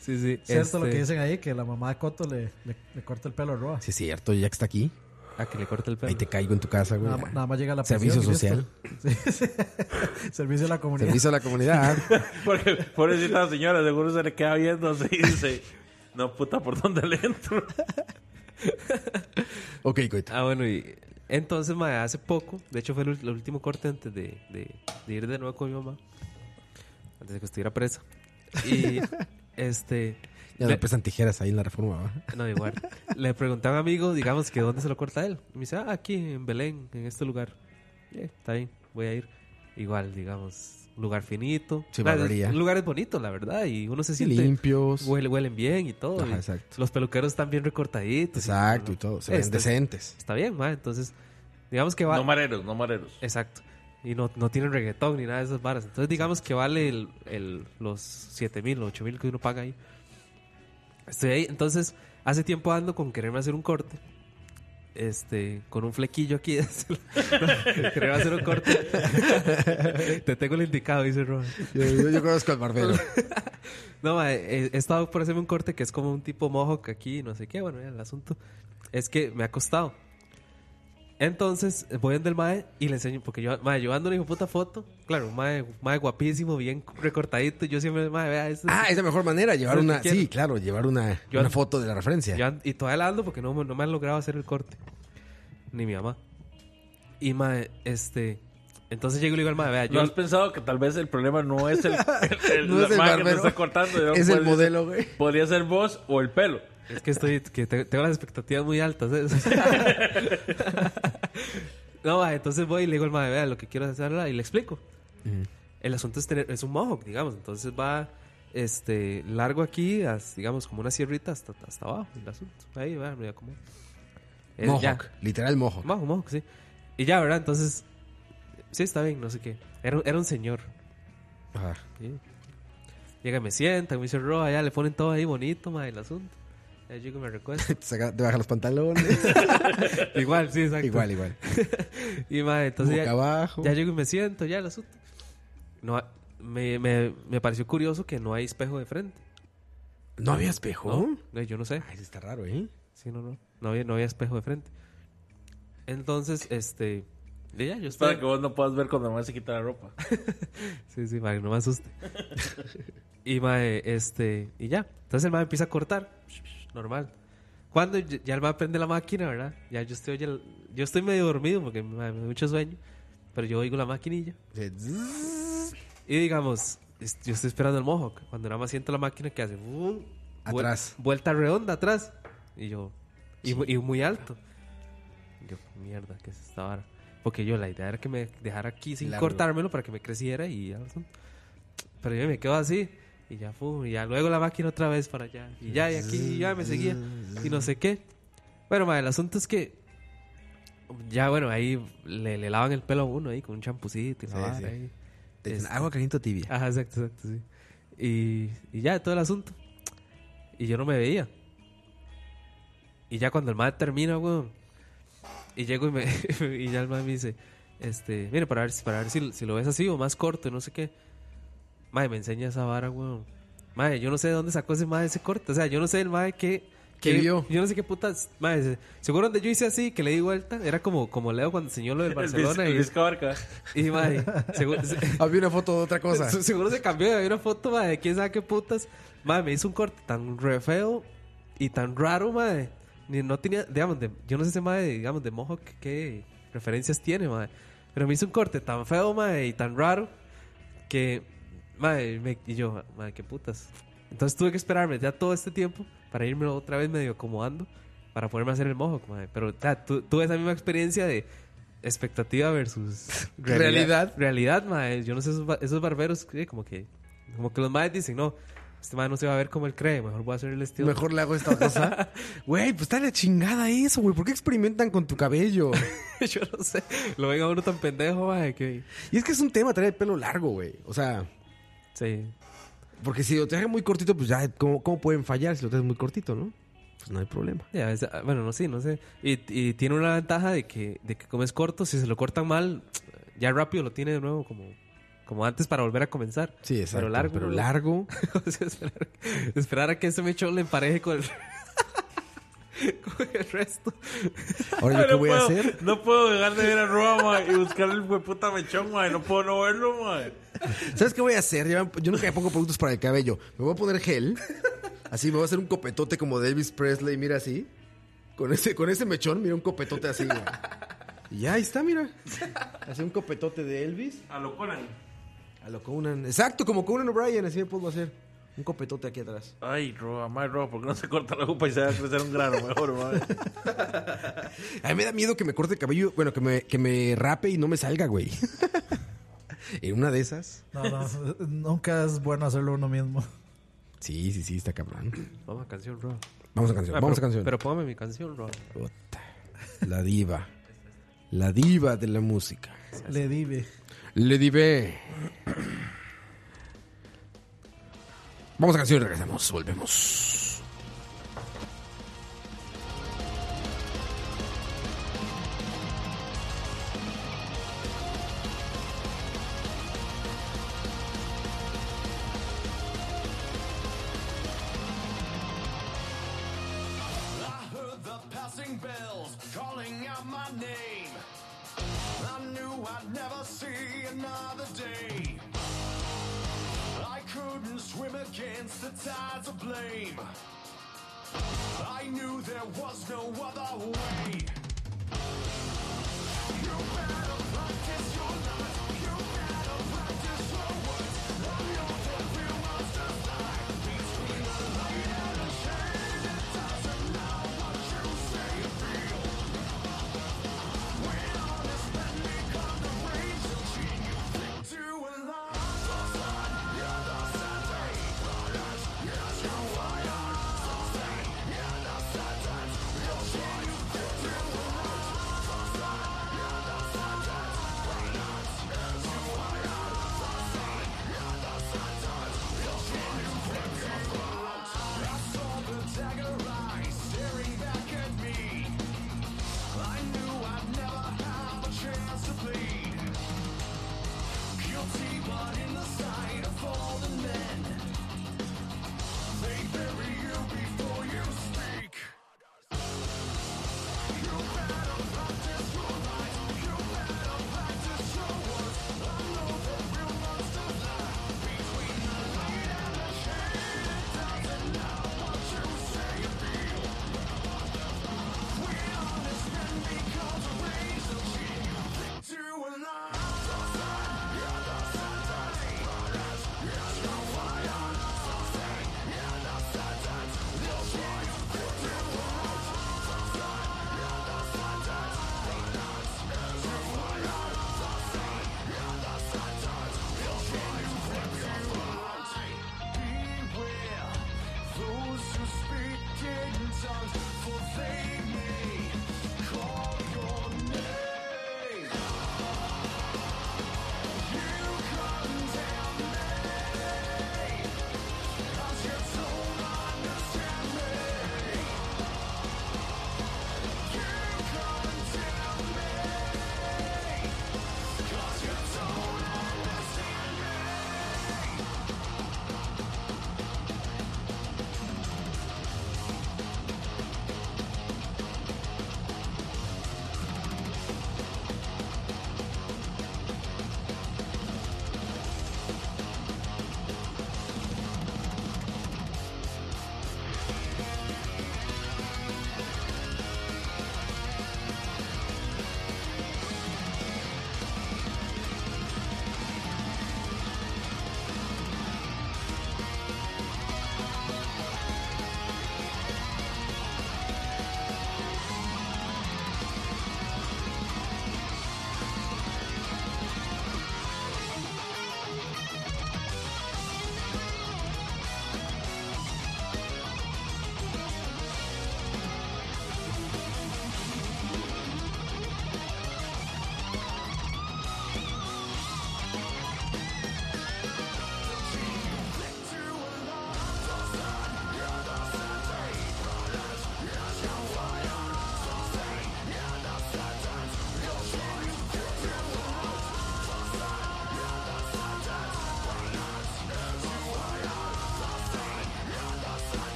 G: Sí, sí.
E: Cierto
G: este,
E: lo que dicen ahí, que la mamá de Coto le, le, le corta el pelo a Roa.
C: sí es cierto ya que está aquí
G: A que le corte el pelo.
C: ahí te caigo en tu casa güey
E: Nada, nada más llega la
C: Servicio
E: presión y listo. Sí, sí. Servicio a la comunidad.
C: servicio a la comunidad
F: Porque, pobrecita señora, seguro se le queda viendo así y dice: No, puta, ¿por dónde le entro?
C: ok coito
G: Ah, bueno, y entonces, mae, hace poco, de hecho fue el, ul- el último corte antes de, de- de ir de nuevo con mi mamá, antes de que estuviera presa. Y este,
C: ya
G: le-
C: no pesan tijeras ahí en la reforma ¿va?
G: no, igual, le pregunté a un amigo, digamos, que dónde se lo corta él. Y me dice, ah, aquí en Belén, en este lugar. Y, eh, está bien, voy a ir. igual, digamos, lugar finito.
C: Sí,
G: Claro,
C: barbería.
G: son Lugares bonitos, la verdad, y uno se
C: Sí,
G: siente...
C: limpios.
G: Huele, huelen bien y todo.
C: Ajá,
G: y
C: exacto.
G: Los peluqueros están bien recortaditos. y-
C: Exacto, y todo. Se ven
G: Este-
C: decentes.
G: Está bien, ma, entonces, digamos que va...
F: No mareros, no mareros.
G: Exacto. Y no, no tienen reggaetón ni nada de esas varas. Entonces, digamos que vale el, el- los 7 mil, 8 mil que uno paga ahí. Estoy ahí. Entonces, hace tiempo ando con quererme hacer un corte. Este, con un flequillo aquí. quererme hacer un corte. Te tengo el indicado, dice Rob.
C: Yo, yo- yo conozco al barbero.
G: No, ma, he, he estado por hacerme un corte que es como un tipo mohawk aquí, no sé qué. Bueno, ya, el asunto es que me ha costado. Entonces voy donde el mae y le enseño, porque yo, mae, yo ando le digo puta foto. Claro, un mae, mae guapísimo, bien recortadito. Yo siempre, mae, vea, este-
C: Ah, es la mejor manera, llevar
G: Es lo
C: una...
G: que quiero.
C: Sí, claro, llevar una,
G: Yo
C: una
G: an-
C: foto de la referencia.
G: Yo and- y todavía la ando porque no, me- no me han logrado hacer el corte. Ni mi mamá. Y mae, este. Entonces llego y le digo al mae, vea,
F: ¿No
G: yo.
F: has pensado que tal vez el problema no es el, el, el-
C: No
F: la
C: es el
F: madre que te
C: barbero.
F: está cortando? sino
C: es el
F: podría-
C: modelo, güey.
F: Podría ser vos o el pelo.
G: Es que estoy, que te- tengo las expectativas muy altas. ¿eh? no, ma, entonces voy y le digo al madre, vea lo que quiero hacer y le explico. El asunto es tener, es un mohawk, digamos, entonces va este largo aquí, as- digamos, como una sierrita hasta, hasta abajo, el asunto. Ahí, va, mira cómo. Eh, ya.
C: Mohawk, literal mohawk.
G: Mohawk, mohawk, sí. Y ya, ¿verdad? Entonces, sí, está bien, no sé qué. Era, era un señor.
C: Ajá.
G: Sí. Llega, me sienta, me dice roja, ya le ponen todo ahí bonito, ma, el asunto. Ya llego y me recuesto.
C: Te, saca- te baja los pantalones.
G: Igual, sí, exacto.
C: igual, igual.
G: Y madre, entonces
C: Boca
G: ya,
C: abajo.
G: ya llego y me siento, ya el asunto. No, ha- me, me, me pareció curioso que no hay espejo de frente.
C: ¿No había espejo?
G: No, No, yo no sé.
C: Ay, sí está raro, ¿eh?
G: Sí, no, no. No había, no había espejo de frente. Entonces, este. y ya, yo
F: Es para
G: estoy.
F: que vos no puedas ver cuando más se quita la ropa.
G: Sí, sí, madre, no me asuste. y madre, este. Y ya. Entonces el madre empieza a cortar. Normal. Cuando ya ya el madre prende la máquina, ¿verdad? Ya yo estoy, oye el- yo estoy medio dormido porque madre, me da mucho sueño. Pero yo oigo la maquinilla.
C: Sí, zzz,
G: Y digamos, es- yo estoy esperando el Mohawk. Cuando nada más siento la máquina que hace. ¡vum! Vuel-
C: Atrás.
G: vuelta redonda atrás. Y yo. Y, mu- y muy alto. Yo, mierda, ¿qué es esta vara? Porque yo la idea era que me dejara aquí sin
C: Largo.
G: cortármelo para que me creciera y ya. Pero yo me quedo así. Y ya fue. Y ya luego la máquina otra vez para allá. Y ya, y aquí, y ya me seguía. Y no sé qué. Bueno, ma, el asunto es que. Ya, bueno, ahí le, le lavan el pelo a uno ahí con un champucito y la
C: Sí,
G: vara
C: sí.
G: ahí.
C: te dicen,
G: Este-
C: agua caliente o tibia.
G: Ajá, exacto, exacto, sí. Y, y ya, todo el asunto. Y yo no me veía. Y ya cuando el madre termina, weón. Y llego y, me, y ya el madre me dice, este, mire, para ver, si- para ver si, si lo ves así o más corto, y no sé qué. Madre, me enseña esa vara, weón. Madre, yo no sé de dónde sacó ese madre ese corte. O sea, yo no sé el madre que...
C: ¿Qué vio?
G: Yo no sé qué putas... Madre, se- seguro donde yo hice así, que le di vuelta, era como, como Leo cuando enseñó lo del Barcelona.
F: El Vizca Barca.
G: y, y madre, seguro...
C: Había Ah, una foto de otra cosa.
G: Se- Seguro se cambió. Había una foto, madre, de quién sabe qué putas. Madre, me hizo un corte tan re feo y tan raro, madre. Ni, no tenía, digamos, de- yo no sé si, madre, digamos, de Mohawk qué referencias tiene, madre. Pero me hizo un corte tan feo, madre, y tan raro que, madre, me- y yo, madre, qué putas. Entonces tuve que esperarme ya todo este tiempo para irme otra vez medio acomodando para poderme hacer el Mohawk, madre. Pero ya, tu- tuve esa misma experiencia de expectativa versus
C: Realidad.
G: Realidad, mae. Yo no sé, esos, ba- esos barberos, eh, como que como que los maes dicen, no, este mae no se va a ver como él cree, mejor voy a hacer el estilo.
C: Mejor le hago esta cosa. Güey, pues está la chingada eso, güey. ¿Por qué experimentan con tu cabello?
G: yo no sé. Lo ven a uno tan pendejo, mae, que.
C: Y es que es un tema traer el pelo largo, güey. O sea,
G: Sí.
C: porque si lo traes muy cortito, pues ya, ¿cómo, cómo pueden fallar si lo traes muy cortito, no? Pues no hay problema.
G: Ya, es- ah, bueno, no sé, no sé. Y, y tiene una ventaja de que, de que como es corto, si se lo cortan mal, ya rápido lo tiene de nuevo como, como antes para volver a comenzar.
C: Sí, exacto.
G: Pero largo.
C: Pero
G: ¿no?
C: largo.
G: O sea, esperar, esperar a que ese mechón le empareje con el, con el resto.
C: Ahora yo qué
F: no
C: voy a
F: puedo,
C: hacer.
F: No puedo dejar de ver a Roa, ma, y buscar el puta mechón, ma, y No puedo no verlo, ma.
C: ¿Sabes qué voy a hacer? Yo, yo nunca me pongo productos para el cabello. Me voy a poner gel. Así me voy a hacer un copetote como de Elvis Presley, mira así. Con ese, con ese mechón, mira un copetote así, güey. Y ya ahí está, mira. Así un copetote de Elvis.
F: A lo Conan.
C: A lo Conan. Exacto, como Conan O'Brien, así me puedo hacer. Un copetote aquí atrás.
F: Ay, Roa, ma, Roa, ¿por qué no se corta la copa y se va a crecer un grano mejor, ma?
C: A mí me da miedo que me corte el cabello, bueno, que me, que me rape y no me salga, güey. En una de esas.
E: No, no, nunca es bueno hacerlo uno mismo.
C: Sí, sí, sí, está cabrón.
G: Vamos a canción, Roa.
C: Vamos a canción,
G: Ah,
C: vamos
G: pero-
C: a canción.
G: Pero póngame mi canción, Roa.
C: Puta. La diva. La diva de la música.
E: Le dive.
C: Le divé. Vamos a canción y regresamos. Volvemos.
F: I heard the passing bells calling out my name. I knew I'd never see another day. I couldn't swim against the tides of blame. I knew there was no other way. You better practice your lies. You better practice your words. Now you're the real monster lie between the light and the shade. It doesn't matter what you say or feel. When honest men become the rage, you'll cheat, you think to a lie. So sad, you're the sentence. Brothers, yes, you are. So sad, you're the sentence. You'll cheat, you think to a lie. So sad, you're the sentence. Brothers, yes, you are. So sad, you're the sentence. You'll cheat, you think to a lie. I saw the dagger eye staring back at me. I knew I'd never have a chance to bleed. Guilty, but in the sight of fallen men. They bury you before you speak. You better practice your lies. You better practice your words. I know the real monsters lie between the light and the shade. It doesn't matter what you say or feel. We're honest men because of rage. So cheat, you think to a lie. So sad, you're the sentence. But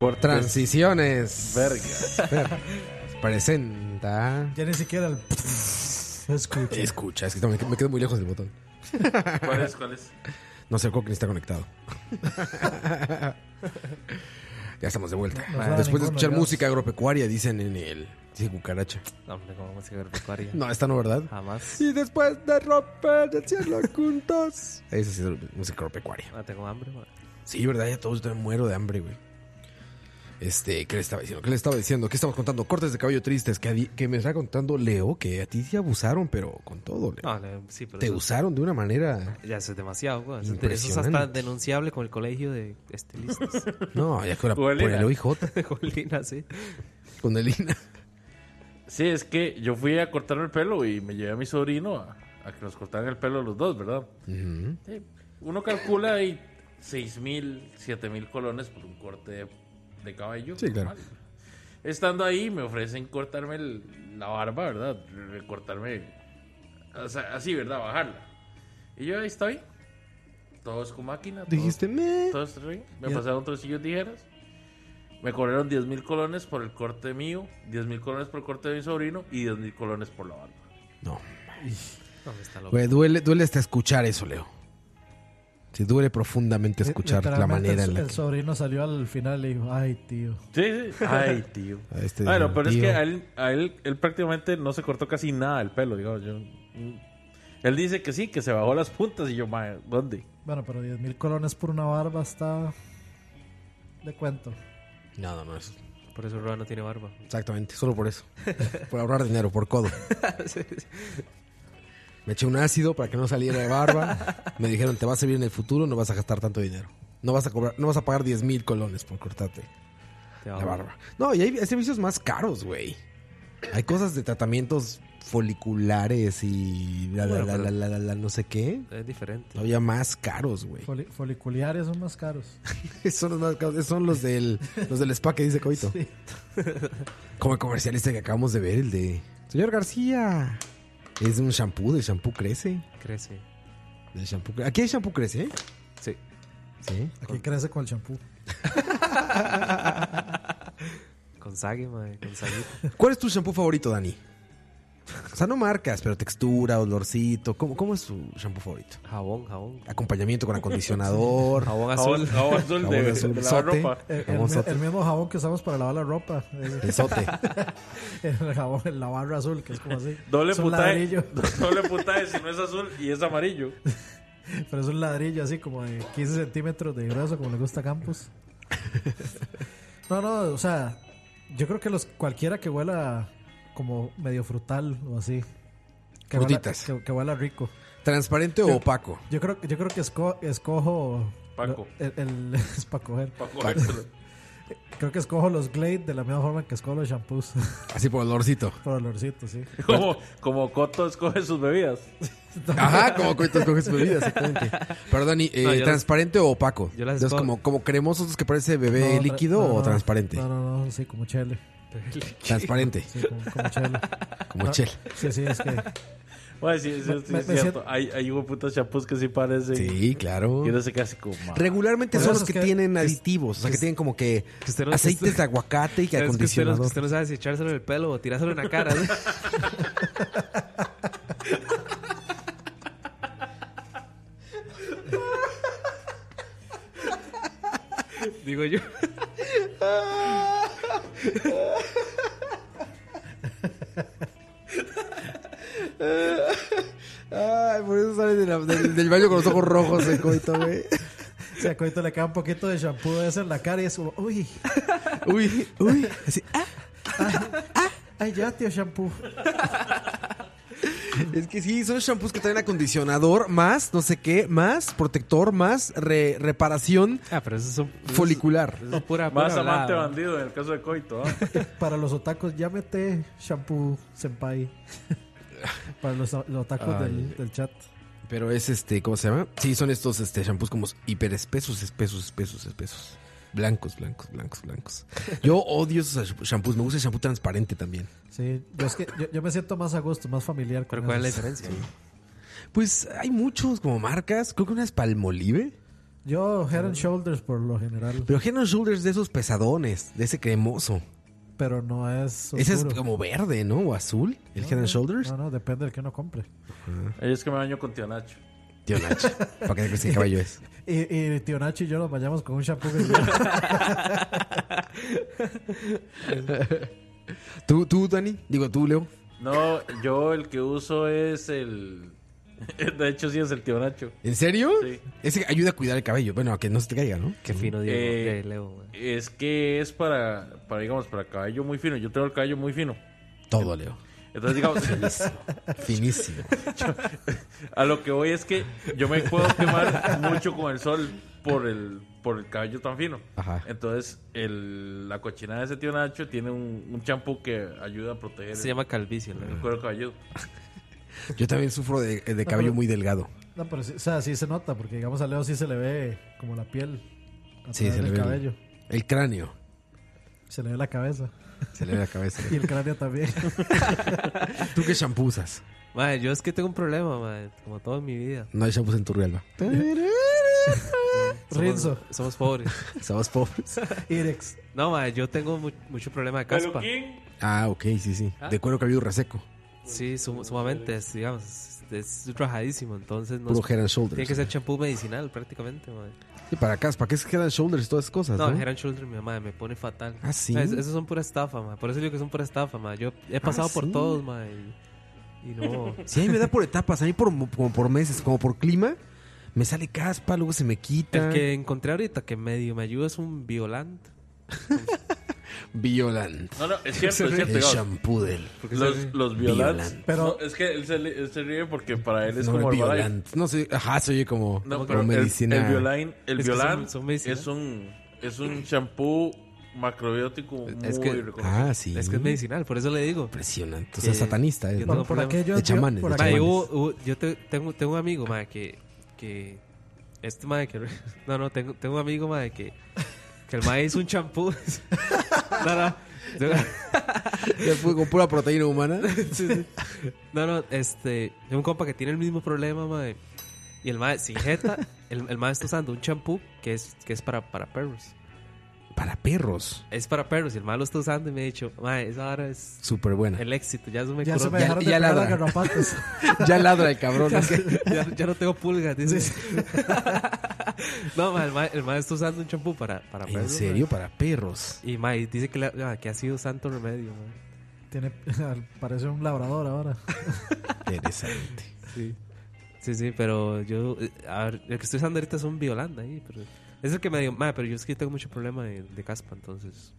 F: cortes.
C: Transiciones.
F: Verga.
C: Presenta.
E: Ya ni siquiera el. Escucha.
C: Escucha, es que me me quedo muy lejos del botón.
F: ¿Cuál es? ¿Cuál es?
C: No sé, el Cockney está conectado. ya estamos de vuelta.
E: No, no,
C: Después
E: ninguno,
C: de escuchar
E: ya.
C: música agropecuaria, dicen en el. Dice cucaracha.
G: No, hombre, como música agropecuaria.
C: No, esta no, ¿verdad?
G: Jamás.
C: Y después de romper el cielo juntos. Esa sí es música agropecuaria.
G: Ah, tengo hambre, ma.
C: Sí, ¿verdad? Ya todos yo también muero de hambre, güey. Este, ¿qué le estaba diciendo? ¿Qué le estaba diciendo? ¿Qué estamos contando? Cortes de cabello tristes que, a di- que me está contando Leo, que a ti sí abusaron, pero con todo, Leo.
G: No, le- sí, pero.
C: Te
G: eso-
C: usaron de una manera.
G: Ya eso es demasiado, güey. Eso, eso es
C: Impresionante.
G: hasta denunciable con el colegio de este, estilistas.
C: No, ya que era por
F: Huele
C: el
F: a-
C: OIJ,
G: Jolina, sí.
C: con Elina.
F: Sí, es que yo fui a cortarme el pelo y me llevé a mi sobrino a, a que nos cortaran el pelo los dos, ¿verdad?
C: Ujú.
F: Sí. Uno calcula ahí 6 mil, 7 mil colones por un corte de, de cabello.
C: Sí, claro.
F: normal. Estando ahí me ofrecen cortarme el- la barba, ¿verdad? Recortarme o sea, así, ¿verdad? Bajarla. Y yo ahí está bien. Todos con máquina. todos-
C: Dijiste, me.
F: todo está bien. Me pasaron trocillos de tijeras. Me cobraron 10 mil colones por el corte mío, 10 mil colones por el corte de mi sobrino y 10 mil colones por la barba.
C: No.
G: No, está loco.
C: Güey, duele, duele hasta escuchar eso, Leo. Sí, duele
G: Eh,
C: profundamente escuchar la
E: Eh, Literalmente
C: manera
E: el,
C: en la
E: el
C: que.
E: sobrino salió al final y dijo: Ay, tío.
F: Sí, sí. Ay, tío.
C: A este
F: bueno, pero es
C: tío.
F: que a él, a él, él prácticamente no se cortó casi nada el pelo, digamos. Yo, mm. él dice que sí, que se bajó las puntas y yo, "Mae, ¿dónde?
E: Bueno, pero 10 mil colones por una barba está. de cuento.
C: No, no, no. es-
G: Por eso Roa no tiene barba.
C: Exactamente, solo por eso. por ahorrar dinero, por codo. Me eché un ácido para que no saliera de barba. Me dijeron, te va a servir en el futuro, no vas a gastar tanto dinero. No vas a cobrar, no vas a pagar 10 mil colones por cortarte
G: Te
C: la barba. No, y hay, hay servicios más caros, güey. Hay cosas de tratamientos foliculares y la, la,
G: Bueno,
C: la,
G: pero-
C: la, la, la, la, no sé qué.
G: Es diferente.
C: Todavía más caros, güey.
E: Foli- foliculiares son más caros.
C: Son los más caros. Esos Son los del, los del spa que dice Coito.
E: Sí.
C: Como el comercial este que acabamos de ver, el de... Señor García. Es un shampoo, del shampoo crece.
G: Crece.
C: Del shampoo cre- Aquí el shampoo crece, ¿eh?
G: Sí.
C: Sí.
E: Aquí crece con el champú.
G: Con sague, madre. Con saguito.
C: ¿Cuál es tu shampoo favorito, Dani? O sea, no marcas, pero textura, olorcito. ¿Cómo, cómo es tu shampoo favorito?
G: Jabón, jabón.
C: Acompañamiento con acondicionador.
G: Jabón
F: Jabón,
G: azul.
F: jabón azul
C: Jabón
F: de,
C: azul,
F: de la
C: sote.
F: ropa.
E: El, el
C: Jabón
E: mi-
C: sote.
E: el mismo jabón que usamos para lavar la ropa. El,
C: El sote.
E: el jabón, la barra azul, que es como así.
F: Doble
E: es un
F: putaje,
E: ladrillo.
F: doble putaje si no es azul y es amarillo.
E: Pero es un ladrillo así como de 15 centímetros de grueso, como le gusta a Campos. No, no, o sea, yo creo que los cualquiera que huela como medio frutal o así. Que huela,
C: Frutitas.
E: que, que huela rico.
C: ¿Transparente o opaco?
E: Yo creo, yo creo que esco- escojo...
F: Paco.
E: El, el- es para coger.
F: Para cogérselo.
E: Creo que escojo los Glade de la misma forma que escojo los shampoos.
C: Así por olorcito.
E: Por olorcito, sí.
F: Como, como Coto escoge sus bebidas.
C: Ajá, como coito coges bebida, exactamente. Pero Dani, eh,
G: No, yo
C: ¿transparente o opaco?
G: yo las
C: Entonces,
G: escojo-
C: como, como cremosos los que parece bebé
E: No,
C: líquido
E: tra- no,
C: o
E: no,
C: transparente?
E: No, no, no, sí, como chele.
C: Transparente,
E: Sí, como, como chele.
C: como
E: No,
C: chel.
E: Sí, sí, es que...
F: Bueno, sí, sí, sí,
E: Me-
F: es
E: me- me
F: cierto.
E: siento-
F: Hay, hay hubo putas chapús que sí parecen.
C: Sí, claro.
F: Y no sé casi como. ma.
C: Regularmente
E: Por
C: son
E: eso
C: los
E: es
C: que,
E: que-
C: tienen aditivos, o sea, que tienen como que
G: que usted no-
C: aceites
G: usted-
C: de aguacate y que
G: Es que usted, no,
C: acondicionador.
G: usted no sabe si echárselo en el pelo o tirárselo en la cara. ¿sí? Digo yo.
C: Ay, por eso sale de la- del, del baño con los ojos rojos el coito, güey.
E: Si a Coito le cae un poquito de shampoo de ese en la cara y es como, uy,
C: Uy, uy. así, ah,
E: ay ya tío shampoo.
C: Es que sí, son shampoos que traen acondicionador, más no sé qué, más protector, más re- reparación
G: Ah, pero eso es un.
C: folicular.
G: Eso es pura, pura
F: Más amante
G: hablada,
F: bandido en el caso de Coito. ¿ah?
E: Para los otacos, llámete shampoo senpai. Para los, los otacos del, del chat.
C: Pero es este, ¿cómo se llama? Sí, son estos este, shampoos como hiper espesos, espesos, espesos, espesos. Blancos, blancos, blancos, blancos. Yo odio esos shampoos. Me gusta el shampoo transparente también.
E: Sí, yo, es que, yo, yo me siento más a gusto, más familiar con
G: Pero ¿cuál es la
E: esos.
G: diferencia?
C: Pues hay muchos como marcas. Creo que una es Palmolive.
E: Yo, Head and Shoulders por lo general,
C: Pero Head and Shoulders de esos pesadones, de ese cremoso.
E: pero no es.
C: Ese es
E: oscuro.
C: como verde, ¿no? O azul, el Head and Shoulders.
E: No, no, depende del que uno compre.
F: Ahí es que me baño con tío Nacho.
C: Tío Nacho, ¿para qué crees que el caballo es?
E: Y, y tío Nacho y yo nos bañamos con un shampoo. que-
C: ¿Tú, tú, Dani? Digo, tú, Leo.
F: No, yo el que uso es el. De hecho, sí es el tío Nacho.
C: ¿En serio?
F: Sí.
C: Ese ayuda a cuidar el cabello. Bueno, a que no se te caiga, ¿no?
G: Qué fino, Diego.
F: Eh,
G: de Leo, mae.
F: Es que es para, para, digamos, para cabello muy fino. Yo tengo el cabello muy fino.
C: Todo, Leo.
F: Entonces, digamos,
C: Finísimo.
F: a lo que voy es que yo me puedo quemar mucho con el sol por el, por el cabello tan fino.
C: Ajá.
F: Entonces, el, la cochinada de ese tío Nacho tiene un un champú que ayuda a proteger
G: Se llama calvicie,
F: el
G: Leo.
F: cuero cabelludo.
C: Yo también sufro de, eh, de cabello muy delgado.
E: No, pero sí, o sea, sí se nota, porque digamos a Leo sí se le ve como la piel. A
C: Sí,
E: través
C: se le
E: del
C: ve el-
E: cabello.
C: El cráneo.
E: Se le ve la cabeza.
C: Se le ve la cabeza.
E: Y el cráneo también.
C: ¿Tú qué shampoo usas?
G: Mae, yo es que tengo un problema, mae. Como todo en mi vida.
C: No hay shampoos en tu realba.
G: Somos-
E: Rinzo.
G: Somos pobres.
C: Somos pobres.
E: Irex.
G: No, mae, yo tengo mu- mucho problema de caspa.
C: Ah, ok, sí, sí. De cuero cabelludo reseco.
G: Sí, sum- sumamente, es, digamos, es es rajadísimo, entonces no
C: Puro
G: es-
C: head and
G: tiene
C: shoulders.
G: que ser champú medicinal prácticamente, mae.
C: Sí, para acá, ¿para qué es head and shoulders y todas esas cosas?
G: No,
C: No,
G: el Head and Shoulder, mi mamá, me pone fatal.
C: ¿Ah, sí? ¿Ah,
G: Es- esos son pura estafa, mae. Por eso digo que son pura estafa, mae. Yo he pasado por
C: sí?
G: todos, mae, y- y, no...
C: Sí, a mí me da por etapas, a mí por, como por meses, como por clima. Me sale caspa, luego se me quita.
G: El que encontré ahorita que medio me ayuda es un Violant.
C: Violant.
F: No, no, es cierto, es cierto.
C: El
F: digamos.
C: shampoo del.
F: Los, los violats.
C: Violant.
E: Pero-
F: Pero es que él se, li- él se ríe porque para él es
C: No, el
F: como Herbalife.
C: Violant. No sé, ajá, se oye como,
F: No,
C: como
F: pero el,
C: medicina.
F: el Violine, el
G: Es que son-
F: Violan
G: son medicina.
F: es un es un champú macrobiótico muy
G: Es que-
F: recomendado.
C: Ah, sí.
G: Es que es medicinal, por eso le digo.
C: Impresionante. O sea,
G: Eh,
C: satanista. ¿eh?
G: yo
C: ¿no?
G: no-
E: Por, por
G: problema.
E: aquellos.
C: De chamanes,
E: por
C: de
E: aquellos-
G: Mae,
C: chamanes.
G: hubo- hubo- yo te- tengo, tengo un amigo, mae, que, que... Este mae que... No, no, tengo, tengo un amigo, mae, que... Que el mae hizo un champú. no, no.
C: Ya fue con pura proteína humana.
G: Sí, sí. No, no, este... Tengo un compa que tiene el mismo problema, mae. Y el mae, sin jeta, el, el mae está usando un champú que es, que es para, para perros.
C: Para perros.
G: Es para perros y el mae lo está usando y me ha dicho, mae, esa hora es
C: Súper buena.
G: el éxito, ya eso me
E: Ya se
G: curó.
E: me
C: Ya-
E: dejaron
C: ya
E: de pegar
C: ladra.
E: las garrapatas.
C: Ya ladra el cabrón. es que-
G: ya, ya no tengo pulgas, dice. no, ma, el, ma, el ma está usando un champú para, para
C: En
G: perros,
C: serio, para perros.
G: ma. Y ma, y dice que, le- ah, que ha sido santo remedio, ma.
E: Tiene, parece un labrador ahora.
C: Interesante.
G: Sí. Sí, sí, pero yo. eh, A ver, el que estoy usando ahorita es un Violanda ahí. Pero es el que me dio. Ma, pero yo es que tengo mucho problema de, de caspa, entonces.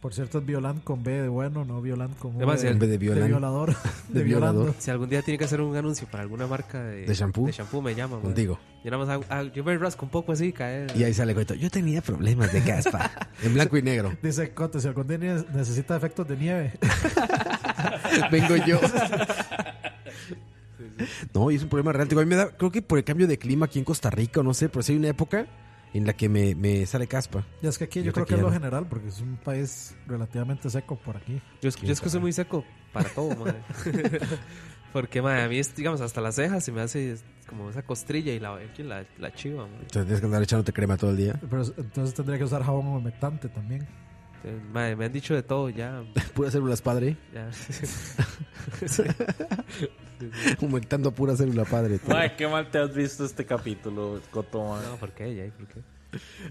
E: Por cierto, es Violant con B de bueno, no Violant con V
G: Además,
E: de,
G: el-
C: B de Violant.
E: violador. De,
C: De
E: violando.
C: violador.
G: Si algún día tiene que hacer un anuncio para alguna marca de.
C: ¿De shampoo?
G: De shampoo me llama, ma.
C: Contigo.
G: Yo nada más hago- hago- yo me rasco un poco así, cae.
C: Y ahí sale Coito. Yo tenía problemas de caspa. en blanco y negro.
E: Dice Cote, si algún día ne- necesita efectos de nieve.
C: Vengo yo. No, y es un problema real. Digo, a mí me da, creo que por el cambio de clima aquí en Costa Rica, o no sé, pero sí hay una época en la que me, me sale caspa.
E: Y es que aquí
C: Yo
E: yo,
C: creo
E: creo que es
C: que ya
E: lo
C: no.
E: general, porque es un país relativamente seco por aquí.
G: Yo, es- yo es que soy muy seco para todo, madre. Porque, madre, a mí, es, digamos, hasta las cejas se me hace es, como esa costrilla y la, aquí la, la chiva, madre.
C: Entonces tienes que andar echándote crema todo el día.
E: Pero es- entonces tendría que usar jabón humectante también.
G: Entonces, madre, me han dicho de todo, ya.
C: Puras células padre.
G: ya.
C: Humectando pura célula padre.
F: Mae, qué mal te has visto este capítulo, Coto, mae.
G: No, ¿por qué? Ya, ¿por qué?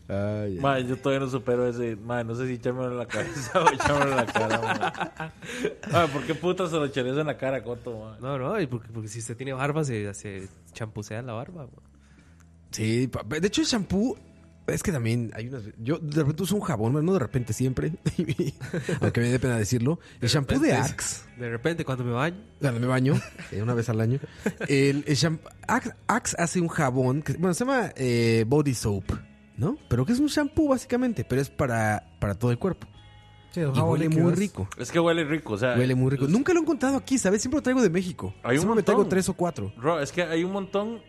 C: Ay, ay.
F: Mae, yo todavía no supero ese. Mae, no sé si echármelo en la cabeza o echármelo en la cara, mae. Mae, ¿por qué puta se lo echarías en la cara, Coto, mae?
G: No, no, y porque, porque si usted tiene barba, se, se champucea la barba, güey.
C: Sí, pa- de hecho el shampoo es que también hay unas yo de repente uso un jabón, bueno, no de repente siempre, aunque me dé pena decirlo, el shampoo de
G: repente.
C: Axe,
G: De repente, cuando me baño,
C: cuando me baño eh, una vez al año, el, el champ- Axe, Axe hace un jabón que bueno, se llama eh, body soap, ¿no? Pero que es un shampoo básicamente, pero es para para todo el cuerpo.
E: Sí, es un
C: Y
E: jabón
C: huele
E: líquido,
C: muy
E: es-
C: rico.
F: Es que huele rico, o sea.
C: Huele muy rico. Nunca lo he encontrado aquí, ¿sabes? Siempre lo traigo de México.
F: Hay un
C: Siempre me traigo
F: montón.
C: tres o cuatro.
F: Ro, es que hay un montón,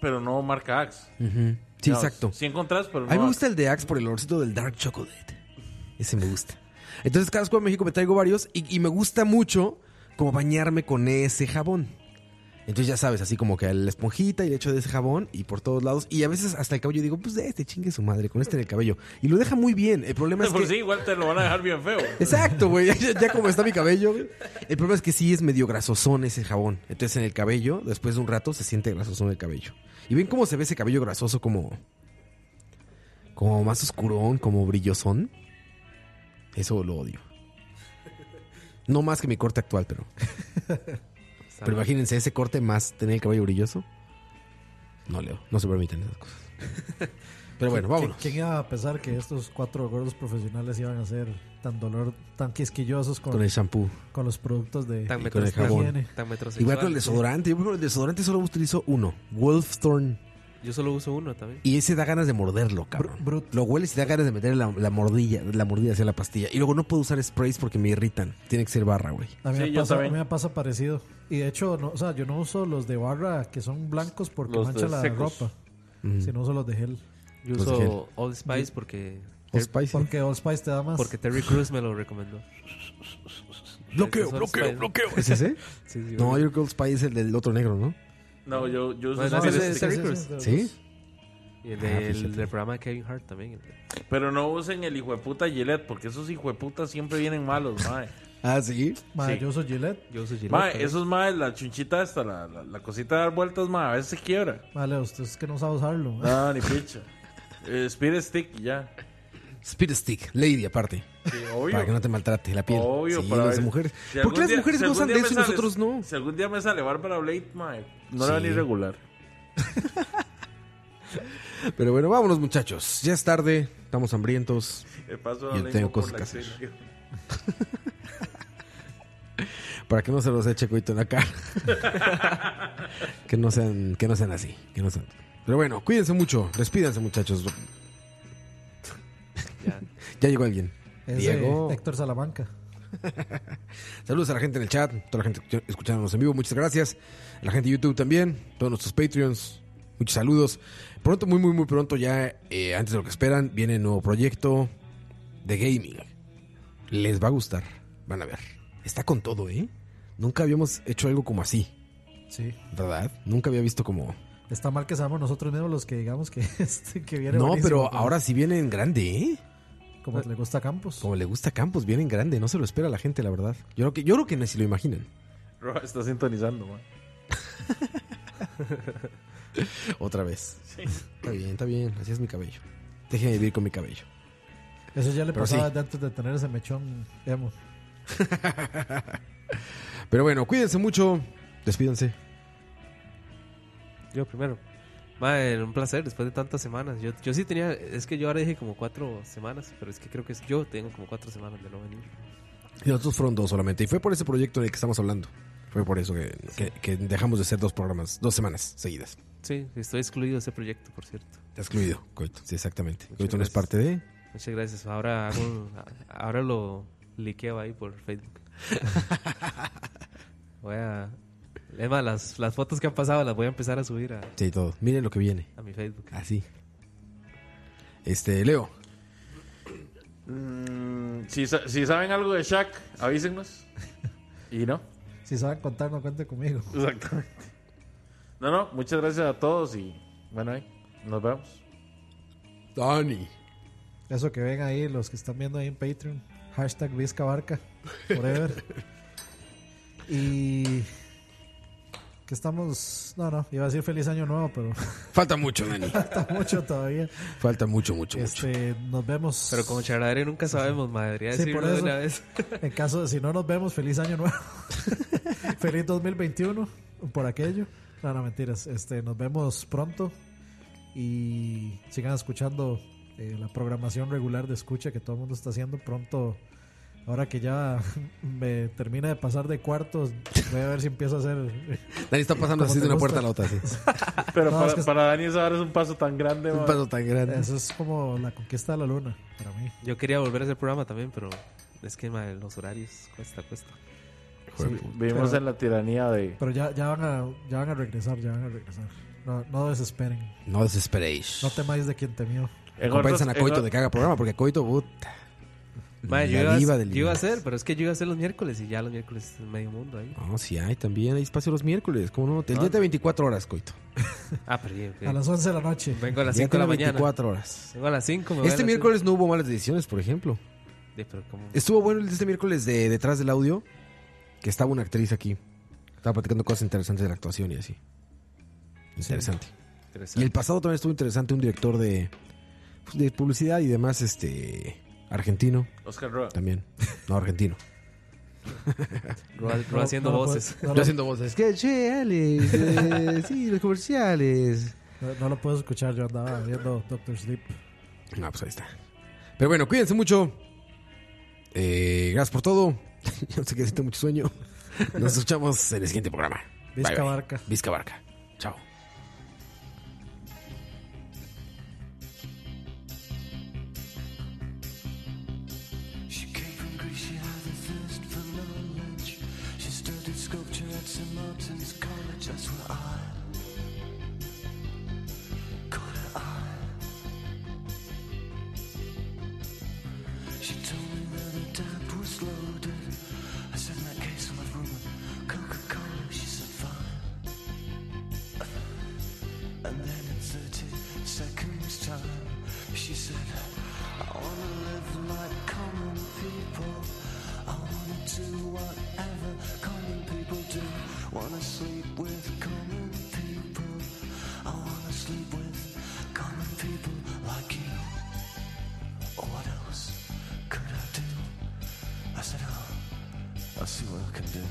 F: pero no marca Axe.
C: Ujú. Sí,
F: No,
C: exacto.
F: Sí encontrás, pero no.
C: A mí me
F: Axe.
C: gusta el de Axe por el olorcito del Dark Chocolate. Ese me gusta. Entonces, cada vez que voy a México me traigo varios y, y me gusta mucho como bañarme con ese jabón. Entonces ya sabes, así como que la esponjita y le echo de ese jabón y por todos lados. Y a veces hasta el cabello digo, pues de este chingue su madre, con este en el cabello. Y lo deja muy bien. El problema
F: De
C: es
F: por
C: que...
F: sí, igual te lo van a dejar bien feo.
C: Exacto, güey. Ya, ya como está mi cabello. güey. El problema es que sí es medio grasosón ese jabón. Entonces en el cabello, después de un rato, se siente grasosón el cabello. Y ven cómo se ve ese cabello grasoso como... Como más oscurón, como brillosón. Eso lo odio. No más que mi corte actual, pero... Pero imagínense ese corte más tener el cabello brilloso. No, Leo, no se permiten esas cosas. Pero bueno, vámonos.
E: ¿Quién iba a pensar que estos cuatro gordos profesionales iban a ser tan dolor, tan quisquillosos con,
C: Con el shampoo.
E: con los productos de
G: Tan
C: Y con el
G: metrosexual.
E: jabón.
G: Tan metrosexual.
C: Igual con el desodorante. Yo, por ejemplo, el desodorante solo utilizo uno. Wolfthorn.
G: Yo solo uso uno también.
C: Y ese da ganas de morderlo, cabrón.
E: Br- brut.
C: Lo hueles y da ganas de meter la, la mordilla, la mordida hacia la pastilla. Y luego no puedo usar sprays porque me irritan. Tiene que ser barra, güey.
E: A mí,
F: Sí,
E: me
F: yo
E: pasa, a mí
F: también.
E: me pasa parecido. Y de hecho, no, o sea, yo no uso los de barra que son blancos porque
F: Los
E: mancha
F: de
E: la
F: secos.
E: ropa,
C: Mm.
E: sino uso los de gel.
G: Yo
C: Pues
G: uso Old Spice porque,
C: Los spices.
E: Porque Old Spice te da más.
G: porque Terry Crews me lo recomendó.
C: Bloqueo,
G: Esos Old
C: bloqueo,
G: Spice.
C: bloqueo. ¿Es ese?
G: Sí, sí,
C: No,
G: güey.
C: yo creo que Old Spice es el del otro negro, ¿no?
F: No, yo, yo uso
G: Bueno,
E: No,
F: ese
G: ese
F: stick.
G: es Terry Crews.
C: ¿Sí?
G: Y el,
C: Ah,
G: del-
C: fíjate.
G: del programa de Kevin Hart también. el de-
F: Pero no usen el hijo de puta Gillette, porque esos hijo de puta siempre vienen malos, mae.
C: Ah, sí.
E: Madre,
F: Sí.
E: Yo uso Gillette.
G: Yo uso Gillette.
F: mae,
G: también.
F: esos maes, la chunchita esta, la, la, la cosita de dar vueltas, mae, a veces se quiebra.
E: Vale, usted es que no sabe usarlo.
C: Ah,
E: mae.
F: No, ni picha. Eh, Speed stick, y ya.
C: Speed Stick, Lady aparte.
F: Sí, obvio.
C: Para que no te maltrate la piel.
F: Obvio,
C: sí,
F: para
C: las
F: ver.
C: mujeres.
F: Si
C: ¿Por
F: algún
C: qué las
F: día-
C: mujeres
F: si
C: gozan
F: algún
C: de
F: día
C: eso y
F: me sale-
C: nosotros no?
F: Si algún día me sale Bárbara Blade, mae, no la van a
C: Sí.
F: ir regular.
C: Pero bueno, vámonos, muchachos. Ya es tarde, estamos hambrientos.
F: Eh, paso la
C: Yo
F: lengua
C: tengo
F: por
C: cosas
F: la
C: que hacer.
F: axila.
C: Para que no se los eche coito en la cara. que, no sean, que no sean así. Que no sean. Pero bueno, cuídense mucho. Despídanse, muchachos.
G: Ya.
C: ya llegó alguien.
E: Es de
C: Diego.
E: Héctor Salamanca.
C: Saludos a la gente en el chat, toda la gente escucha- escuchándonos en vivo, muchas gracias. A la gente de YouTube también, todos nuestros Patreons, muchos saludos. Pronto, muy, muy, muy pronto, ya eh, antes de lo que esperan, viene un nuevo proyecto de gaming. Les va a gustar, van a ver. Está con todo, ¿eh? Nunca habíamos hecho algo como así,
E: Sí.
C: ¿verdad? Nunca había visto como...
E: Está mal que seamos nosotros mismos los que digamos que, este, que viene
C: No,
E: buenísimo,
C: pero ahora sí viene en grande, ¿eh?
E: Como le gusta a Campos.
C: Como le gusta a Campos, viene en grande, no se lo espera la gente, la verdad. Yo creo que, yo creo que ni se lo imaginan.
F: Roa está sintonizando, mae.
C: Otra vez. Está bien, está bien. Así es mi cabello. Déjenme vivir con mi cabello.
E: Eso ya le
C: Pero
E: pasaba
C: sí.
E: de antes de tener ese mechón emo.
C: Pero bueno, cuídense mucho. Despídanse.
G: Yo primero. Madre, un placer después de tantas semanas. Yo, yo sí tenía, es que yo ahora dije como cuatro semanas, pero es que creo que es- yo tengo como cuatro semanas de no venir.
C: Y nosotros fueron dos solamente. Y fue por ese proyecto del que estamos hablando. Fue por eso que, que- que dejamos de hacer dos programas, dos semanas seguidas.
G: Sí, estoy excluido de ese proyecto, por cierto.
C: Te has excluido, Coito. Sí, exactamente.
G: Muchas
C: Coito no es
G: gracias.
C: parte de.
G: Muchas gracias. Ahora, hago- ahora lo liqueo ahí por Facebook. voy a... Es más, las, las fotos que han pasado las voy a empezar a subir a,
C: Sí, todo. Miren lo que viene.
G: a mi Facebook.
C: Así. Este, Leo.
F: Mm, si, sa- si saben algo de Shaq, avísennos. Y no.
E: Si saben contar, no cuente conmigo.
F: Exactamente. No, no, muchas gracias a todos y bueno, ahí nos vemos.
C: Dani.
E: Eso que ven ahí, los que están viendo ahí en Patreon. Hashtag Vizca Barca. Forever. y. Que estamos. No, no, iba a decir feliz año nuevo, pero
C: Falta mucho, Dani.
E: falta mucho todavía.
C: Falta mucho, mucho, mucho.
E: Este, nos vemos.
G: Pero como charladere nunca sabemos, madre. Debería
E: Sí,
G: decirlo
E: por
G: de
E: eso.
G: una vez.
E: En caso de si no nos vemos, feliz año nuevo. feliz 2021 por aquello. No, no, mentiras. Este, nos vemos pronto y sigan escuchando eh, la programación regular de escucha que todo el mundo está haciendo pronto. Ahora que ya me termina de pasar de cuartos, voy a ver si empiezo a hacer
C: Dani está pasando
E: ¿Cómo
C: así
E: te
C: de una
E: gusta?
C: puerta a la otra. así.
F: Pero
E: Ah, No,
F: para,
E: es que-
F: para Dani esa hora es un paso tan grande,
C: Un
F: man.
C: paso tan grande.
E: eso es como la conquista de la luna para mí.
G: Yo quería volver a hacer programa también, pero es que madre, los horarios cuesta, cuesta.
C: Joder,
F: Vivimos
E: Pero-
F: en la tiranía de...
E: Pero ya, ya van a, ya van a regresar, ya van a regresar. No, no desesperen,
C: No desesperéis.
E: no temáis de quien temió.
F: En
G: Eh,
C: Compensan
F: otros-
C: a
F: en
C: Coito
F: o-
C: de que haga programa, porque Coito, puta.
G: Mae,
B: La
G: yo, iba, a-
B: diva del
G: yo iba a
B: viernes.
G: hacer, pero es que yo iba a hacer los miércoles y ya los miércoles es medio mundo ahí.
C: No, sí hay también, hay espacio los miércoles, como no? El día de 24 horas, coito.
G: Ah, pero bien, bien.
E: A las 11 de la noche.
G: Vengo a las
C: Día
G: 5 de la mañana.
C: 24 horas.
G: Vengo a las 5.
C: Este miércoles no hubo malas decisiones, por ejemplo.
G: pero ¿cómo?
C: Estuvo bueno el de este miércoles de Detrás del Audio, que estaba una actriz aquí. Estaba platicando cosas interesantes de la actuación y así. Interesante. Y
G: Interesante.
C: el pasado también estuvo interesante un director de, pues, de publicidad y demás, este, argentino
F: Oscar Roa.
C: también. No, argentino.
G: Roa- Roa
E: No,
G: haciendo
E: no lo
G: voces.
E: puedo- no
C: Yo
E: lo-
C: haciendo voces. Que, che, Alex, eh, sí, los comerciales.
E: No, no lo puedo escuchar, yo andaba viendo Doctor Sleep.
C: No, pues ahí está. Pero bueno, cuídense mucho. Eh, gracias por todo. Yo sé que siento mucho sueño. Nos escuchamos en el siguiente programa. Bye,
E: Vizca
C: bye.
E: Barca.
C: Vizca Barca. Chao.
I: She came from Greece, she had a thirst for knowledge. She studied sculpture at St. Martin's College, that's where I caught her eye. She told me that her dad was loaded. I said, in that case, I'll have rum and Coca-Cola. She said, fine. And then in 30 seconds time, she said, I wanna live like common people. I wanna do whatever common people do. Wanna sleep with common people. I wanna sleep with common people like you. What else could I do? I said, oh, I'll see what I can do.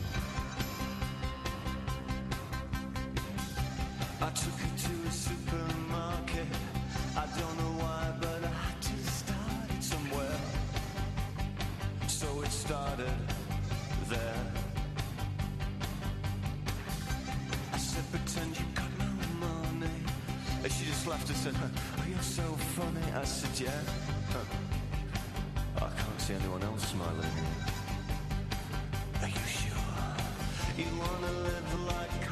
I: I took her to a supermarket. I don't know why, but I just started somewhere. So it started there. I said, pretend you got no money. And she just laughed and said, "Huh, oh, you're so funny. I said, yeah. Huh. I can't see anyone else smiling. Are you sure? You wanna live like